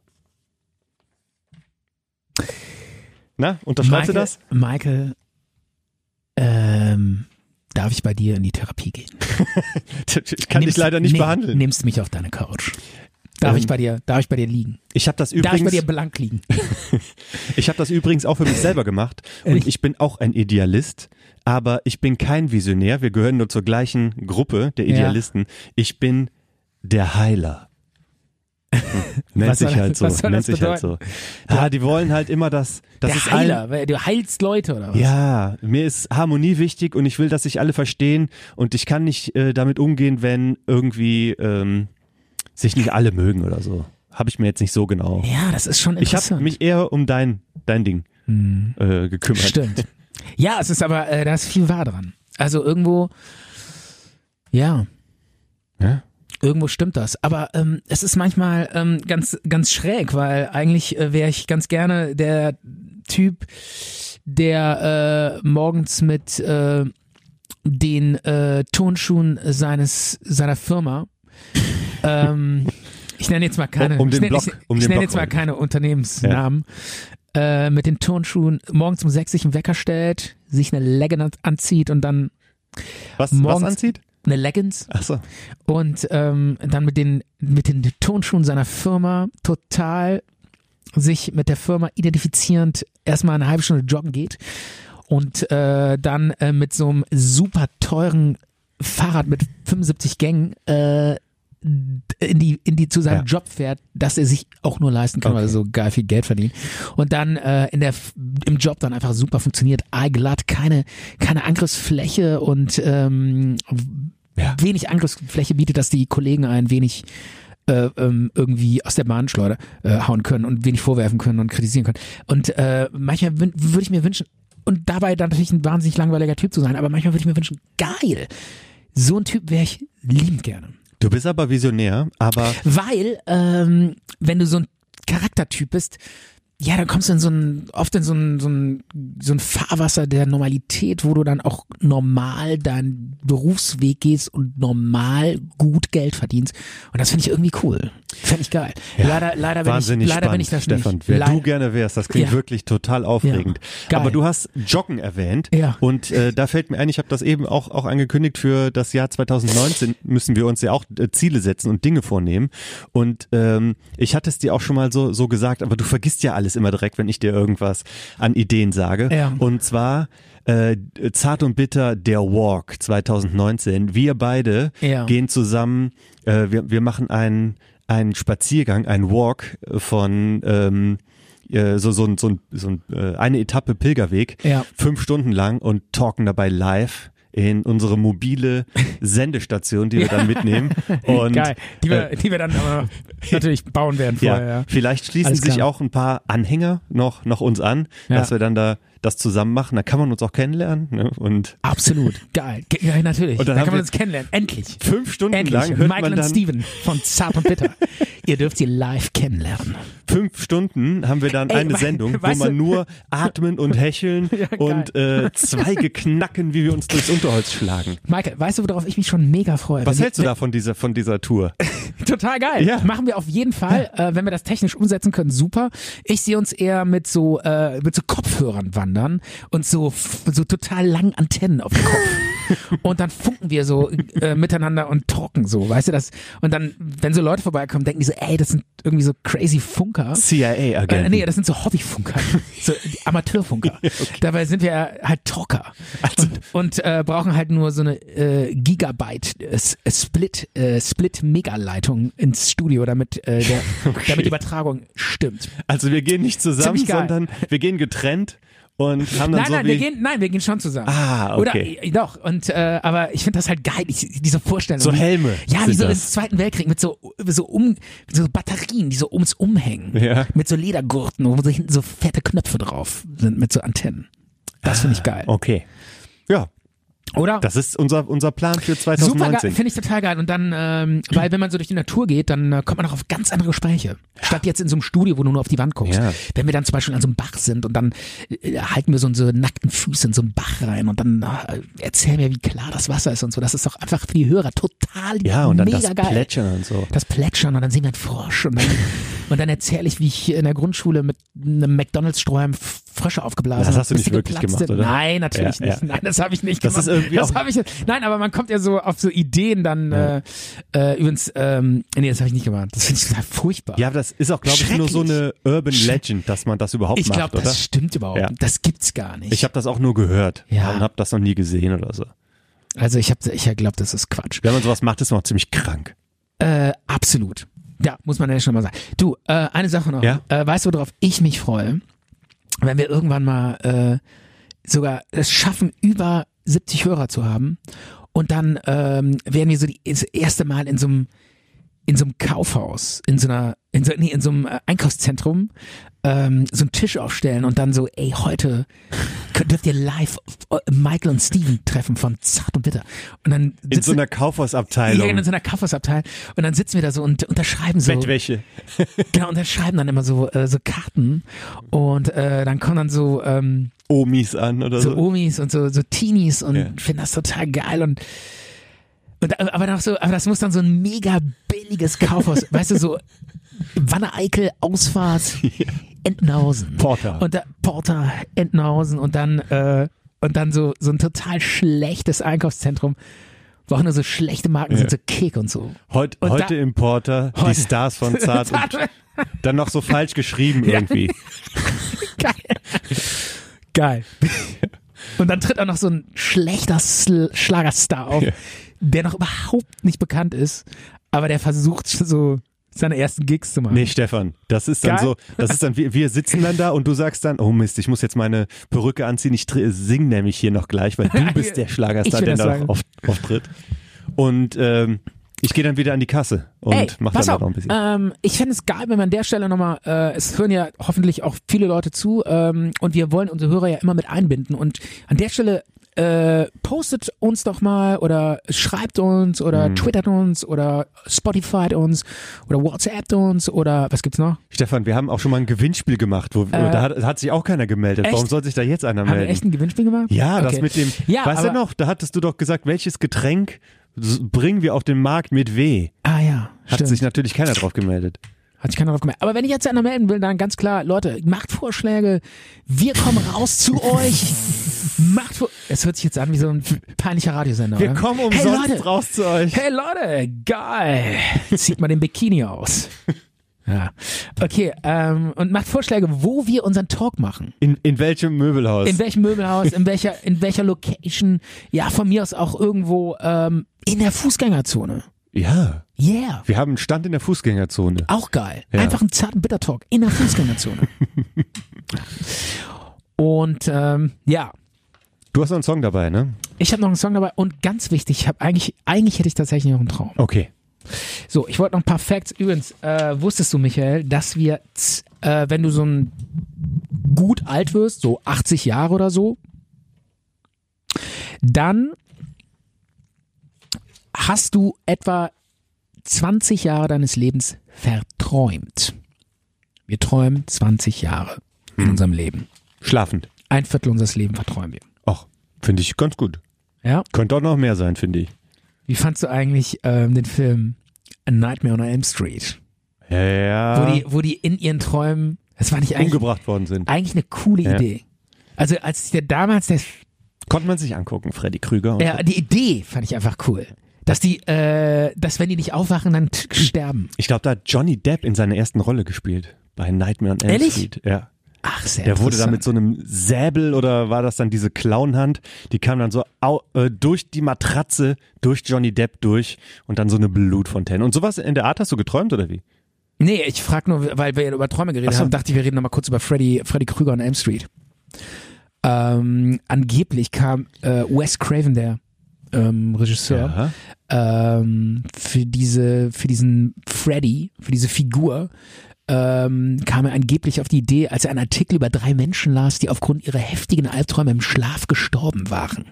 S3: Na, unterschreibst
S2: Michael,
S3: du das?
S2: Michael, ähm, darf ich bei dir in die Therapie gehen?
S3: Ich kann dich
S2: Nimmst-
S3: leider nicht
S2: nimm-
S3: behandeln. Ähm.
S2: Nimmst du mich auf deine Couch? Darf ich bei dir, darf ich bei dir liegen?
S3: Ich habe das
S2: darf ich bei
S3: übrigens,
S2: dir blank liegen?
S3: ich habe das übrigens auch für mich selber gemacht und
S2: Ehrlich?
S3: ich bin auch ein Idealist, aber ich bin kein Visionär. Wir gehören nur zur gleichen Gruppe der
S2: Ja.
S3: Idealisten. Ich bin der Heiler. Hm, Nennt
S2: Was soll
S3: sich
S2: das-
S3: halt so.
S2: was soll
S3: Nennt
S2: das
S3: sich halt so. Ah, die wollen halt immer das. das
S2: der
S3: ist allen-
S2: Heiler, weil du heilst Leute oder was?
S3: Ja, mir ist Harmonie wichtig und ich will, dass sich alle verstehen und ich kann nicht äh, damit umgehen, wenn irgendwie ähm, sich nicht alle mögen oder so. Habe ich mir jetzt nicht so genau.
S2: Ja, das ist schon
S3: ich habe
S2: interessant.
S3: mich eher um dein, dein Ding äh, gekümmert.
S2: Stimmt. Ja, es ist aber, äh, da ist viel wahr dran. Also irgendwo, ja,
S3: Ja?
S2: irgendwo stimmt das. Aber ähm, es ist manchmal ähm, ganz, ganz schräg, weil eigentlich äh, wäre ich ganz gerne der Typ, der äh, morgens mit äh, den äh, Tonschuhen seines seiner Firma ähm, ich nenne jetzt mal keine
S3: Um- um den
S2: ich nenne,
S3: Block,
S2: ich,
S3: um
S2: ich
S3: den
S2: nenne
S3: Block
S2: jetzt mal
S3: heute.
S2: keine Unternehmensnamen äh, mit den Turnschuhen morgens um sechs sich einen Wecker stellt, sich eine Legge anzieht und dann
S3: Was, was
S2: Morgens-
S3: anzieht?
S2: eine Leggings
S3: Achso.
S2: und ähm, dann mit den, mit den Tonschuhen seiner Firma total sich mit der Firma identifizierend erstmal eine halbe Stunde joggen geht und äh, dann äh, mit so einem super teuren Fahrrad mit 75 Gängen äh, in die, in die zu seinem
S3: Ja.
S2: Job fährt, dass er sich auch nur leisten kann, weil er
S3: Okay.
S2: so geil viel Geld verdient. Und dann äh, in der F- im Job dann einfach super funktioniert, glatt, keine, keine Angriffsfläche und ähm,
S3: Ja.
S2: wenig Angriffsfläche bietet, dass die Kollegen ein wenig äh, ähm, irgendwie aus der Bahn schleudern, äh, hauen können und wenig vorwerfen können und kritisieren können. Und äh, manchmal wün- würde ich mir wünschen, und dabei dann natürlich ein wahnsinnig langweiliger Typ zu sein, aber manchmal würde ich mir wünschen, geil, so ein Typ wäre ich liebend gerne.
S3: Du bist aber Visionär, aber
S2: Weil, ähm, wenn du so ein Charaktertyp bist, ja, dann kommst du in so ein, oft in so ein, so ein, so ein Fahrwasser der Normalität, wo du dann auch normal deinen Berufsweg gehst und normal gut Geld verdienst. Und das finde ich irgendwie cool. Fände ich geil. leider, leider bin ich,
S3: wahnsinnig
S2: leider
S3: spannend,
S2: bin ich das
S3: Stefan.
S2: nicht.
S3: Wer
S2: Leider-
S3: du gerne wärst, das klingt
S2: Ja.
S3: wirklich total aufregend.
S2: Ja. Geil.
S3: Aber du hast Joggen erwähnt
S2: Ja.
S3: und äh, da fällt mir ein, ich habe das eben auch, auch angekündigt, für das Jahr 2019 müssen wir uns ja auch äh, Ziele setzen und Dinge vornehmen. Und ähm, ich hatte es dir auch schon mal so, so gesagt, aber du vergisst ja alles immer direkt, wenn ich dir irgendwas an Ideen sage.
S2: Ja.
S3: Und zwar äh, Zart und Bitter, der Walk 2019. Wir beide
S2: Ja.
S3: gehen zusammen, äh, wir, wir machen einen, einen Spaziergang, einen Walk äh, von ähm, äh, so, so, ein- so, ein- so ein, äh, eine Etappe Pilgerweg,
S2: Ja.
S3: fünf Stunden lang und talken dabei live in unsere mobile Sendestation, die wir dann mitnehmen. Und
S2: geil. Die wir,
S3: äh,
S2: die wir dann aber natürlich bauen werden
S3: ja,
S2: vorher. Ja.
S3: vielleicht schließen
S2: Alles
S3: sich
S2: klar.
S3: auch ein paar Anhänger noch, noch uns an,
S2: Ja.
S3: dass wir dann da das zusammen machen. Da kann man uns auch kennenlernen. Ne? Und
S2: Absolut. Geil. Ge- Ja, natürlich.
S3: Und dann
S2: da kann
S3: haben
S2: man
S3: wir-
S2: uns kennenlernen. Endlich.
S3: fünf Stunden
S2: Endlich.
S3: lang hört
S2: Michael
S3: man
S2: und
S3: dann
S2: Steven von Zart und Bitter. Ihr dürft sie live kennenlernen.
S3: fünf Stunden haben wir dann
S2: Ey,
S3: eine
S2: wei-
S3: Sendung, wo
S2: weißt du-
S3: man nur atmen und hecheln
S2: Ja, geil.
S3: und äh, Zweige knacken, wie wir uns durchs Unterholz schlagen.
S2: Michael, weißt du, worauf ich mich schon mega freue?
S3: Was
S2: Wenn
S3: hältst du
S2: wir-
S3: da von dieser, von dieser Tour?
S2: Total geil.
S3: Ja.
S2: Machen wir auf jeden Fall. Äh, wenn wir das technisch umsetzen können, super. Ich sehe uns eher mit so, äh, mit so Kopfhörern wandern und so, f- so total langen Antennen auf dem Kopf. und dann funken wir so äh, miteinander und talken so, weißt du das? Und dann, wenn so Leute vorbeikommen, denken die so, ey, das sind irgendwie so crazy Funker. Äh,
S3: CIA-Agent.
S2: nee, das sind so Hobbyfunker, so die Amateurfunker. Dabei sind wir halt Talker und, und äh, brauchen halt nur so eine äh, Gigabyte äh, S- äh, Split äh, Split Mega-Leitung ins Studio, damit äh, der, damit die Übertragung stimmt.
S3: also wir gehen nicht zusammen,
S2: Ziemlich geil.
S3: sondern wir gehen getrennt und haben dann
S2: Nein,
S3: so
S2: nein,
S3: wie
S2: wir gehen, nein, wir gehen schon zusammen.
S3: Ah, okay.
S2: Oder äh, doch. Und äh, aber ich finde das halt geil, ich, diese Vorstellung.
S3: So
S2: Wie-
S3: Helme
S2: Ja, wie
S3: sind
S2: so
S3: das.
S2: im Zweiten Weltkrieg mit so so um mit so Batterien, die so ums Umhängen,
S3: Ja.
S2: mit so Ledergurten, wo so hinten so fette Knöpfe drauf sind mit so Antennen. Das finde ich geil.
S3: Ah, Okay. Ja,
S2: Oder?
S3: das ist unser, unser Plan für
S2: Super geil,
S3: 2019.
S2: finde ich total geil. Und dann, ähm, weil wenn man so durch die Natur geht, dann äh, kommt man auch auf ganz andere Gespräche. Statt jetzt in so einem Studio, wo du nur auf die Wand guckst.
S3: Ja.
S2: Wenn wir dann zum Beispiel an so einem Bach sind und dann äh, halten wir so unsere nackten Füße in so einen Bach rein und dann äh, erzählen wir, wie klar das Wasser ist und so. Das ist doch einfach für die Hörer total
S3: ja, und dann
S2: mega
S3: das
S2: geil.
S3: Plätschern und so.
S2: Das Plätschern und dann sehen wir einen Frosch und dann, und dann erzähle ich, wie ich in der Grundschule mit einem McDonalds-Strohhalm F- Frösche aufgeblasen
S3: Das
S2: habe,
S3: hast du
S2: bis
S3: nicht
S2: die
S3: wirklich
S2: geplatzt
S3: gemacht,
S2: sind.
S3: oder?
S2: Nein, natürlich
S3: Ja,
S2: nicht.
S3: ja.
S2: Nein, das habe ich nicht
S3: Das
S2: gemacht.
S3: ist irgendwie
S2: das
S3: auch-
S2: habe ich Nein, aber man kommt ja so auf so Ideen dann äh, äh, übrigens ähm, nee, das habe ich nicht gemacht. Das finde ich total furchtbar.
S3: Ja, aber das ist auch, glaube ich, nur so eine Urban
S2: Schrecklich.
S3: Legend, dass man das überhaupt
S2: ich
S3: macht,
S2: glaube,
S3: oder?
S2: das stimmt überhaupt.
S3: Ja.
S2: nicht. Das gibt's gar nicht.
S3: Ich habe das auch nur gehört
S2: Ja.
S3: und habe das noch nie gesehen oder so.
S2: also ich habe ich glaube, das ist Quatsch.
S3: Wenn man sowas macht, ist man auch ziemlich krank.
S2: Äh, absolut. Ja, muss man ja schon mal sagen. Du, äh, eine Sache noch.
S3: Ja?
S2: Äh, weißt du, worauf ich mich freue? Wenn wir irgendwann mal äh, sogar es schaffen, über 70 Hörer zu haben. Und dann ähm, werden wir so die, das erste Mal in so einem in so einem Kaufhaus, in so einer, in so, nee, in so einem äh, Einkaufszentrum ähm, so einen Tisch aufstellen und dann so, ey, heute könnt, dürft ihr live äh, Michael und Steven treffen von Zart und Bitter. Und dann
S3: In so
S2: sitzen-
S3: einer
S2: ja,
S3: Kaufhausabteilung.
S2: in so einer Kaffeesabteil. Und dann sitzen wir da so und unterschreiben so.
S3: Bettwäsche.
S2: Genau, unterschreiben dann immer so, äh, so Karten. Und äh, dann kommen dann so, ähm,
S3: Omis an oder
S2: so
S3: so.
S2: Omis und so, so Teenies und
S3: Also Ja.
S2: finden das total geil. Und, und äh, aber, noch so, aber das muss dann so ein mega billiges Kaufhaus, weißt du, so Wanne-Eickel, Ausfahrt, Entenhausen.
S3: Porter.
S2: Und da, Porter, Entenhausen und dann, äh, und dann so, so ein total schlechtes Einkaufszentrum, Wo auch nur so schlechte Marken sind, so Kick und so.
S3: Heut,
S2: Und
S3: heute
S2: da-
S3: im Porter, die
S2: Heute-
S3: Stars von Zart.
S2: Zart.
S3: Und dann noch so falsch geschrieben irgendwie.
S2: Geil. Geil. Und dann tritt auch noch so ein schlechter Sl Schlagerstar auf,
S3: Ja.
S2: der noch überhaupt nicht bekannt ist, aber der versucht so seine ersten Gigs zu machen.
S3: Nee, Stefan, das ist dann
S2: Geil.
S3: so, das ist dann, wir, wir sitzen dann da und du sagst dann, oh Mist, ich muss jetzt meine Perücke anziehen, ich tr- sing nämlich hier noch gleich, weil du bist der Schlagerstar,
S2: Ich will
S3: der
S2: das
S3: da
S2: sagen.
S3: noch auf, auftritt. Und ähm, ich gehe dann wieder an die Kasse und
S2: Ey,
S3: mach dann
S2: pass
S3: da
S2: auf.
S3: noch ein bisschen.
S2: Ähm, ich fände es geil, wenn wir an der Stelle nochmal, äh, es hören ja hoffentlich auch viele Leute zu ähm, und wir wollen unsere Hörer ja immer mit einbinden und an der Stelle äh, postet uns doch mal oder schreibt uns oder
S3: Mhm.
S2: twittert uns oder spotifyt uns oder whatsappt uns oder was gibt's noch?
S3: Stefan, wir haben auch schon mal ein Gewinnspiel gemacht, wo da hat, hat sich auch keiner gemeldet.
S2: Äh. echt?
S3: Warum soll sich da jetzt einer
S2: Haben wir
S3: melden?
S2: echt ein Gewinnspiel gemacht?
S3: Ja, das
S2: Okay.
S3: mit dem,
S2: Ja,
S3: weißt du
S2: aber-
S3: noch, da hattest du doch gesagt, welches Getränk s- bringen wir auf den Markt mit W?
S2: Ah ja,
S3: Hat
S2: stimmt.
S3: sich natürlich keiner drauf gemeldet.
S2: Hat sich keiner drauf gemerkt. Aber wenn ich jetzt einer melden will, dann ganz klar, Leute, macht Vorschläge. Wir kommen raus zu euch. Macht Vor Es hört sich jetzt an wie so ein peinlicher Radiosender.
S3: Wir
S2: oder?
S3: kommen
S2: hey,
S3: umsonst
S2: Leute.
S3: raus zu euch.
S2: Hey Leute, geil. Zieht mal den Bikini aus. Ja. Okay, ähm, und macht Vorschläge, wo wir unseren Talk machen.
S3: In, in welchem Möbelhaus?
S2: In welchem Möbelhaus, in welcher, in welcher Location. Ja, von mir aus auch irgendwo ähm, in der Fußgängerzone.
S3: ja,
S2: Yeah.
S3: wir haben einen Stand in der Fußgängerzone.
S2: Auch geil.
S3: Ja.
S2: Einfach einen zarten Bittertalk in der Fußgängerzone. und ähm, ja,
S3: Du hast noch einen Song dabei, ne?
S2: ich habe noch einen Song dabei und ganz wichtig, ich habe eigentlich, eigentlich hätte ich tatsächlich noch einen Traum.
S3: Okay.
S2: So, ich wollte noch ein paar Facts. Übrigens, äh, wusstest du, Michael, dass wir, z- äh, wenn du so ein gut alt wirst, so 80 Jahre oder so, dann hast du etwa 20 Jahre deines Lebens verträumt. Wir träumen 20 Jahre in unserem Leben.
S3: Schlafend.
S2: Ein Viertel unseres Lebens verträumen wir.
S3: Ach, finde ich ganz gut.
S2: Ja?
S3: Könnte auch noch mehr sein, finde ich.
S2: Wie fandst du eigentlich ähm, den Film A Nightmare on Elm Street?
S3: Ja. Äh.
S2: wo die, wo die in ihren Träumen, das war nicht eigentlich,
S3: umgebracht worden sind.
S2: eigentlich eine coole
S3: Ja.
S2: Idee. Also als der damals, der,
S3: Konnte man sich angucken, Freddy Krüger. Und
S2: ja, die Idee fand ich einfach cool. Dass die, äh, dass wenn die nicht aufwachen, dann t- sterben.
S3: Ich glaube, da hat Johnny Depp in seiner ersten Rolle gespielt. Bei Nightmare on Elm
S2: Ehrlich?
S3: Street. Ja.
S2: Ach, sehr
S3: Der wurde dann mit
S2: damit
S3: so einem Säbel oder war das dann diese Clownhand? Die kam dann so au, äh, durch die Matratze, durch Johnny Depp durch und dann so eine Blutfontäne. Und sowas in der Art hast du geträumt oder wie?
S2: Nee, ich frag nur, weil wir ja über Träume geredet
S3: Ach so.
S2: haben, dachte ich, wir reden nochmal kurz über Freddy, Freddy Krüger und Elm Street. Ähm, angeblich kam äh, Wes Craven, der ähm, Regisseur, ähm, für diese, für diesen Freddy, für diese Figur, ähm, kam er angeblich auf die Idee, als er einen Artikel über drei Menschen las, die aufgrund ihrer heftigen Albträume im Schlaf gestorben waren.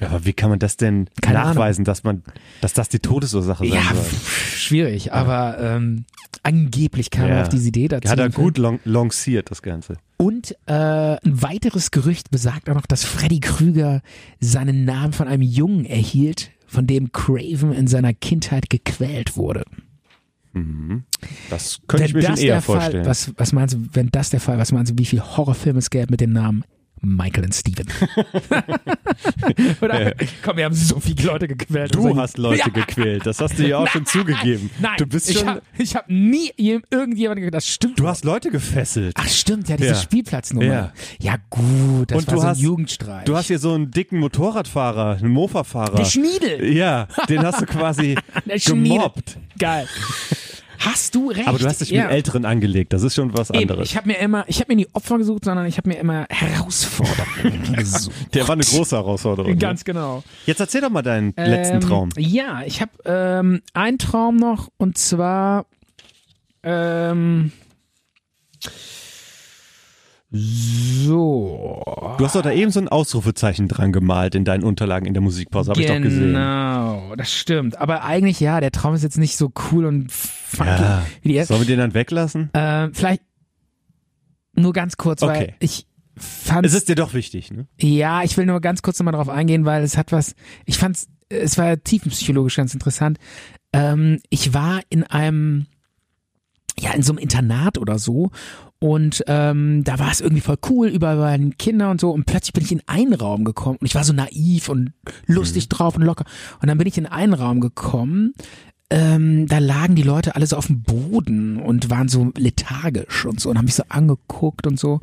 S3: Ja, aber wie kann man das denn
S2: Keine
S3: nachweisen, dass man, dass das die Todesursache sein
S2: Ja,
S3: soll?
S2: pf, schwierig, aber ähm, angeblich kam
S3: Ja.
S2: er auf diese Idee dazu.
S3: Hat er gut long lanciert, das Ganze.
S2: Und äh, ein weiteres Gerücht besagt auch noch, dass Freddy Krüger seinen Namen von einem Jungen erhielt, von dem Craven in seiner Kindheit gequält wurde.
S3: Das könnte ich mir
S2: wenn
S3: schon
S2: das
S3: eher
S2: der
S3: vorstellen.
S2: Fall, was, was meinst du, wenn das der Fall, was meinst du, wie viele Horrorfilme es gäbe mit dem Namen Michael und Steven? Oder, komm, wir haben so viele Leute gequält.
S3: Äh. du
S2: Also-
S3: hast Leute
S2: Ja.
S3: gequält, das hast du ja auch schon zugegeben.
S2: Nein,
S3: du bist
S2: ich
S3: schon,
S2: hab- ich habe nie jem- irgendjemanden gequält. Das stimmt.
S3: du hast Leute gefesselt.
S2: Ach stimmt, ja, diese
S3: Ja.
S2: Spielplatznummer.
S3: Ja.
S2: Ja. gut, das
S3: Und
S2: war
S3: du
S2: so ein
S3: hast-
S2: Jugendstreich.
S3: Du hast hier so einen dicken Motorradfahrer, einen Mofa-Fahrer.
S2: Der Schniedel.
S3: Ja, den hast du quasi
S2: Der Schmiede.
S3: gemobbt.
S2: Geil. Hast du recht.
S3: Aber du hast dich
S2: ja.
S3: mit Älteren angelegt, das ist schon was
S2: Eben,
S3: anderes.
S2: Ähm, ich habe mir immer, ich habe mir nie Opfer gesucht, sondern ich habe mir immer Herausforderungen gesucht.
S3: Der war eine große Herausforderung.
S2: Ganz genau.
S3: ne? Jetzt erzähl doch mal deinen letzten
S2: Ähm,
S3: Traum.
S2: Ja, ich habe ähm, einen Traum noch und zwar ähm, so.
S3: Du hast doch da eben so ein Ausrufezeichen dran gemalt in deinen Unterlagen in der Musikpause, habe ich doch gesehen.
S2: Genau, das stimmt. Aber eigentlich ja, der Traum ist jetzt nicht so cool und funky
S3: Ja.
S2: wie die erste.
S3: Sollen wir den dann weglassen?
S2: Ähm, vielleicht nur ganz kurz,
S3: Okay.
S2: weil ich fand
S3: Es ist dir doch wichtig,
S2: ähm,
S3: ne?
S2: Ja, ich will nur ganz kurz nochmal drauf eingehen, weil es hat was, ich fand's, es war tiefenpsychologisch ganz interessant. Ähm, ich war in einem, ja, in so einem Internat oder so Und ähm, da war es irgendwie voll cool, überall waren Kinder und so. Und plötzlich bin ich in einen Raum gekommen. Und ich war so naiv und lustig drauf und locker. Und dann bin ich in einen Raum gekommen. Ähm, da lagen die Leute alle so auf dem Boden und waren so lethargisch und so und haben mich so angeguckt und so.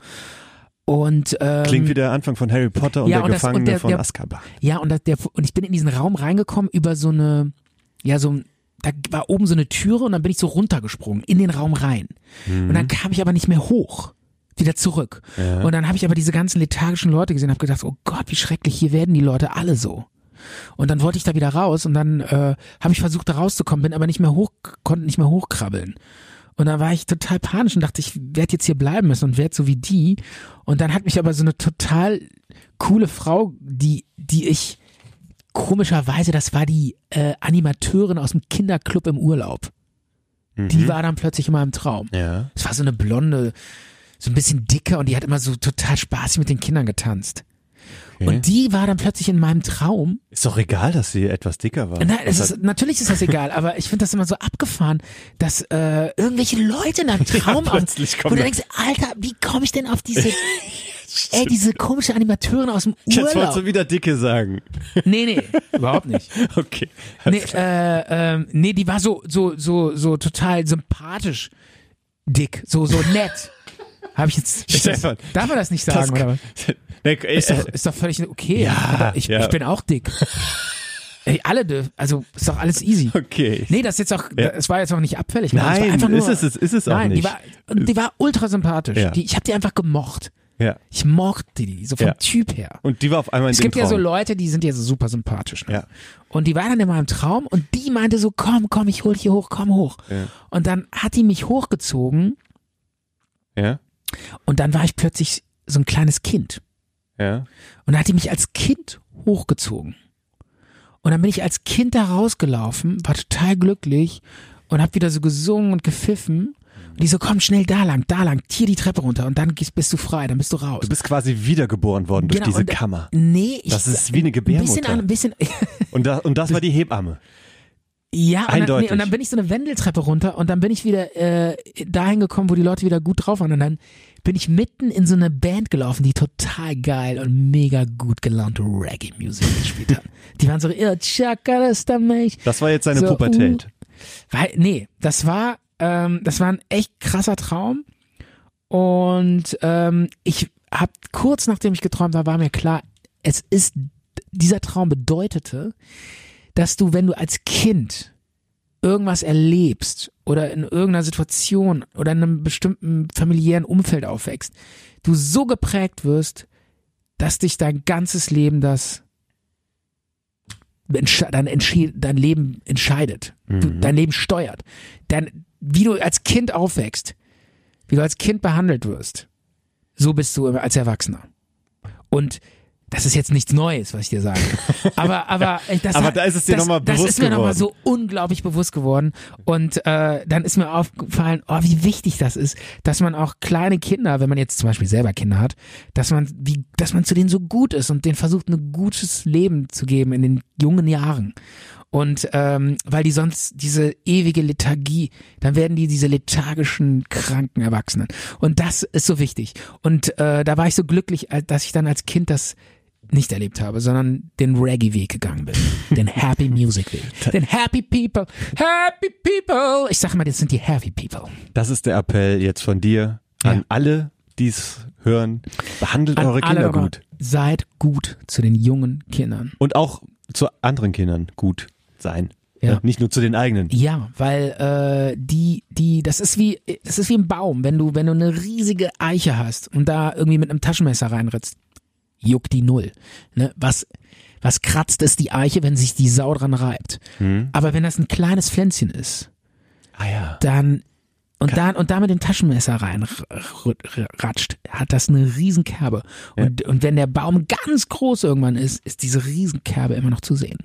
S2: Und ähm,
S3: Klingt wie der Anfang von Harry Potter und
S2: Ja,
S3: der
S2: und das- und
S3: Gefangene
S2: der-
S3: von
S2: der-
S3: Azkaban.
S2: ja, und, das, der, und ich bin in diesen Raum reingekommen über so eine, ja, so ein- da war oben so eine Türe und dann bin ich so runtergesprungen, in den Raum rein. Und dann kam ich aber nicht mehr hoch, wieder zurück. Und dann habe ich aber diese ganzen lethargischen Leute gesehen und habe gedacht, oh Gott, wie schrecklich, hier werden die Leute alle so. Und dann wollte ich da wieder raus und dann äh, habe ich versucht, da rauszukommen, bin aber nicht mehr hoch, konnte nicht mehr hochkrabbeln. Und dann war ich total panisch und dachte, ich werde jetzt hier bleiben müssen und werde so wie die. Und dann hat mich aber so eine total coole Frau, die, die ich komischerweise, das war die äh, Animateurin aus dem Kinderclub im Urlaub. Die war dann plötzlich in meinem Traum.
S3: Ja.
S2: Es war so eine blonde, so ein bisschen dicker und die hat immer so total spaßig mit den Kindern getanzt. Und die war dann plötzlich in meinem Traum
S3: Ist doch egal, dass sie etwas dicker war.
S2: Nein, es
S3: Das
S2: ist, natürlich ist das egal, aber ich finde das immer so abgefahren, dass äh, irgendwelche Leute in einem Traum
S3: Ja,
S2: auf-
S3: plötzlich
S2: wo du
S3: kommen da-
S2: denkst, Alter, wie komme ich denn auf diese, ey, diese komische Animateurin aus dem
S3: Jetzt wolltest du
S2: Urlaub?
S3: wieder Dicke sagen.
S2: Nee, nee, überhaupt nicht.
S3: Okay.
S2: Nee, äh, ähm, nee, die war so, so, so, so total sympathisch dick, so, so nett. Habe ich jetzt,
S3: Stefan,
S2: darf man das nicht sagen, oder was?
S3: Nee, äh,
S2: Ist doch, ist doch völlig okay.
S3: Ja,
S2: ich,
S3: ja.
S2: ich bin auch dick. Ey, alle dürfen, also ist doch alles easy.
S3: okay.
S2: Nee, das ist jetzt auch, es war jetzt auch nicht abfällig. Mann. Es war
S3: Nein,
S2: einfach nur,
S3: ist es- ist es auch
S2: nein,
S3: nicht.
S2: Die war, die war ultra sympathisch.
S3: Ja.
S2: Die, ich habe die einfach gemocht.
S3: Ja.
S2: Ich mochte die, so vom
S3: Ja.
S2: Typ her.
S3: Und die war auf einmal in
S2: es
S3: dem
S2: gibt
S3: Traum.
S2: ja so Leute, die sind ja so super sympathisch. Ne?
S3: Ja.
S2: Und die war dann in meinem Traum und die meinte so, komm, komm, ich hol dich hier hoch, komm hoch.
S3: Ja.
S2: Und dann hat die mich hochgezogen
S3: Ja,
S2: und dann war ich plötzlich so ein kleines Kind.
S3: ja.
S2: Und dann hat die mich als Kind hochgezogen. Und dann bin ich als Kind da rausgelaufen, war total glücklich und habe wieder so gesungen und gepfiffen. Und die so, komm schnell da lang, da lang, hier die Treppe runter und dann gehst- bist du frei, dann bist du raus. Genau,
S3: Du bist quasi wiedergeboren worden durch diese
S2: und, äh,
S3: Kammer.
S2: Nee, ich,
S3: Das ist wie eine Gebärmutter.
S2: Bisschen, an- ein bisschen,
S3: Und, da, und das war die Hebamme.
S2: ja, und dann,
S3: Eindeutig.
S2: und dann bin ich so eine Wendeltreppe runter und dann bin ich wieder äh, dahin gekommen, wo die Leute wieder gut drauf waren. Und dann bin ich mitten in so eine Band gelaufen, die total geil und mega gut gelaunte Reggae-Musik gespielt hat. Die waren so, ihr Chakalester mich.
S3: Das war jetzt seine
S2: So,
S3: Pubertät.
S2: Weil, nee, das war, ähm, das war ein echt krasser Traum. Und ähm, ich hab kurz nachdem ich geträumt habe, war mir klar, es ist, dieser Traum bedeutete, dass du, wenn du als Kind irgendwas erlebst oder in irgendeiner Situation oder in einem bestimmten familiären Umfeld aufwächst, du so geprägt wirst, dass dich dein ganzes Leben das entsche- dein, entsche- dein Leben entscheidet, du, dein Leben steuert, dein, wie du als Kind aufwächst, wie du als Kind behandelt wirst, so bist du als Erwachsener. Und das ist jetzt nichts Neues, was ich dir sage. Aber, aber, äh, das
S3: Aber
S2: hat-
S3: da ist es dir
S2: das-
S3: noch mal
S2: Das
S3: bewusst
S2: ist mir nochmal
S3: geworden.
S2: so unglaublich bewusst geworden. Und äh, dann ist mir aufgefallen, oh, wie wichtig das ist, dass man auch kleine Kinder, wenn man jetzt zum Beispiel selber Kinder hat, dass man, wie, dass man zu denen so gut ist und denen versucht, ein gutes Leben zu geben in den jungen Jahren. Und ähm, weil die sonst diese ewige Lethargie, dann werden die diese lethargischen, kranken Erwachsenen. Und das ist so wichtig. Und äh, da war ich so glücklich, als- dass ich dann als Kind das nicht erlebt habe, sondern den Reggae-Weg gegangen bin. Den Happy Music-Weg. Den Happy People. Happy People. Ich sag mal, das sind die Happy People.
S3: Das ist der Appell jetzt von dir an
S2: Ja.
S3: alle, die es hören. Behandelt eure
S2: An alle
S3: Kinder
S2: nochmal,
S3: gut.
S2: Seid gut zu den jungen Kindern.
S3: Und auch zu anderen Kindern gut sein.
S2: Ja.
S3: Ne? Nicht nur zu den eigenen.
S2: Ja, weil äh, die, die, das ist wie, das ist wie ein Baum, wenn du, wenn du eine riesige Eiche hast und da irgendwie mit einem Taschenmesser reinritzt, juckt die null. Ne? Was, was kratzt es die Eiche, wenn sich die Sau dran reibt? Aber wenn das ein kleines Pflänzchen ist,
S3: Ah ja.
S2: dann und dann und da mit dem Taschenmesser rein r- r- ratscht, hat das eine Riesenkerbe. Und, und wenn der Baum ganz groß irgendwann ist, ist diese Riesenkerbe immer noch zu sehen.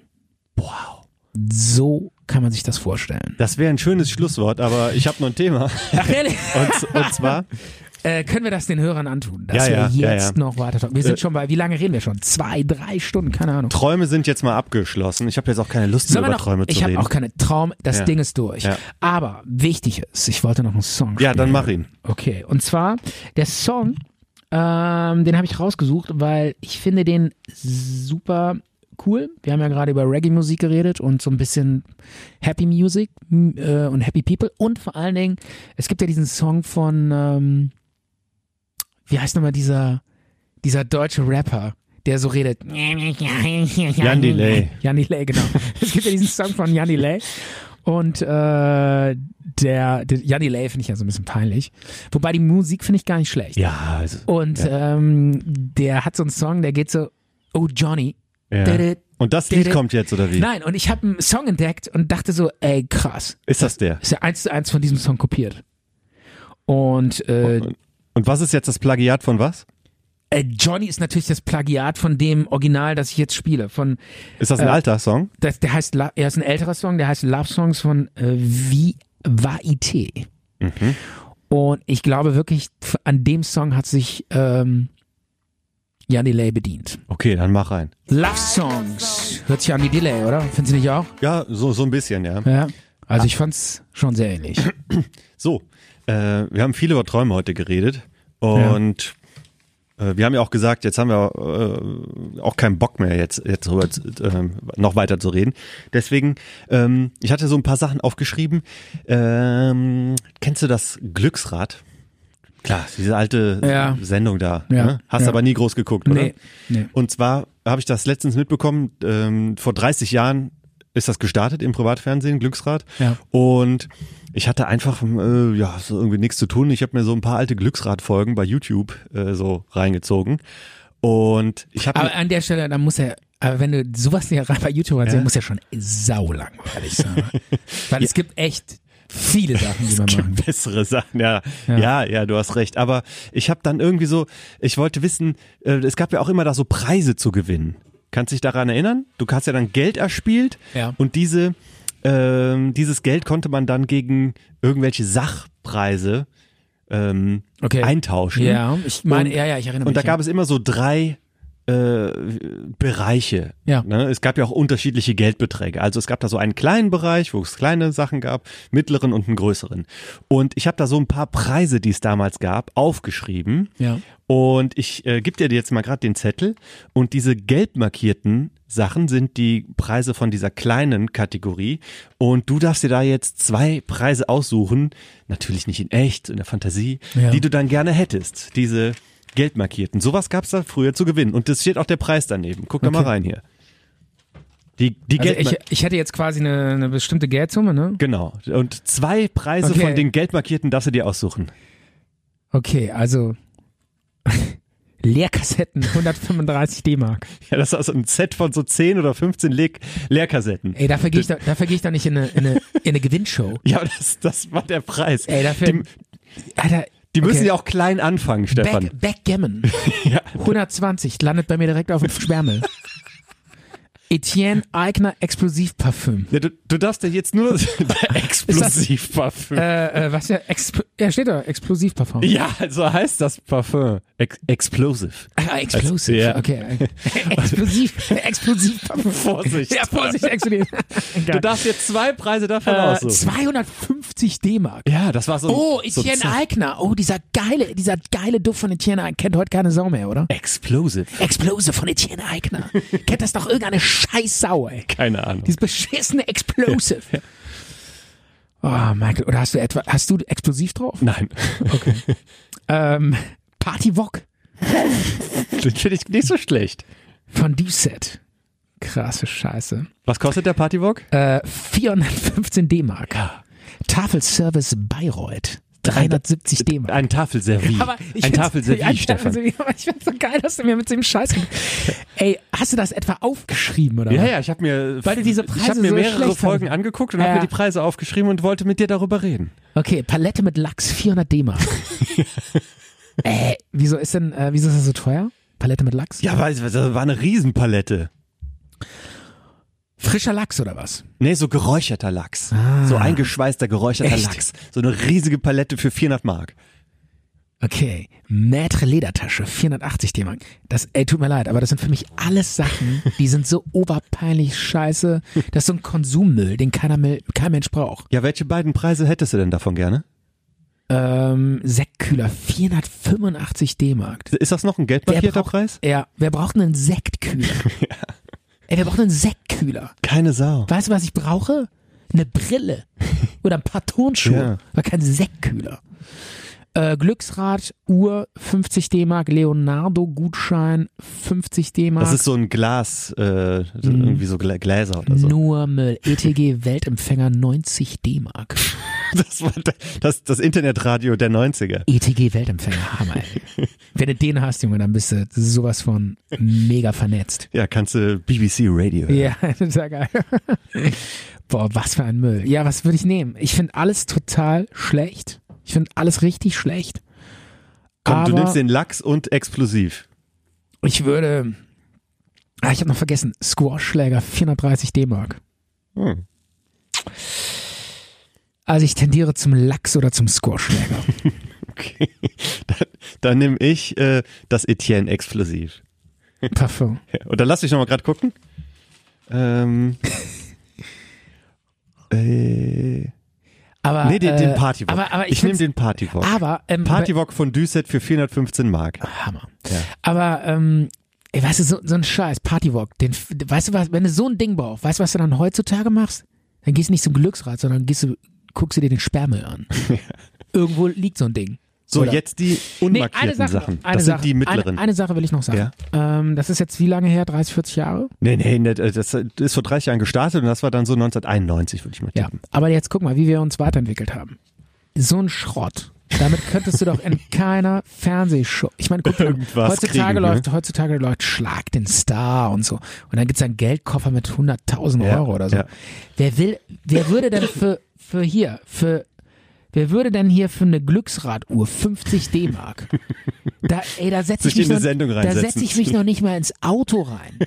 S3: Wow.
S2: So kann man sich das vorstellen.
S3: Das wäre ein schönes Schlusswort, aber ich habe noch ein Thema.
S2: Ach, ehrlich?
S3: Und, und zwar
S2: Äh, können wir das den Hörern antun, dass
S3: Ja,
S2: wir
S3: ja, ja,
S2: jetzt
S3: ja. Äh,
S2: noch weiter Wir sind schon bei, wie lange reden wir schon? Zwei, drei Stunden, keine Ahnung.
S3: Träume sind jetzt mal abgeschlossen. Ich habe jetzt auch keine Lust mehr
S2: Sollen wir
S3: über
S2: noch,
S3: Träume zu
S2: ich habe
S3: reden.
S2: auch keine Traum, das
S3: Ja.
S2: Ding ist durch.
S3: Ja.
S2: Aber wichtig ist, ich wollte noch einen Song
S3: ja, dann
S2: spielen.
S3: mach ihn.
S2: Okay, und zwar der Song, ähm, den habe ich rausgesucht, weil ich finde den super cool. Wir haben ja gerade über Reggae-Musik geredet und so ein bisschen Happy Music m- äh, und Happy People. Und vor allen Dingen, es gibt ja diesen Song von, ähm, wie heißt nochmal dieser, dieser deutsche Rapper, der so redet. Jan
S3: Delay.
S2: Jan Delay, genau. es gibt ja diesen Song von Jan Delay. Und äh, der, der Jan Delay finde ich ja so ein bisschen peinlich. Wobei die Musik finde ich gar nicht schlecht.
S3: Ja, also,
S2: Und ähm, der hat so einen Song, der geht so, oh Johnny.
S3: ja.
S2: Didit,
S3: Und das Lied
S2: didit.
S3: kommt jetzt, oder wie?
S2: Nein, und ich habe einen Song entdeckt und dachte so, ey, krass.
S3: Ist das der?
S2: Ist ja eins zu eins von diesem Song kopiert. Und äh,
S3: Und was ist jetzt das Plagiat von was?
S2: äh, Johnny ist natürlich das Plagiat von dem Original, das ich jetzt spiele. Von
S3: Ist das ein
S2: Äh,
S3: alter Song?
S2: das, der heißt, La- er ist ein älterer Song, der heißt Love Songs von äh, Vi- Vaite. Mhm. Und ich glaube wirklich, f- an dem Song hat sich ähm, Jan Delay bedient.
S3: Okay, dann mach rein.
S2: Love Songs. Hört sich an wie Delay, oder? Finden Sie nicht auch?
S3: Ja, so, so ein bisschen, ja.
S2: Ja. Also ich fand's schon sehr ähnlich.
S3: So, äh, wir haben viel über Träume heute geredet und äh, wir haben ja auch gesagt, jetzt haben wir äh, auch keinen Bock mehr, jetzt, jetzt drüber zu- äh, noch weiter zu reden. Deswegen, ähm, ich hatte so ein paar Sachen aufgeschrieben. Ähm, kennst du das Glücksrad? Klar, diese alte
S2: Ja.
S3: Sendung da.
S2: Ja,
S3: Ne? Hast
S2: ja.
S3: aber nie groß geguckt, oder?
S2: Nee, nee.
S3: Und zwar habe ich das letztens mitbekommen, ähm, vor 30 Jahren ist das gestartet im Privatfernsehen, Glücksrad.
S2: Ja.
S3: Und ich hatte einfach äh, ja so irgendwie nichts zu tun. Ich habe mir so ein paar alte Glücksrad-Folgen bei YouTube äh, so reingezogen. Und ich habe
S2: Aber an der Stelle, da muss er, aber wenn du sowas nicht bei YouTube hast, dann muss er schon saulangweilig sein. Weil es gibt echt viele Sachen, die man machen kann.
S3: bessere Sachen. Ja, ja, ja, du hast recht. Aber ich habe dann irgendwie so, ich wollte wissen, äh, es gab ja auch immer da so Preise zu gewinnen. Kannst dich daran erinnern? Du hast ja dann Geld erspielt
S2: Ja.
S3: und diese, ähm, dieses Geld konnte man dann gegen irgendwelche Sachpreise ähm,
S2: Okay.
S3: eintauschen.
S2: Ja, ich meine,
S3: Und-
S2: ja, ja, ich erinnere
S3: Und
S2: mich.
S3: da gab
S2: ja.
S3: es immer so drei äh, Bereiche.
S2: Ja.
S3: Ne? Es gab ja auch unterschiedliche Geldbeträge. Also es gab da so einen kleinen Bereich, wo es kleine Sachen gab, mittleren und einen größeren. Und ich habe da so ein paar Preise, die es damals gab, aufgeschrieben.
S2: Ja.
S3: Und ich äh, gebe dir jetzt mal gerade den Zettel. Und diese gelb markierten Sachen sind die Preise von dieser kleinen Kategorie. Und du darfst dir da jetzt zwei Preise aussuchen, natürlich nicht in echt, in der Fantasie,
S2: Ja.
S3: die du dann gerne hättest. Diese gelb markierten. Sowas gab es da früher zu gewinnen. Und das steht auch der Preis daneben. Guck da mal
S2: Okay.
S3: rein hier. Die, die
S2: Also
S3: gelb
S2: ich, ich hätte jetzt quasi eine, eine bestimmte Geldsumme, ne?
S3: Genau. Und zwei Preise
S2: Okay.
S3: von den gelb markierten darfst du dir aussuchen.
S2: Okay, also Leerkassetten, 135 D-Mark.
S3: Ja, das ist also ein Set von so 10 oder 15 Le Leerkassetten.
S2: Ey, dafür gehe ich, doch- dafür geh ich doch nicht in eine, in eine, in eine Gewinnshow.
S3: Ja, aber das, das war der Preis.
S2: Ey, dafür.
S3: die,
S2: Alter,
S3: die müssen
S2: okay.
S3: ja auch klein anfangen, Stefan.
S2: Back, Backgammon. 120 landet bei mir direkt auf dem Schwärmel. Etienne Eigner Explosivparfüm.
S3: Ja, du, du darfst ja jetzt nur Explosivparfüm.
S2: Äh, äh, was ja, Exp ja, steht da, Explosivparfüm.
S3: Ja, so heißt das Parfüm. Ex Explosive.
S2: Ah, Explosive,
S3: Ja.
S2: okay. Explosiv, Explosivparfüm.
S3: Vorsicht.
S2: Ja, Vorsicht, explodiert.
S3: Du darfst jetzt zwei Preise davon
S2: äh,
S3: aussuchen.
S2: 250 D-Mark.
S3: Ja, das war so ein-
S2: Oh,
S3: so
S2: Etienne
S3: ein
S2: Eigner. Oh, dieser geile, dieser geile Duft von Etienne Eigner. Kennt heute keine Sau mehr, oder?
S3: Explosive.
S2: Explosive von Etienne Eigner. Kennt das doch irgendeine Scheißsau, ey.
S3: Keine Ahnung.
S2: Dieses beschissene Explosive. Oh, Michael, oder hast du etwa, hast du explosiv drauf?
S3: Nein. Okay.
S2: Ähm, Party Wok
S3: Den finde ich nicht so schlecht.
S2: von D-Set. Krasse Scheiße.
S3: Was kostet der Partywalk?
S2: Äh, 415 D-Mark. Tafelservice Bayreuth. 370 D-Mark.
S3: Ein Tafelservie.
S2: Aber ich
S3: ein
S2: find's-
S3: Tafelservie,
S2: ein
S3: Stefan.
S2: Tafelservie, aber ich find's so geil, dass du mir mit dem Scheiß. Ey, hast du das etwa aufgeschrieben oder?
S3: Ja,
S2: was?
S3: ja, ich habe mir,
S2: Weil du diese
S3: ich hab
S2: Preise
S3: mir
S2: so
S3: mehrere
S2: schlecht
S3: Folgen
S2: fandest.
S3: angeguckt und hab
S2: Ja.
S3: habe mir die Preise aufgeschrieben und wollte mit dir darüber reden.
S2: Okay, Palette mit Lachs 400 D-Mark. Ey, wieso ist denn äh, wieso ist das so teuer? Palette mit Lachs?
S3: Ja, weil das war eine Riesenpalette.
S2: Frischer Lachs oder was?
S3: Nee, so geräucherter Lachs. So eingeschweißter geräucherter
S2: Ah. Echt?
S3: Lachs. So eine riesige Palette für 400 Mark.
S2: Okay, Maitre Ledertasche, 480 DM. Das, ey, tut mir leid, aber das sind für mich alles Sachen, die sind so oberpeinlich scheiße. Das ist so ein Konsummüll, den keiner, Mil- kein Mensch braucht.
S3: Ja, welche beiden Preise hättest du denn davon gerne?
S2: Ähm, Sektkühler, 485 DM.
S3: Ist das noch ein geldmarkierter Preis?
S2: Ja, wer braucht einen Sektkühler? Ey, wer braucht einen Sektkühler?
S3: Keine Sau.
S2: Weißt du, was ich brauche? Eine Brille oder ein paar Turnschuhe,
S3: Ja.
S2: aber kein Sektkühler. Äh, Glücksrad, Uhr 50 D-Mark, Leonardo-Gutschein 50 D-Mark.
S3: Das ist so ein Glas, äh,
S2: Mhm.
S3: irgendwie so Glä- Gläser oder so.
S2: Nur Müll. ETG Weltempfänger 90 D-Mark.
S3: Das war de- das, das Internetradio der 90er.
S2: ETG E Weltempfänger, Hammer. Ey. Wenn du den hast, Junge, dann bist du sowas von mega vernetzt.
S3: Ja, kannst du BBC Radio hören.
S2: Ja, total geil. Boah, was für ein Müll. Ja, was würde ich nehmen? Ich finde alles total schlecht. Ich finde alles richtig schlecht.
S3: Komm, du
S2: Aber-
S3: nimmst den Lachs und Explosiv.
S2: Ich würde. Ah, ich habe noch vergessen. Squash-Schläger 430 D-Mark.
S3: Hm.
S2: Also ich tendiere zum Lachs oder zum Squash-Schläger.
S3: Okay. Dann, dann nehme ich äh, das Etienne Explosiv.
S2: Parfum.
S3: Ja. Und dann lass dich nochmal gerade gucken. Ähm, äh,
S2: Aber,
S3: nee, den, den
S2: äh,
S3: Partywok.
S2: Aber, aber ich,
S3: nehme
S2: find's-
S3: den Partywok.
S2: Aber ähm,
S3: Partywok von Düset für 415 Mark.
S2: aber- Hammer.
S3: Ja.
S2: Aber ähm, ey, weißt du, so, so ein Scheiß Partywalk. Den, f- weißt du was? Wenn du so ein Ding brauchst, weißt du, was du dann heutzutage machst? Dann gehst du nicht zum Glücksrad, sondern gehst du, guckst du dir den Sperrmüll an. Irgendwo liegt so ein Ding.
S3: So,
S2: Oder-
S3: jetzt die
S2: Nee,
S3: unmarkierten
S2: eine Sache,
S3: Sachen.
S2: Eine
S3: das
S2: Sache,
S3: sind die mittleren.
S2: Eine, eine Sache will ich noch sagen. Ähm, das ist jetzt wie lange her? 30, 40 Jahre?
S3: Nee, nee, nee, das ist vor 30 Jahren gestartet und das war dann so 1991, würde ich mal
S2: Ja,
S3: tippen.
S2: aber jetzt guck mal, wie wir uns weiterentwickelt haben. So ein Schrott. Damit könntest du doch in keiner Fernsehshow. Ich meine, guck mal,
S3: Irgendwas
S2: heutzutage
S3: kriegen, ne?
S2: läuft, heutzutage läuft Schlag den Star und so. Und dann gibt's einen Geldkoffer mit 100.000
S3: Ja,
S2: Euro oder so.
S3: ja.
S2: Wer will, wer würde denn für, für hier, für, wer würde denn hier für eine Glücksraduhr 50 D-Mark? Da, ey, da setze ich
S3: Sich
S2: mich
S3: in eine
S2: noch,
S3: Sendung
S2: da
S3: reinsetzen.
S2: setze ich mich noch nicht mal ins Auto rein.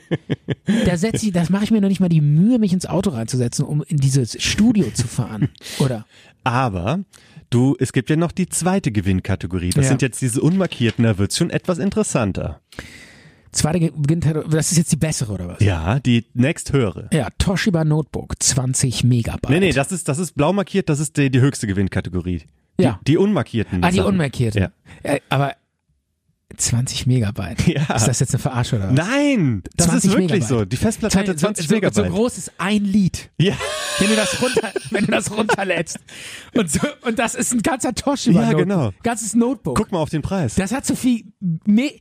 S2: Da setze ich, das mache ich mir noch nicht mal die Mühe, mich ins Auto reinzusetzen, um in dieses Studio zu fahren. Oder?
S3: Aber du, es gibt ja noch die zweite Gewinnkategorie. Das
S2: Ja.
S3: sind jetzt diese unmarkierten, da wird's schon etwas interessanter.
S2: Zweite beginnt, halt, das ist jetzt die bessere oder was?
S3: Ja, die nächsthöhere.
S2: Ja, Toshiba Notebook, 20 Megabyte.
S3: Nee, nee, das ist, das ist blau markiert, das ist die, die höchste Gewinnkategorie. Die,
S2: Ja.
S3: die unmarkierten.
S2: ah, die
S3: Sachen.
S2: unmarkierte.
S3: Ja.
S2: Äh, aber 20 Megabyte.
S3: Ja.
S2: Ist das jetzt eine Verarsche oder was?
S3: Nein, das ist
S2: 20
S3: wirklich
S2: Megabyte.
S3: so. Die Festplatte hatte 20
S2: so, so,
S3: Megabyte.
S2: so groß ist ein Lied.
S3: ja,
S2: Wenn du das runter, wenn du das runterlädst. Und, so, und das ist ein ganzer Toshiba.
S3: Ja,
S2: Notebook.
S3: genau.
S2: Ganzes Notebook.
S3: guck mal auf den Preis.
S2: Das hat so viel, Me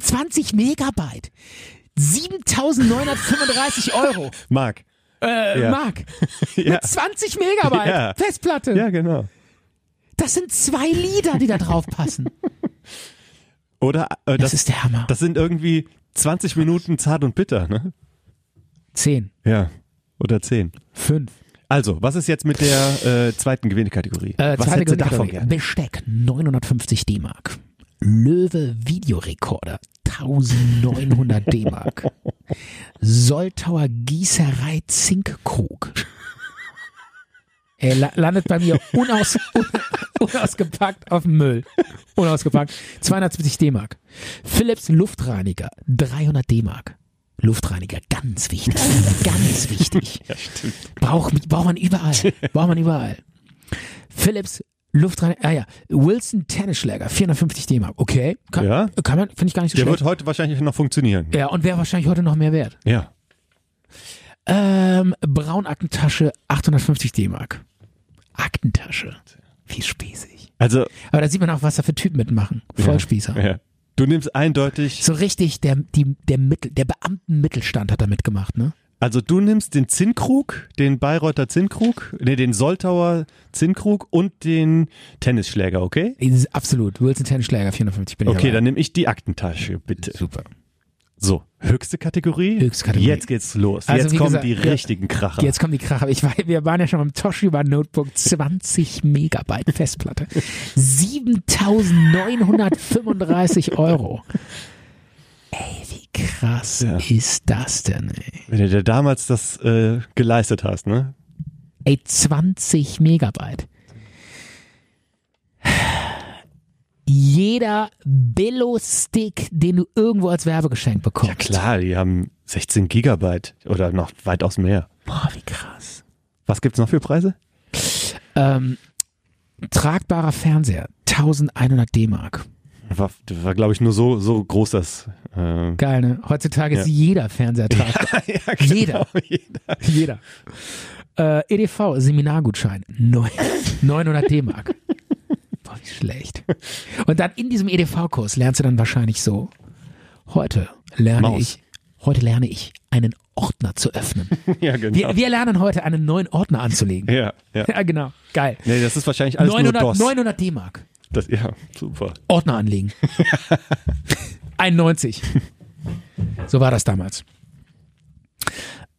S2: 20 Megabyte. 7935 Euro.
S3: Mark.
S2: Äh,
S3: Ja.
S2: Mark.
S3: Ja.
S2: Mit 20 Megabyte
S3: Ja.
S2: Festplatte.
S3: ja, genau.
S2: Das sind zwei Lieder, die da drauf passen.
S3: Oder äh,
S2: Das,
S3: das,
S2: ist der Hammer.
S3: das sind irgendwie 20 Minuten zart und bitter, ne?
S2: Zehn,
S3: Ja. Oder 10.
S2: fünf.
S3: Also, was ist jetzt mit der äh, zweiten Gewinnkategorie?
S2: Äh,
S3: was
S2: zweite
S3: hättest du davon
S2: Kategorie.
S3: gerne?
S2: Besteck 950 D-Mark. Löwe Videorekorder 1900 D-Mark. Soltauer Gießerei Zinkkrug. Er la landet bei mir unaus un unausgepackt auf dem Müll. Unausgepackt. 270 D-Mark. Philips Luftreiniger 300 D-Mark. Luftreiniger, ganz wichtig. ganz wichtig. Braucht braucht man überall. Braucht man überall. Philips Luftreiniger, ah ja, Wilson Tennisschläger, 450 D-Mark. Okay, kann,
S3: Ja.
S2: kann man, finde ich gar nicht so
S3: Der
S2: schlecht.
S3: wird heute wahrscheinlich noch funktionieren.
S2: Ja, und wäre wahrscheinlich heute noch mehr wert.
S3: Ja.
S2: Ähm, Braunaktentasche, 850 D-Mark. Aktentasche. Wie spießig.
S3: Also,
S2: Aber da sieht man auch, was da für Typen mitmachen. Vollspießer.
S3: ja. du nimmst eindeutig,
S2: So richtig, der, die, der, Mittel, der Beamtenmittelstand hat da mitgemacht, ne?
S3: also du nimmst den Zinnkrug, den Bayreuther Zinnkrug, nee, den Soltauer Zinnkrug und den Tennisschläger, okay?
S2: Ist Absolut. Wilson Tennisschläger, 450 bin ich
S3: Okay,
S2: dabei.
S3: dann nehme ich die Aktentasche, bitte.
S2: Super.
S3: So, höchste Kategorie.
S2: Höchste Kategorie.
S3: Jetzt geht's los.
S2: Also,
S3: Jetzt
S2: wie
S3: kommen
S2: gesagt,
S3: die
S2: ja.
S3: richtigen Kracher.
S2: Jetzt kommen die Kracher. Ich war, wir waren ja schon beim Toshiba Notebook 20 Megabyte Festplatte. 7935 Euro. Ey, wie krass
S3: Ja.
S2: ist das denn, ey?
S3: Wenn du dir damals das äh, geleistet hast, ne?
S2: Ey, 20 Megabyte. jeder Billo-Stick, den du irgendwo als Werbegeschenk bekommst.
S3: Ja klar, die haben 16 Gigabyte oder noch weitaus mehr.
S2: Boah, wie krass.
S3: Was gibt's noch für Preise?
S2: Ähm, tragbarer Fernseher, 1100 D-Mark.
S3: War, war glaube ich, nur so, so groß, dass... Äh,
S2: Geil, ne? Heutzutage ist
S3: Ja.
S2: jeder Fernseher tragbar.
S3: ja,
S2: Jeder.
S3: jeder.
S2: Jeder. Äh, EDV, Seminargutschein, neun- 900 D-Mark. Boah, wie schlecht. Und dann in diesem EDV-Kurs lernst du dann wahrscheinlich so, heute lerne
S3: Maus.
S2: ich, heute lerne ich, einen Ordner zu öffnen.
S3: Ja, genau.
S2: Wir, wir lernen heute, einen neuen Ordner anzulegen.
S3: ja, ja.
S2: Ja, genau. Geil.
S3: Nee, das ist wahrscheinlich alles nur
S2: 900,
S3: DOS.
S2: 900 D-Mark.
S3: Das, ja, super.
S2: Ordner anlegen. 91. So war das damals.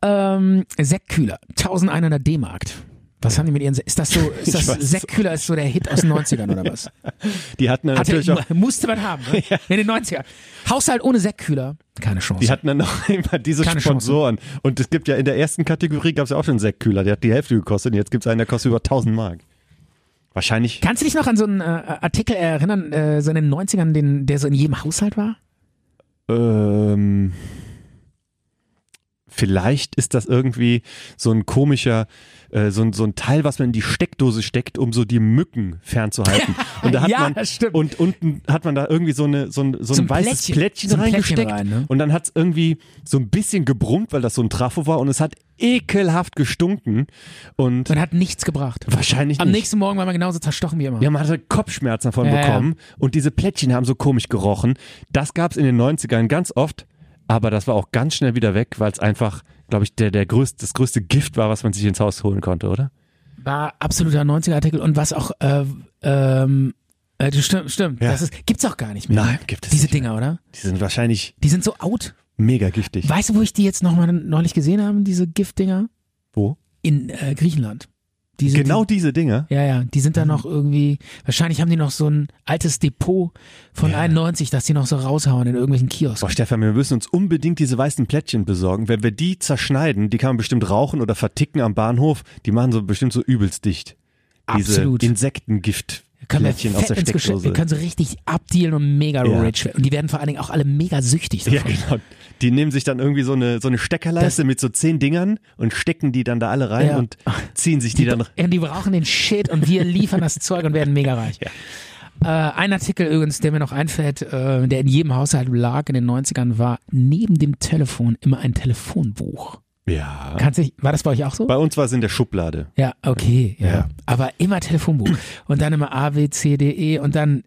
S2: Ähm, Sektkühler, 1100 D-Mark. Was haben die mit ihren? Se- Ist das so? Ist das
S3: Ich weiß es
S2: Sektkühler ist so der Hit aus den 90ern oder was?
S3: Die hatten dann
S2: Hatte,
S3: natürlich auch...
S2: musste man haben. Ne? In den 90ern. Haushalt ohne Sektkühler, keine Chance.
S3: Die hatten dann auch immer diese
S2: Keine Chance.
S3: Sponsoren. Und es gibt ja in der ersten Kategorie gab es ja auch schon einen Sektkühler, der hat die Hälfte gekostet und jetzt gibt es einen, der kostet über 1000 Mark. Wahrscheinlich.
S2: Kannst du dich noch an so einen äh, Artikel erinnern, äh, so in den 90ern, den, der so in jedem Haushalt war?
S3: Ähm, vielleicht ist das irgendwie so ein komischer, äh, so, ein, so ein Teil, was man in die Steckdose steckt, um so die Mücken fernzuhalten. Und da hat
S2: Ja,
S3: man
S2: das stimmt.
S3: und unten hat man da irgendwie so eine so ein, so
S2: So ein
S3: ein weißes
S2: Plättchen.
S3: Plättchen
S2: So ein Plättchen
S3: reingesteckt
S2: rein, ne?
S3: und dann hat es irgendwie so ein bisschen gebrummt, weil das so ein Trafo war und es hat ekelhaft gestunken und
S2: Und hat nichts gebracht.
S3: Wahrscheinlich
S2: Am
S3: nicht.
S2: nächsten Morgen war man genauso zerstochen wie immer.
S3: ja, man hatte Kopfschmerzen davon
S2: Ja, ja.
S3: bekommen und diese Plättchen haben so komisch gerochen. Das gab's in den 90ern ganz oft, aber das war auch ganz schnell wieder weg, weil es einfach, glaube ich, der, der größte, das größte Gift war, was man sich ins Haus holen konnte, oder?
S2: War absoluter 90er-Artikel und was auch, äh, ähm, äh, das stimmt, stimmt.
S3: Ja.
S2: Das ist, gibt's auch gar nicht mehr.
S3: Nein, gibt es
S2: Diese
S3: nicht
S2: Dinger, oder?
S3: Die sind wahrscheinlich
S2: Die sind so out.
S3: mega giftig.
S2: Weißt du, wo ich die jetzt nochmal neulich gesehen habe, diese Giftdinger?
S3: Wo?
S2: In äh, Griechenland. Die sind
S3: Genau Mhm. diese Dinger.
S2: Die, ja, ja, die sind da noch irgendwie, wahrscheinlich haben die noch so ein altes Depot von 91, dass die noch so raushauen in irgendwelchen Kiosken.
S3: Boah, Stefan, wir müssen uns unbedingt diese weißen Plättchen besorgen. Wenn wir die zerschneiden, die kann man bestimmt rauchen oder verticken am Bahnhof. Die machen so bestimmt so übelst dicht. Diese
S2: Absolut.
S3: Insektengift.
S2: können wir
S3: Plättchen aus der
S2: fett ins Geschäft, wir
S3: Steckdose.
S2: können so richtig abdealen und mega
S3: Ja.
S2: rich werden. Und die werden vor allen Dingen auch alle mega süchtig.
S3: Ja,
S2: davon.
S3: genau. Die nehmen sich dann irgendwie so eine, so eine Steckerleiste mit so zehn Dingern und stecken die dann da alle rein
S2: Ja.
S3: und ziehen sich die, dann.
S2: Ja, die brauchen den Shit und wir liefern das Zeug und werden mega reich. Äh, ein Artikel übrigens, der mir noch einfällt, äh, der in jedem Haushalt lag in den 90ern, war neben dem Telefon immer ein Telefonbuch.
S3: Ja.
S2: Kannst dich, war das bei euch auch so?
S3: Bei uns war es in der Schublade.
S2: ja, okay. Ja.
S3: Ja.
S2: Aber immer Telefonbuch. Und dann immer A, B, C, D, E und dann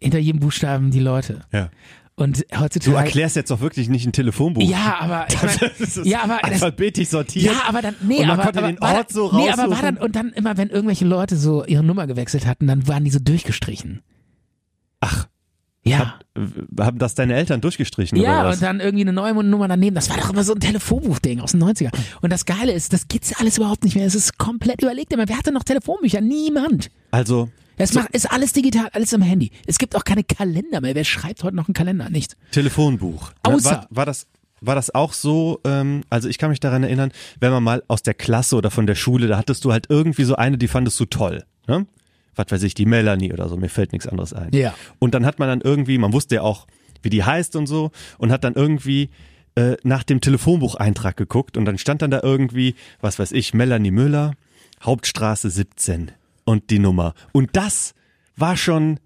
S2: hinter jedem Buchstaben die Leute.
S3: Ja.
S2: Und heutzutage.
S3: Du erklärst jetzt auch wirklich nicht ein Telefonbuch.
S2: ja, aber ich mein,
S3: Das ist
S2: ja, aber das,
S3: alphabetisch sortiert.
S2: Ja, aber dann, nee,
S3: Und man
S2: aber,
S3: konnte
S2: aber
S3: den
S2: war
S3: Ort
S2: dann,
S3: so
S2: Nee, aber war
S3: raussuchen.
S2: dann, und dann immer, wenn irgendwelche Leute so ihre Nummer gewechselt hatten, dann waren die so durchgestrichen.
S3: Ach,
S2: Ja.
S3: w- haben das deine Eltern durchgestrichen oder
S2: Ja,
S3: was?
S2: und dann irgendwie eine neue Nummer daneben. Das war doch immer so ein Telefonbuchding aus den 90ern. Und das Geile ist, das gibt's ja alles überhaupt nicht mehr. Es ist komplett überlegt immer. Wer hatte noch Telefonbücher? Niemand.
S3: also,
S2: Es macht, ist alles digital, alles am Handy. Es gibt auch keine Kalender mehr. Wer schreibt heute noch einen Kalender? Nicht.
S3: Telefonbuch.
S2: Außer-
S3: War, war das war das auch so, ähm, also ich kann mich daran erinnern, wenn man mal aus der Klasse oder von der Schule, da hattest du halt irgendwie so eine, die fandest du toll. Ne? Was weiß ich, die Melanie oder so, mir fällt nichts anderes ein.
S2: Ja.
S3: Und dann hat man dann irgendwie, man wusste ja auch, wie die heißt und so, und hat dann irgendwie äh, nach dem Telefonbucheintrag geguckt und dann stand dann da irgendwie, was weiß ich, Melanie Müller, Hauptstraße 17 und die Nummer. Und das war schon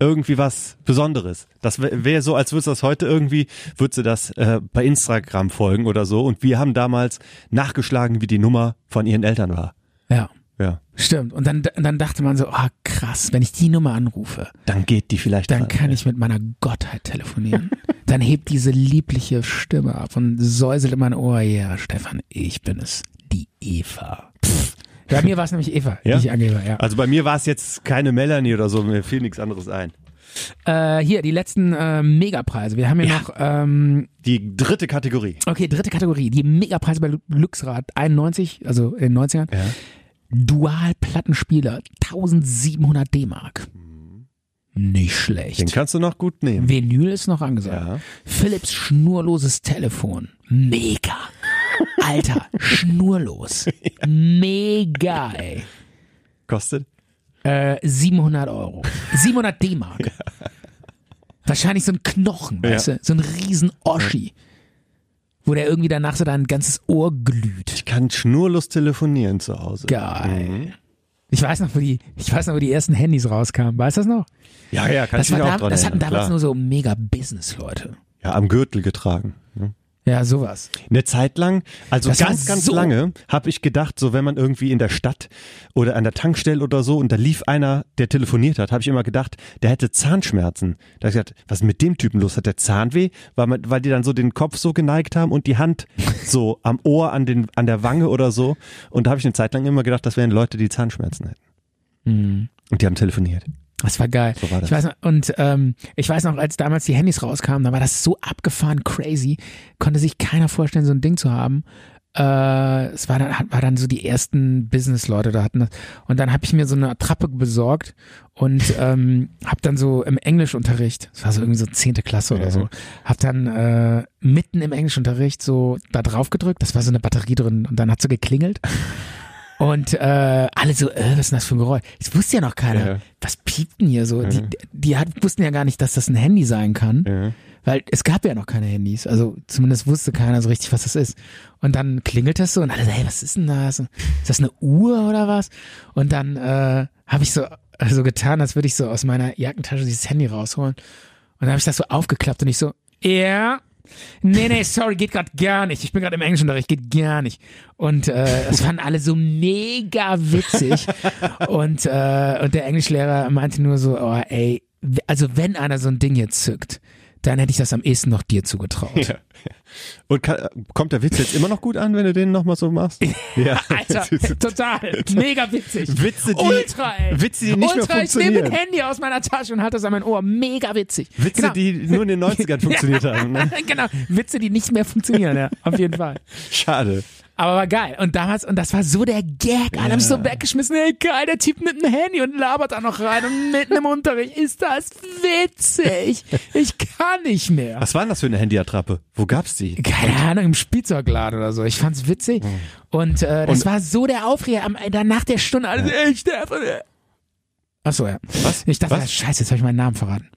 S3: irgendwie was Besonderes. Das wäre wär so, als würdest du das heute irgendwie, würdest du das äh, bei Instagram folgen oder so. Und wir haben damals nachgeschlagen, wie die Nummer von ihren Eltern war.
S2: Ja.
S3: Ja.
S2: Stimmt. Und dann, dann dachte man so, ah, krass, wenn ich die Nummer anrufe,
S3: Dann geht die vielleicht
S2: dann
S3: dran.
S2: kann ich mit meiner Gottheit telefonieren. Dann hebt diese liebliche Stimme ab und säuselt in mein Ohr, ja, Stefan, ich bin es, die Eva. Pff. Bei mir war es nämlich Eva,
S3: Ja?
S2: die ich angebe, ja.
S3: Also bei mir war es jetzt keine Melanie oder so, mir fiel nichts anderes ein. Ah.
S2: Äh, hier, die letzten äh, Megapreise. Wir haben hier noch, ähm,
S3: Die dritte Kategorie.
S2: okay, dritte Kategorie, die Megapreise bei Glücksrad 91, also in den 90ern.
S3: Ja.
S2: Dual-Plattenspieler, 1700 D-Mark. Nicht schlecht.
S3: Mhm. Den kannst du noch gut nehmen.
S2: Vinyl ist noch angesagt.
S3: Ja.
S2: Philips schnurloses Telefon. Mega. Alter, schnurlos. Mega, ey.
S3: Kostet?
S2: Äh, 700 Euro. 700 D-Mark. Wahrscheinlich so ein Knochen,
S3: Ja.
S2: weißt du? So ein riesen Oschi. Wo der irgendwie danach so dein ganzes Ohr glüht.
S3: Ich kann schnurlos telefonieren zu Hause.
S2: Geil.
S3: Mhm.
S2: Ich weiß noch, wo die, ich weiß noch, wo die ersten Handys rauskamen. Weißt du das noch?
S3: Ja, ja, kann
S2: Das,
S3: ich mich
S2: war
S3: auch
S2: da,
S3: dran
S2: das hatten
S3: erinnern,
S2: damals
S3: klar.
S2: nur so mega Business-Leute.
S3: Ja, am Gürtel getragen.
S2: Ja, sowas.
S3: Eine Zeit lang, also
S2: Das war
S3: ganz, ganz
S2: so-
S3: lange, habe ich gedacht, so wenn man irgendwie in der Stadt oder an der Tankstelle oder so und da lief einer, der telefoniert hat, habe ich immer gedacht, der hätte Zahnschmerzen. Da hab ich gedacht, was ist mit dem Typen los? Hat der Zahnweh? Weil, man, weil die dann so den Kopf so geneigt haben und die Hand so am Ohr, an, den, an der Wange oder so. Und da habe ich eine Zeit lang immer gedacht, das wären Leute, die Zahnschmerzen hätten.
S2: Mhm.
S3: Und die haben telefoniert.
S2: Das war geil.
S3: war das.
S2: Ich weiß noch, und ähm, ich weiß noch, als damals die Handys rauskamen, da war das so abgefahren crazy, konnte sich keiner vorstellen, so ein Ding zu haben. Äh, es war dann, hat- war dann so die ersten Business-Leute da hatten das. Und dann habe ich mir so eine Attrappe besorgt und ähm, habe dann so im Englischunterricht, das war so irgendwie so zehnte Klasse oder so, habe dann äh, mitten im Englischunterricht so da drauf gedrückt, das war so eine Batterie drin und dann hat so geklingelt. Und äh, alle so, äh, was ist denn das für ein Geräusch? Das wusste ja noch keiner.
S3: Ja.
S2: Was piept denn hier so? Die, die hat, wussten ja gar nicht, dass das ein Handy sein kann. Weil es gab ja noch keine Handys. Also zumindest wusste keiner so richtig, was das ist. Und dann klingelt das so und alle so, hey, was ist denn das? Ist das eine Uhr oder was? Und dann äh, habe ich so also getan, als würde ich so aus meiner Jackentasche dieses Handy rausholen. Und dann habe ich das so aufgeklappt und ich so, ja. Nee, nee, sorry, geht gerade gar nicht. Ich bin gerade im Englischunterricht, geht gar nicht. Und äh, das fanden alle so mega witzig. Und, äh, und der Englischlehrer meinte nur so, oh, ey, w- also wenn einer so ein Ding jetzt zückt, dann hätte ich das am ehesten noch dir zugetraut.
S3: Und kann, kommt der Witz jetzt immer noch gut an, wenn du den nochmal so machst? Ja.
S2: Alter, total, mega witzig.
S3: Witze, die-
S2: Ultra, ey.
S3: Witze, die nicht mehr
S2: Ultra, ich nehme
S3: funktionieren.
S2: ein Handy aus meiner Tasche und halte das an mein Ohr. Mega witzig.
S3: Witze,
S2: genau.
S3: die nur in den 90ern funktioniert haben. Ne?
S2: genau, Witze, die nicht mehr funktionieren, ja, auf jeden Fall.
S3: Schade.
S2: Aber war geil. Und damals, und das war so der Gag. Alle haben sich so weggeschmissen. Hey, geil, der Typ mit dem Handy und labert da noch rein und mitten im Unterricht. Ist das witzig? Ich kann nicht mehr.
S3: Was war denn das für eine Handyattrappe? Wo gab's die?
S2: Keine Ahnung, im Spielzeugladen oder so. Ich fand's witzig. Und äh, das war so der Aufreger. Am, dann nach der Stunde alle, so, ey, Stefan. äh. Ach so, ja.
S3: Was?
S2: Ich dachte,
S3: Was?
S2: ja, scheiße, jetzt habe ich meinen Namen verraten.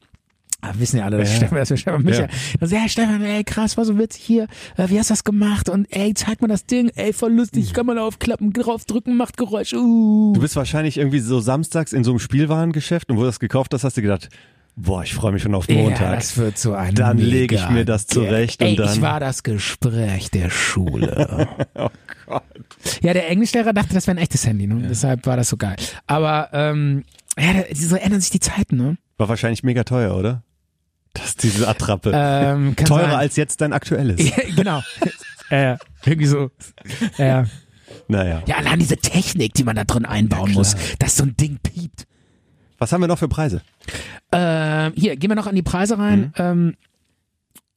S2: Aber wissen ja alle, dass, Stefan, dass wir Stefan Michael. Dann so, ja, Stefan, ey, krass, war so witzig hier. Äh, wie hast du das gemacht? Und ey, zeig mal das Ding. Ey, voll lustig. Kann man aufklappen, draufdrücken, macht Geräusche. Uh.
S3: Du bist wahrscheinlich irgendwie so samstags in so einem Spielwarengeschäft und wo du das gekauft hast, hast du gedacht, boah, ich freue mich schon auf
S2: Ja,
S3: Montag.
S2: das wird so ein
S3: Dann
S2: mega
S3: lege ich mir das
S2: Gag.
S3: zurecht und
S2: Ey,
S3: dann-
S2: ich war das Gespräch der Schule. oh Gott. Ja, der Englischlehrer dachte, das wäre ein echtes Handy, ne? Deshalb war das so geil. Aber ähm, ja, da- so ändern sich die Zeiten, ne?
S3: War wahrscheinlich mega teuer, oder? Das ist diese Attrappe.
S2: Ähm, kann
S3: Teurer
S2: sein.
S3: als jetzt dein aktuelles.
S2: Ja, genau. Ja, ja. irgendwie so. Ja, ja.
S3: Naja.
S2: ja, allein diese Technik, die man da drin einbauen muss, dass so ein Ding piept.
S3: Was haben wir noch für Preise?
S2: Ähm, hier, gehen wir noch an die Preise rein. Ähm,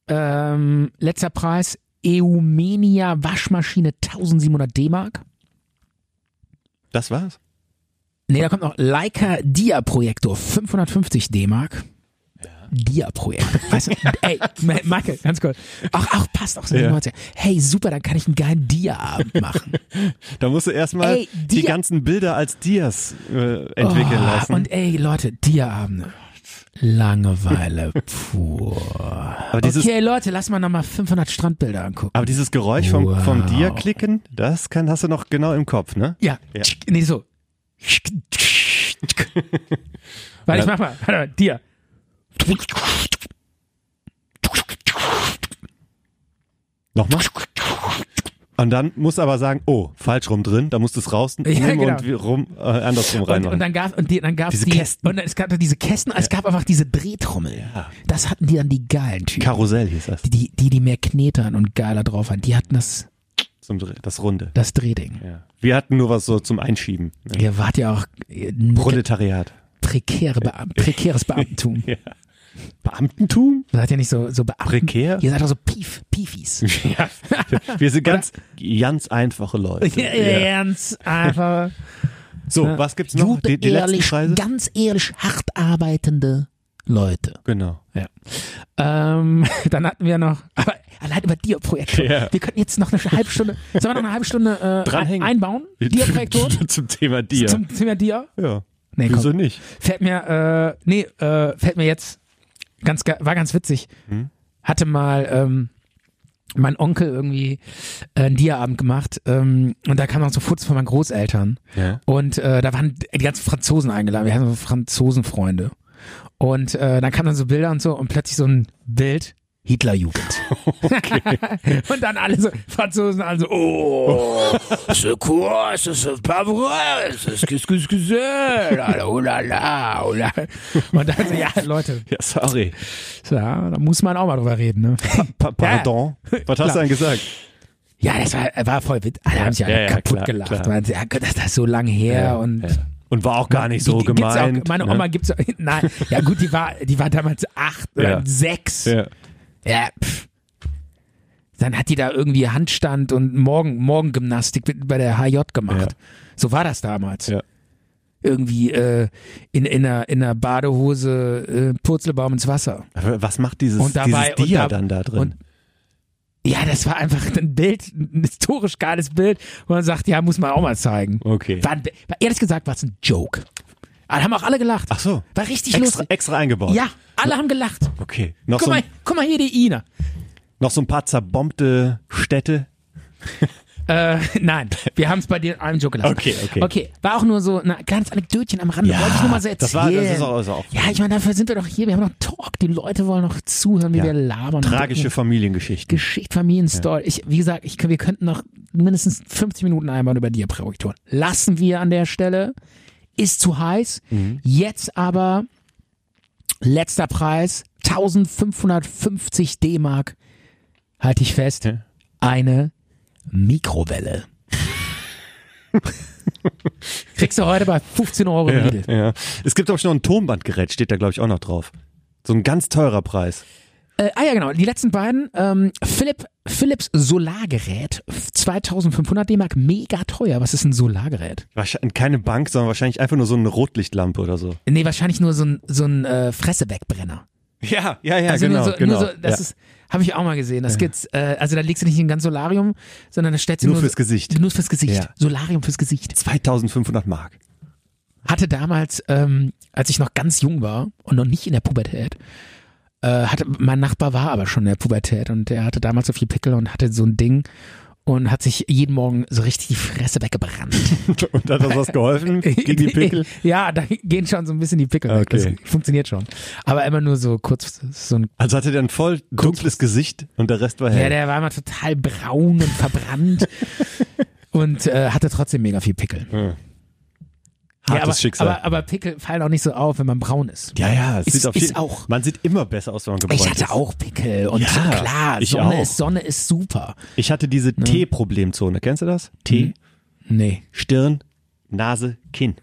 S2: ähm, letzter Preis, Eumenia Waschmaschine 1700 D-Mark.
S3: Das war's.
S2: Nee, da kommt noch Leica Dia-Projektor 550 D-Mark. Dia-Projektor. Weißt du, ey, Ma- Michael, ganz kurz. Auch, auch passt auch so.
S3: Ja.
S2: 90er. Hey, super, dann kann ich einen geilen Dia-Abend machen.
S3: Da musst du erstmal
S2: Ey,
S3: die
S2: Dia-
S3: ganzen Bilder als Dias äh, entwickeln
S2: Oh,
S3: lassen.
S2: Und ey, Leute, Dia-Abende. Langeweile pur.
S3: aber, dieses,
S2: Okay, Leute, lass mal nochmal 500 Strandbilder angucken.
S3: aber dieses Geräusch vom, vom
S2: Wow.
S3: Dia-Klicken, das kann, hast du noch genau im Kopf, ne?
S2: Ja,
S3: Ja.
S2: nee, so. Warte, ich
S3: Ja.
S2: mach mal. Warte mal, Dia.
S3: Nochmal? Und dann musst du aber sagen, oh, falsch rum drin, da musst du es rausnehmen
S2: Ja, genau.
S3: und wie rum, äh, andersrum
S2: Und,
S3: reinmachen.
S2: und dann gab und die, dann gab's
S3: Diese
S2: die
S3: Kästen.
S2: und dann, es gab da diese Kästen, es gab einfach diese Drehtrommel. Das hatten die dann die geilen Typen.
S3: Karussell hieß das,
S2: die, die, die, die mehr knetern und geiler drauf waren, die hatten das,
S3: zum Dreh, das Runde.
S2: das Drehding.
S3: Ja. Wir hatten nur was so zum Einschieben. Ne?
S2: Ihr wart ja auch äh, ein
S3: Proletariat.
S2: prekäre Beam prekäres Beamtentum.
S3: Beamtentum?
S2: Seid ihr nicht so, so Beamten?
S3: Prekär?
S2: Ihr seid doch so Pief, Piefis.
S3: Ja. Wir sind ganz, ganz einfache Leute.
S2: Ganz einfach.
S3: So, was gibt's noch? Die, die letzten
S2: ehrlich,
S3: Preise?
S2: ganz ehrlich, hart arbeitende Leute.
S3: Genau.
S2: Ähm, dann hatten wir noch, aber allein über Dia-Projektor.
S3: Ja.
S2: Wir könnten jetzt noch eine halbe Stunde, sollen wir noch eine halbe Stunde äh,
S3: Dranhängen.
S2: ein- einbauen? Dia-Projektor
S3: Zum Thema Dia.
S2: zum Thema Dia.
S3: ja.
S2: Nee,
S3: Wieso
S2: komm.
S3: nicht?
S2: Fällt mir, äh, nee, äh, fällt mir jetzt ganz, ge- war ganz witzig.
S3: Hm?
S2: Hatte mal ähm, mein Onkel irgendwie äh, einen Dia-Abend gemacht ähm, und da kamen auch so Fotos von meinen Großeltern.
S3: Ja.
S2: Und äh, da waren die ganzen Franzosen eingeladen. Wir hatten so Franzosenfreunde. Und äh, dann kamen dann so Bilder und so und plötzlich so ein Bild. Hitlerjugend. und dann alle so, Franzosen, also, oh, secours, c'est pas vrai, c'est qu'est-ce que c'est, oh la la, oh la. Und dann so, ja, Leute,
S3: Ja, sorry.
S2: ja, da muss man auch mal drüber reden, ne?
S3: Pa pardon? Was hast
S2: Klar.
S3: du denn gesagt?
S2: Ja, das war, war voll witzig. Alle haben sich
S3: Ja, ja,
S2: kaputt
S3: klar,
S2: gelacht.
S3: klar.
S2: Weil, ja, Gott, das ist so lang her und
S3: Und war auch gar nicht so
S2: Die- die gibt's
S3: gemeint.
S2: Auch, meine
S3: ne?
S2: Oma gibt's auch, nein, ja gut, die war, die war damals acht oder
S3: Ja.
S2: sechs. Ja.
S3: Ja.
S2: pff. Dann hat die da irgendwie Handstand und Morgen, Morgengymnastik mit- bei der HJ gemacht.
S3: Ja.
S2: So war das damals.
S3: Ja.
S2: Irgendwie äh, in, in, einer, in einer Badehose äh, Purzelbaum ins Wasser.
S3: Aber Was macht dieses,
S2: Und dabei-
S3: dieses Dia
S2: und da-
S3: dann da drin?
S2: und- Ja, das war einfach ein Bild, ein historisch geiles Bild, wo man sagt, ja, muss man auch mal zeigen.
S3: okay.
S2: War, ein- war, ehrlich gesagt war es ein Joke. Aber haben auch alle gelacht.
S3: Ach so.
S2: War richtig
S3: Extra,
S2: lustig.
S3: extra eingebaut.
S2: Ja, alle haben gelacht.
S3: Okay. Noch
S2: Guck
S3: so,
S2: mal, guck mal hier die Ina.
S3: noch so ein paar zerbombte Städte.
S2: Äh, nein, wir haben es bei dir in einem Joke gelassen.
S3: Okay, okay.
S2: Okay, war auch nur so ein kleines Anekdötchen am Rande.
S3: Ja,
S2: Wollte ich nur mal so erzählen.
S3: das war- das ist auch- ist auch-
S2: ja, ich meine, dafür sind wir doch hier. Wir haben noch Talk. Die Leute wollen noch zuhören, wie
S3: Ja.
S2: wir labern.
S3: Tragische Familiengeschichten.
S2: Geschichte, Familienstory. Ich, wie gesagt, ich, wir könnten noch mindestens 50 Minuten einbauen über Dia-Projektoren. Lassen wir an der Stelle. Ist zu heiß.
S3: Mhm.
S2: Jetzt aber letzter Preis. 1550 D-Mark. Halte ich fest.
S3: Ja.
S2: Eine Mikrowelle. Kriegst du heute bei 15 Euro im Lidl.
S3: ja. Es gibt auch schon noch ein Tonbandgerät, steht da glaube ich auch noch drauf. So ein ganz teurer Preis.
S2: Äh, ah ja, genau. Die letzten beiden. Ähm, Philipp, Philips Solargerät. 2500 D-Mark. Mega teuer. Was ist ein Solargerät?
S3: Wahrscheinlich keine Bank, sondern wahrscheinlich einfach nur so eine Rotlichtlampe oder so.
S2: Nee, wahrscheinlich nur so ein, so ein äh, Fressewegbrenner.
S3: Ja, ja, ja,
S2: Also
S3: genau,
S2: nur so,
S3: genau.
S2: Nur so, das
S3: ja.
S2: ist, habe ich auch mal gesehen. Das gibt's. Äh, also da legst du nicht in ein ganz Solarium, sondern da stellst du
S3: Nur
S2: nur
S3: fürs Gesicht.
S2: Nur fürs Gesicht.
S3: Ja.
S2: Solarium fürs Gesicht.
S3: 2500 Mark.
S2: hatte damals, ähm, als ich noch ganz jung war und noch nicht in der Pubertät, äh, hatte mein Nachbar war aber schon in der Pubertät und der hatte damals so viel Pickel und hatte so ein Ding und hat sich jeden Morgen so richtig die Fresse weggebrannt.
S3: Und hat das was geholfen gegen die Pickel?
S2: ja, da gehen schon so ein bisschen die Pickel weg. Das
S3: Okay.
S2: funktioniert schon. Aber immer nur so kurz, so ein
S3: Also hatte der ein voll dunkles Gesicht und der Rest war
S2: ja,
S3: hell.
S2: der war immer total braun und verbrannt und äh, hatte trotzdem mega viel Pickel.
S3: Hartes
S2: ja, aber,
S3: Schicksal.
S2: Aber, aber Pickel fallen auch nicht so auf, wenn man braun ist.
S3: ja, ja, es
S2: Ist-
S3: sieht auf
S2: ist
S3: jeden
S2: auch-
S3: Man sieht immer besser aus, wenn man gebräunt
S2: Ich hatte
S3: ist.
S2: auch Pickel und
S3: Ja,
S2: klar,
S3: ich
S2: Sonne
S3: auch.
S2: ist Sonne ist super.
S3: Ich hatte diese T-Problemzone. Kennst du das?
S2: Mhm.
S3: T,
S2: Nee,
S3: Stirn, Nase, Kinn.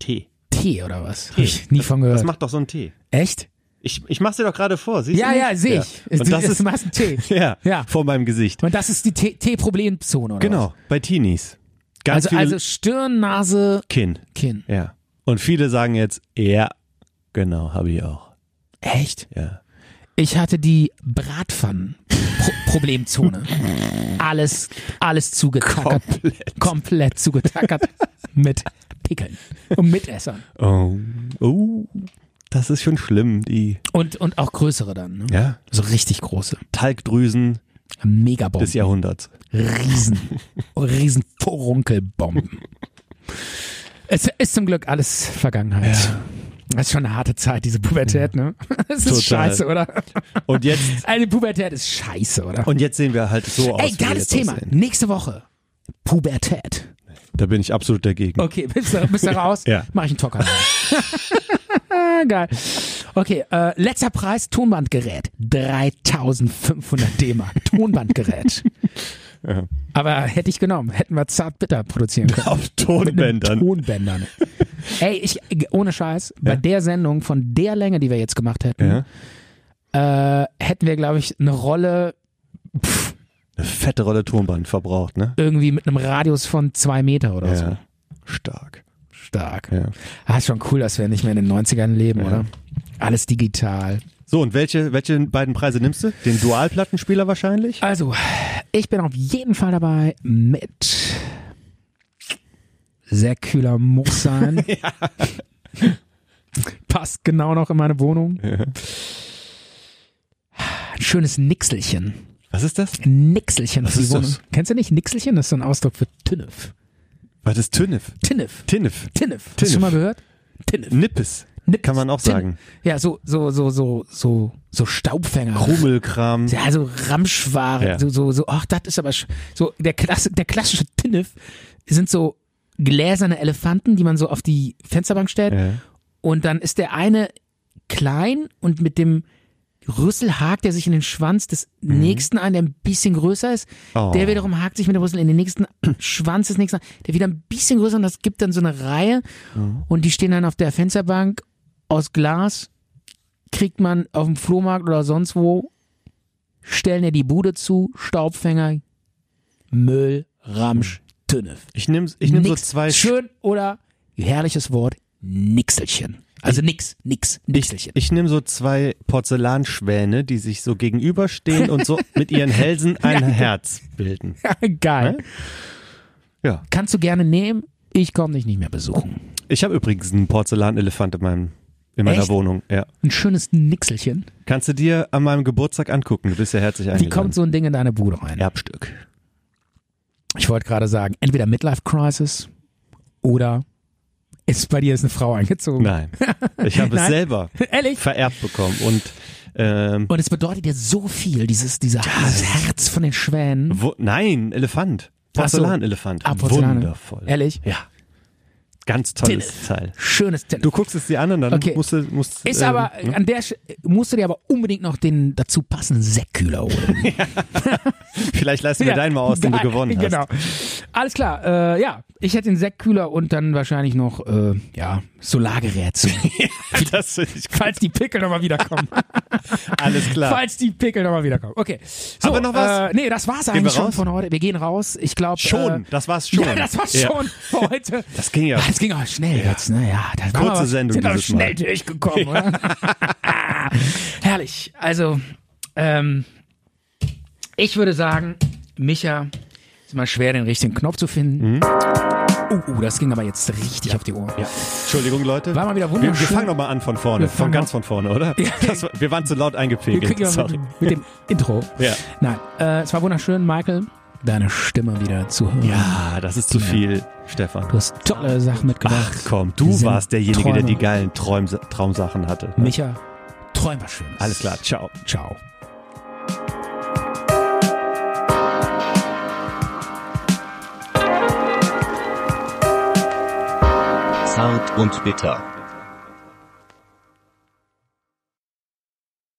S3: T.
S2: Tee oder was? Hab ich nie von gehört.
S3: Das macht doch so ein T.
S2: Echt?
S3: Ich, ich mach's dir doch gerade vor, siehst
S2: Ja,
S3: du?
S2: ja,
S3: nicht?
S2: sehe ich.
S3: Ja. Und das
S2: du,
S3: ist,
S2: du machst einen Tee.
S3: ja,
S2: Ja.
S3: vor meinem Gesicht.
S2: Und das ist die Tee- Tee-Problemzone, oder?
S3: Genau, bei Teenies.
S2: Was?
S3: Ganz
S2: Also,
S3: viele
S2: also Stirn, Nase,
S3: Kinn.
S2: Kinn.
S3: Ja. Und viele sagen jetzt, ja, genau, habe ich auch.
S2: Echt?
S3: Ja.
S2: Ich hatte die Bratpfannen-Problemzone. alles, alles zugetackert. Komplett, Komplett zugetackert mit Pickeln und Mitessern.
S3: Oh, oh, das ist schon schlimm, die
S2: Und, und auch größere dann. Ne?
S3: ja.
S2: So richtig große.
S3: Talgdrüsen
S2: Megabomben.
S3: des Jahrhunderts.
S2: Riesen, riesen Porunkelbomben. Es ist zum Glück alles Vergangenheit. Das ist schon eine harte Zeit, diese Pubertät, ne? Das ist
S3: Total.
S2: scheiße, oder?
S3: Und jetzt,
S2: Eine Pubertät ist scheiße, oder?
S3: und jetzt sehen wir halt so aus.
S2: Ey,
S3: wie wir
S2: geiles
S3: jetzt
S2: Thema.
S3: aussehen.
S2: Nächste Woche. Pubertät.
S3: Da bin ich absolut dagegen.
S2: Okay, bist du, bist du raus?
S3: Ja.
S2: Mach ich einen Talker. Geil. Okay, äh, letzter Preis, Tonbandgerät. 3500 D-Mark. Tonbandgerät. Aber hätte ich genommen, hätten wir zart bitter produzieren können.
S3: Auf
S2: Mit den
S3: Tonbändern.
S2: Tonbändern. Ey, ich, ohne Scheiß, bei der Sendung von der Länge, die wir jetzt gemacht hätten, äh, hätten wir, glaube ich, eine Rolle
S3: Eine fette Rolle Tonband verbraucht, ne?
S2: irgendwie mit einem Radius von zwei Meter oder so.
S3: Ja. Stark.
S2: Stark.
S3: Ja.
S2: Ah, ist schon cool, dass wir nicht mehr in den 90ern leben, oder? Alles digital.
S3: So, und welche, welche beiden Preise nimmst du? Den Dualplattenspieler wahrscheinlich?
S2: Also, ich bin auf jeden Fall dabei mit sehr kühler Muss sein. Passt genau noch in meine Wohnung. Ein schönes Nixelchen.
S3: Was ist das?
S2: Nixelchen für die
S3: ist das?
S2: Wohnung. Kennst du nicht? Nixelchen ist so ein Ausdruck für Tinnef.
S3: Was ist Tünnef?
S2: Tinnef.
S3: Tinnef.
S2: Tinnef. Hast du
S3: Tinnef.
S2: schon mal gehört? Tinnef.
S3: Nippes.
S2: Nippes.
S3: Kann man auch
S2: Tin-
S3: sagen.
S2: Ja, so, so, so, so, so, so Staubfänger.
S3: Rummelkram.
S2: Ja, so Ramschware,
S3: Ja.
S2: so, so, so, ach, das ist aber sch- so, der, Klasse, der klassische Tinnef sind so gläserne Elefanten, die man so auf die Fensterbank stellt
S3: Ja.
S2: und dann ist der eine klein und mit dem Rüssel hakt er sich in den Schwanz des nächsten ein, der ein bisschen größer ist.
S3: Oh.
S2: Der wiederum hakt sich mit dem Rüssel in den nächsten Schwanz des nächsten, an, der wieder ein bisschen größer und das gibt dann so eine Reihe. Und die stehen dann auf der Fensterbank aus Glas, kriegt man auf dem Flohmarkt oder sonst wo, stellen dir die Bude zu, Staubfänger, Müll, Ramsch, Tünnef.
S3: Ich nehme ich nehm so
S2: Nix.
S3: zwei.
S2: Schön oder herrliches Wort, Nixelchen. Also nix, nix, Nixelchen.
S3: Ich nehme so zwei Porzellanschwäne, die sich so gegenüberstehen und so mit ihren Hälsen ein Herz bilden.
S2: Geil.
S3: Ja.
S2: Kannst du gerne nehmen. Ich komme dich nicht mehr besuchen.
S3: Ich habe übrigens einen Porzellanelefant in meinem in meiner
S2: Echt?
S3: Wohnung. Ja.
S2: Ein schönes Nixelchen.
S3: Kannst du dir an meinem Geburtstag angucken. Du bist ja herzlich
S2: Wie
S3: eingeladen.
S2: kommt so ein Ding in deine Bude rein?
S3: Erbstück.
S2: Ich wollte gerade sagen, entweder Midlife Crisis oder ist bei dir ist eine Frau eingezogen.
S3: Nein. Ich habe es
S2: Nein.
S3: selber
S2: Ehrlich?
S3: vererbt bekommen und ähm,
S2: Und es bedeutet dir so viel, dieses, dieser, dieses Herz von den Schwänen.
S3: wo, nein, Elefant.
S2: Ach so.
S3: Porzellanelefant.
S2: Ah, Porzellan.
S3: Wundervoll.
S2: Ehrlich?
S3: Ja. Ganz tolles
S2: Tinnef.
S3: Teil.
S2: Schönes Tennis.
S3: Du guckst es dir an und dann
S2: Okay.
S3: musst du musst
S2: Ist
S3: ähm,
S2: aber, an der Sch- musst du dir aber unbedingt noch den dazu passenden Säckkühler holen.
S3: Vielleicht leisten wir deinen mal aus, den du
S2: Geil,
S3: gewonnen hast.
S2: Genau. Alles klar, äh, ja. Ich hätte den Säckkühler und dann wahrscheinlich noch, äh, ja, Solargerät. zu-
S3: Das finde ich gut.
S2: Falls die Pickel nochmal wiederkommen.
S3: Alles klar.
S2: Falls die Pickel nochmal wiederkommen. Okay. So,
S3: Haben wir noch was?
S2: Äh, nee, das war's
S3: wir
S2: eigentlich schon
S3: raus?
S2: von heute. Wir gehen raus. Ich glaube.
S3: Schon,
S2: Äh,
S3: das war's schon.
S2: Ja, das war's
S3: Ja.
S2: schon für heute.
S3: Das ging ja.
S2: Das ging auch schnell jetzt, ne? Ja, das war
S3: Kurze
S2: aber-
S3: Sendung
S2: Sind aber
S3: dieses Mal.
S2: schnell durchgekommen, oder? Herrlich. Also, ähm, ich würde sagen, Micha, ist mal schwer, den richtigen Knopf zu finden. Oh, oh, das ging aber jetzt richtig auf die Ohren.
S3: Mhm. Ja. Entschuldigung, Leute.
S2: War mal wieder
S3: wir, wir
S2: wunderschön.
S3: fangen nochmal an von vorne.
S2: Wir fangen
S3: Von ganz
S2: noch-
S3: von vorne, oder? Das war, wir waren zu laut
S2: Wir
S3: eingepegelt.
S2: kriegen ja
S3: Sorry.
S2: mit, mit dem Intro.
S3: Ja.
S2: Nein, äh, es war wunderschön, Michael, deine Stimme wieder zu hören.
S3: Ja, das ist zu viel, Stefan.
S2: Du hast tolle Sachen mitgebracht.
S3: Ach komm, du
S2: Wir sind
S3: warst derjenige, der die
S2: Träumer.
S3: geilen Träum, Traumsachen hatte.
S2: Micha, träum was Schönes.
S3: Alles klar, ciao.
S2: Ciao.
S1: Zart und bitter.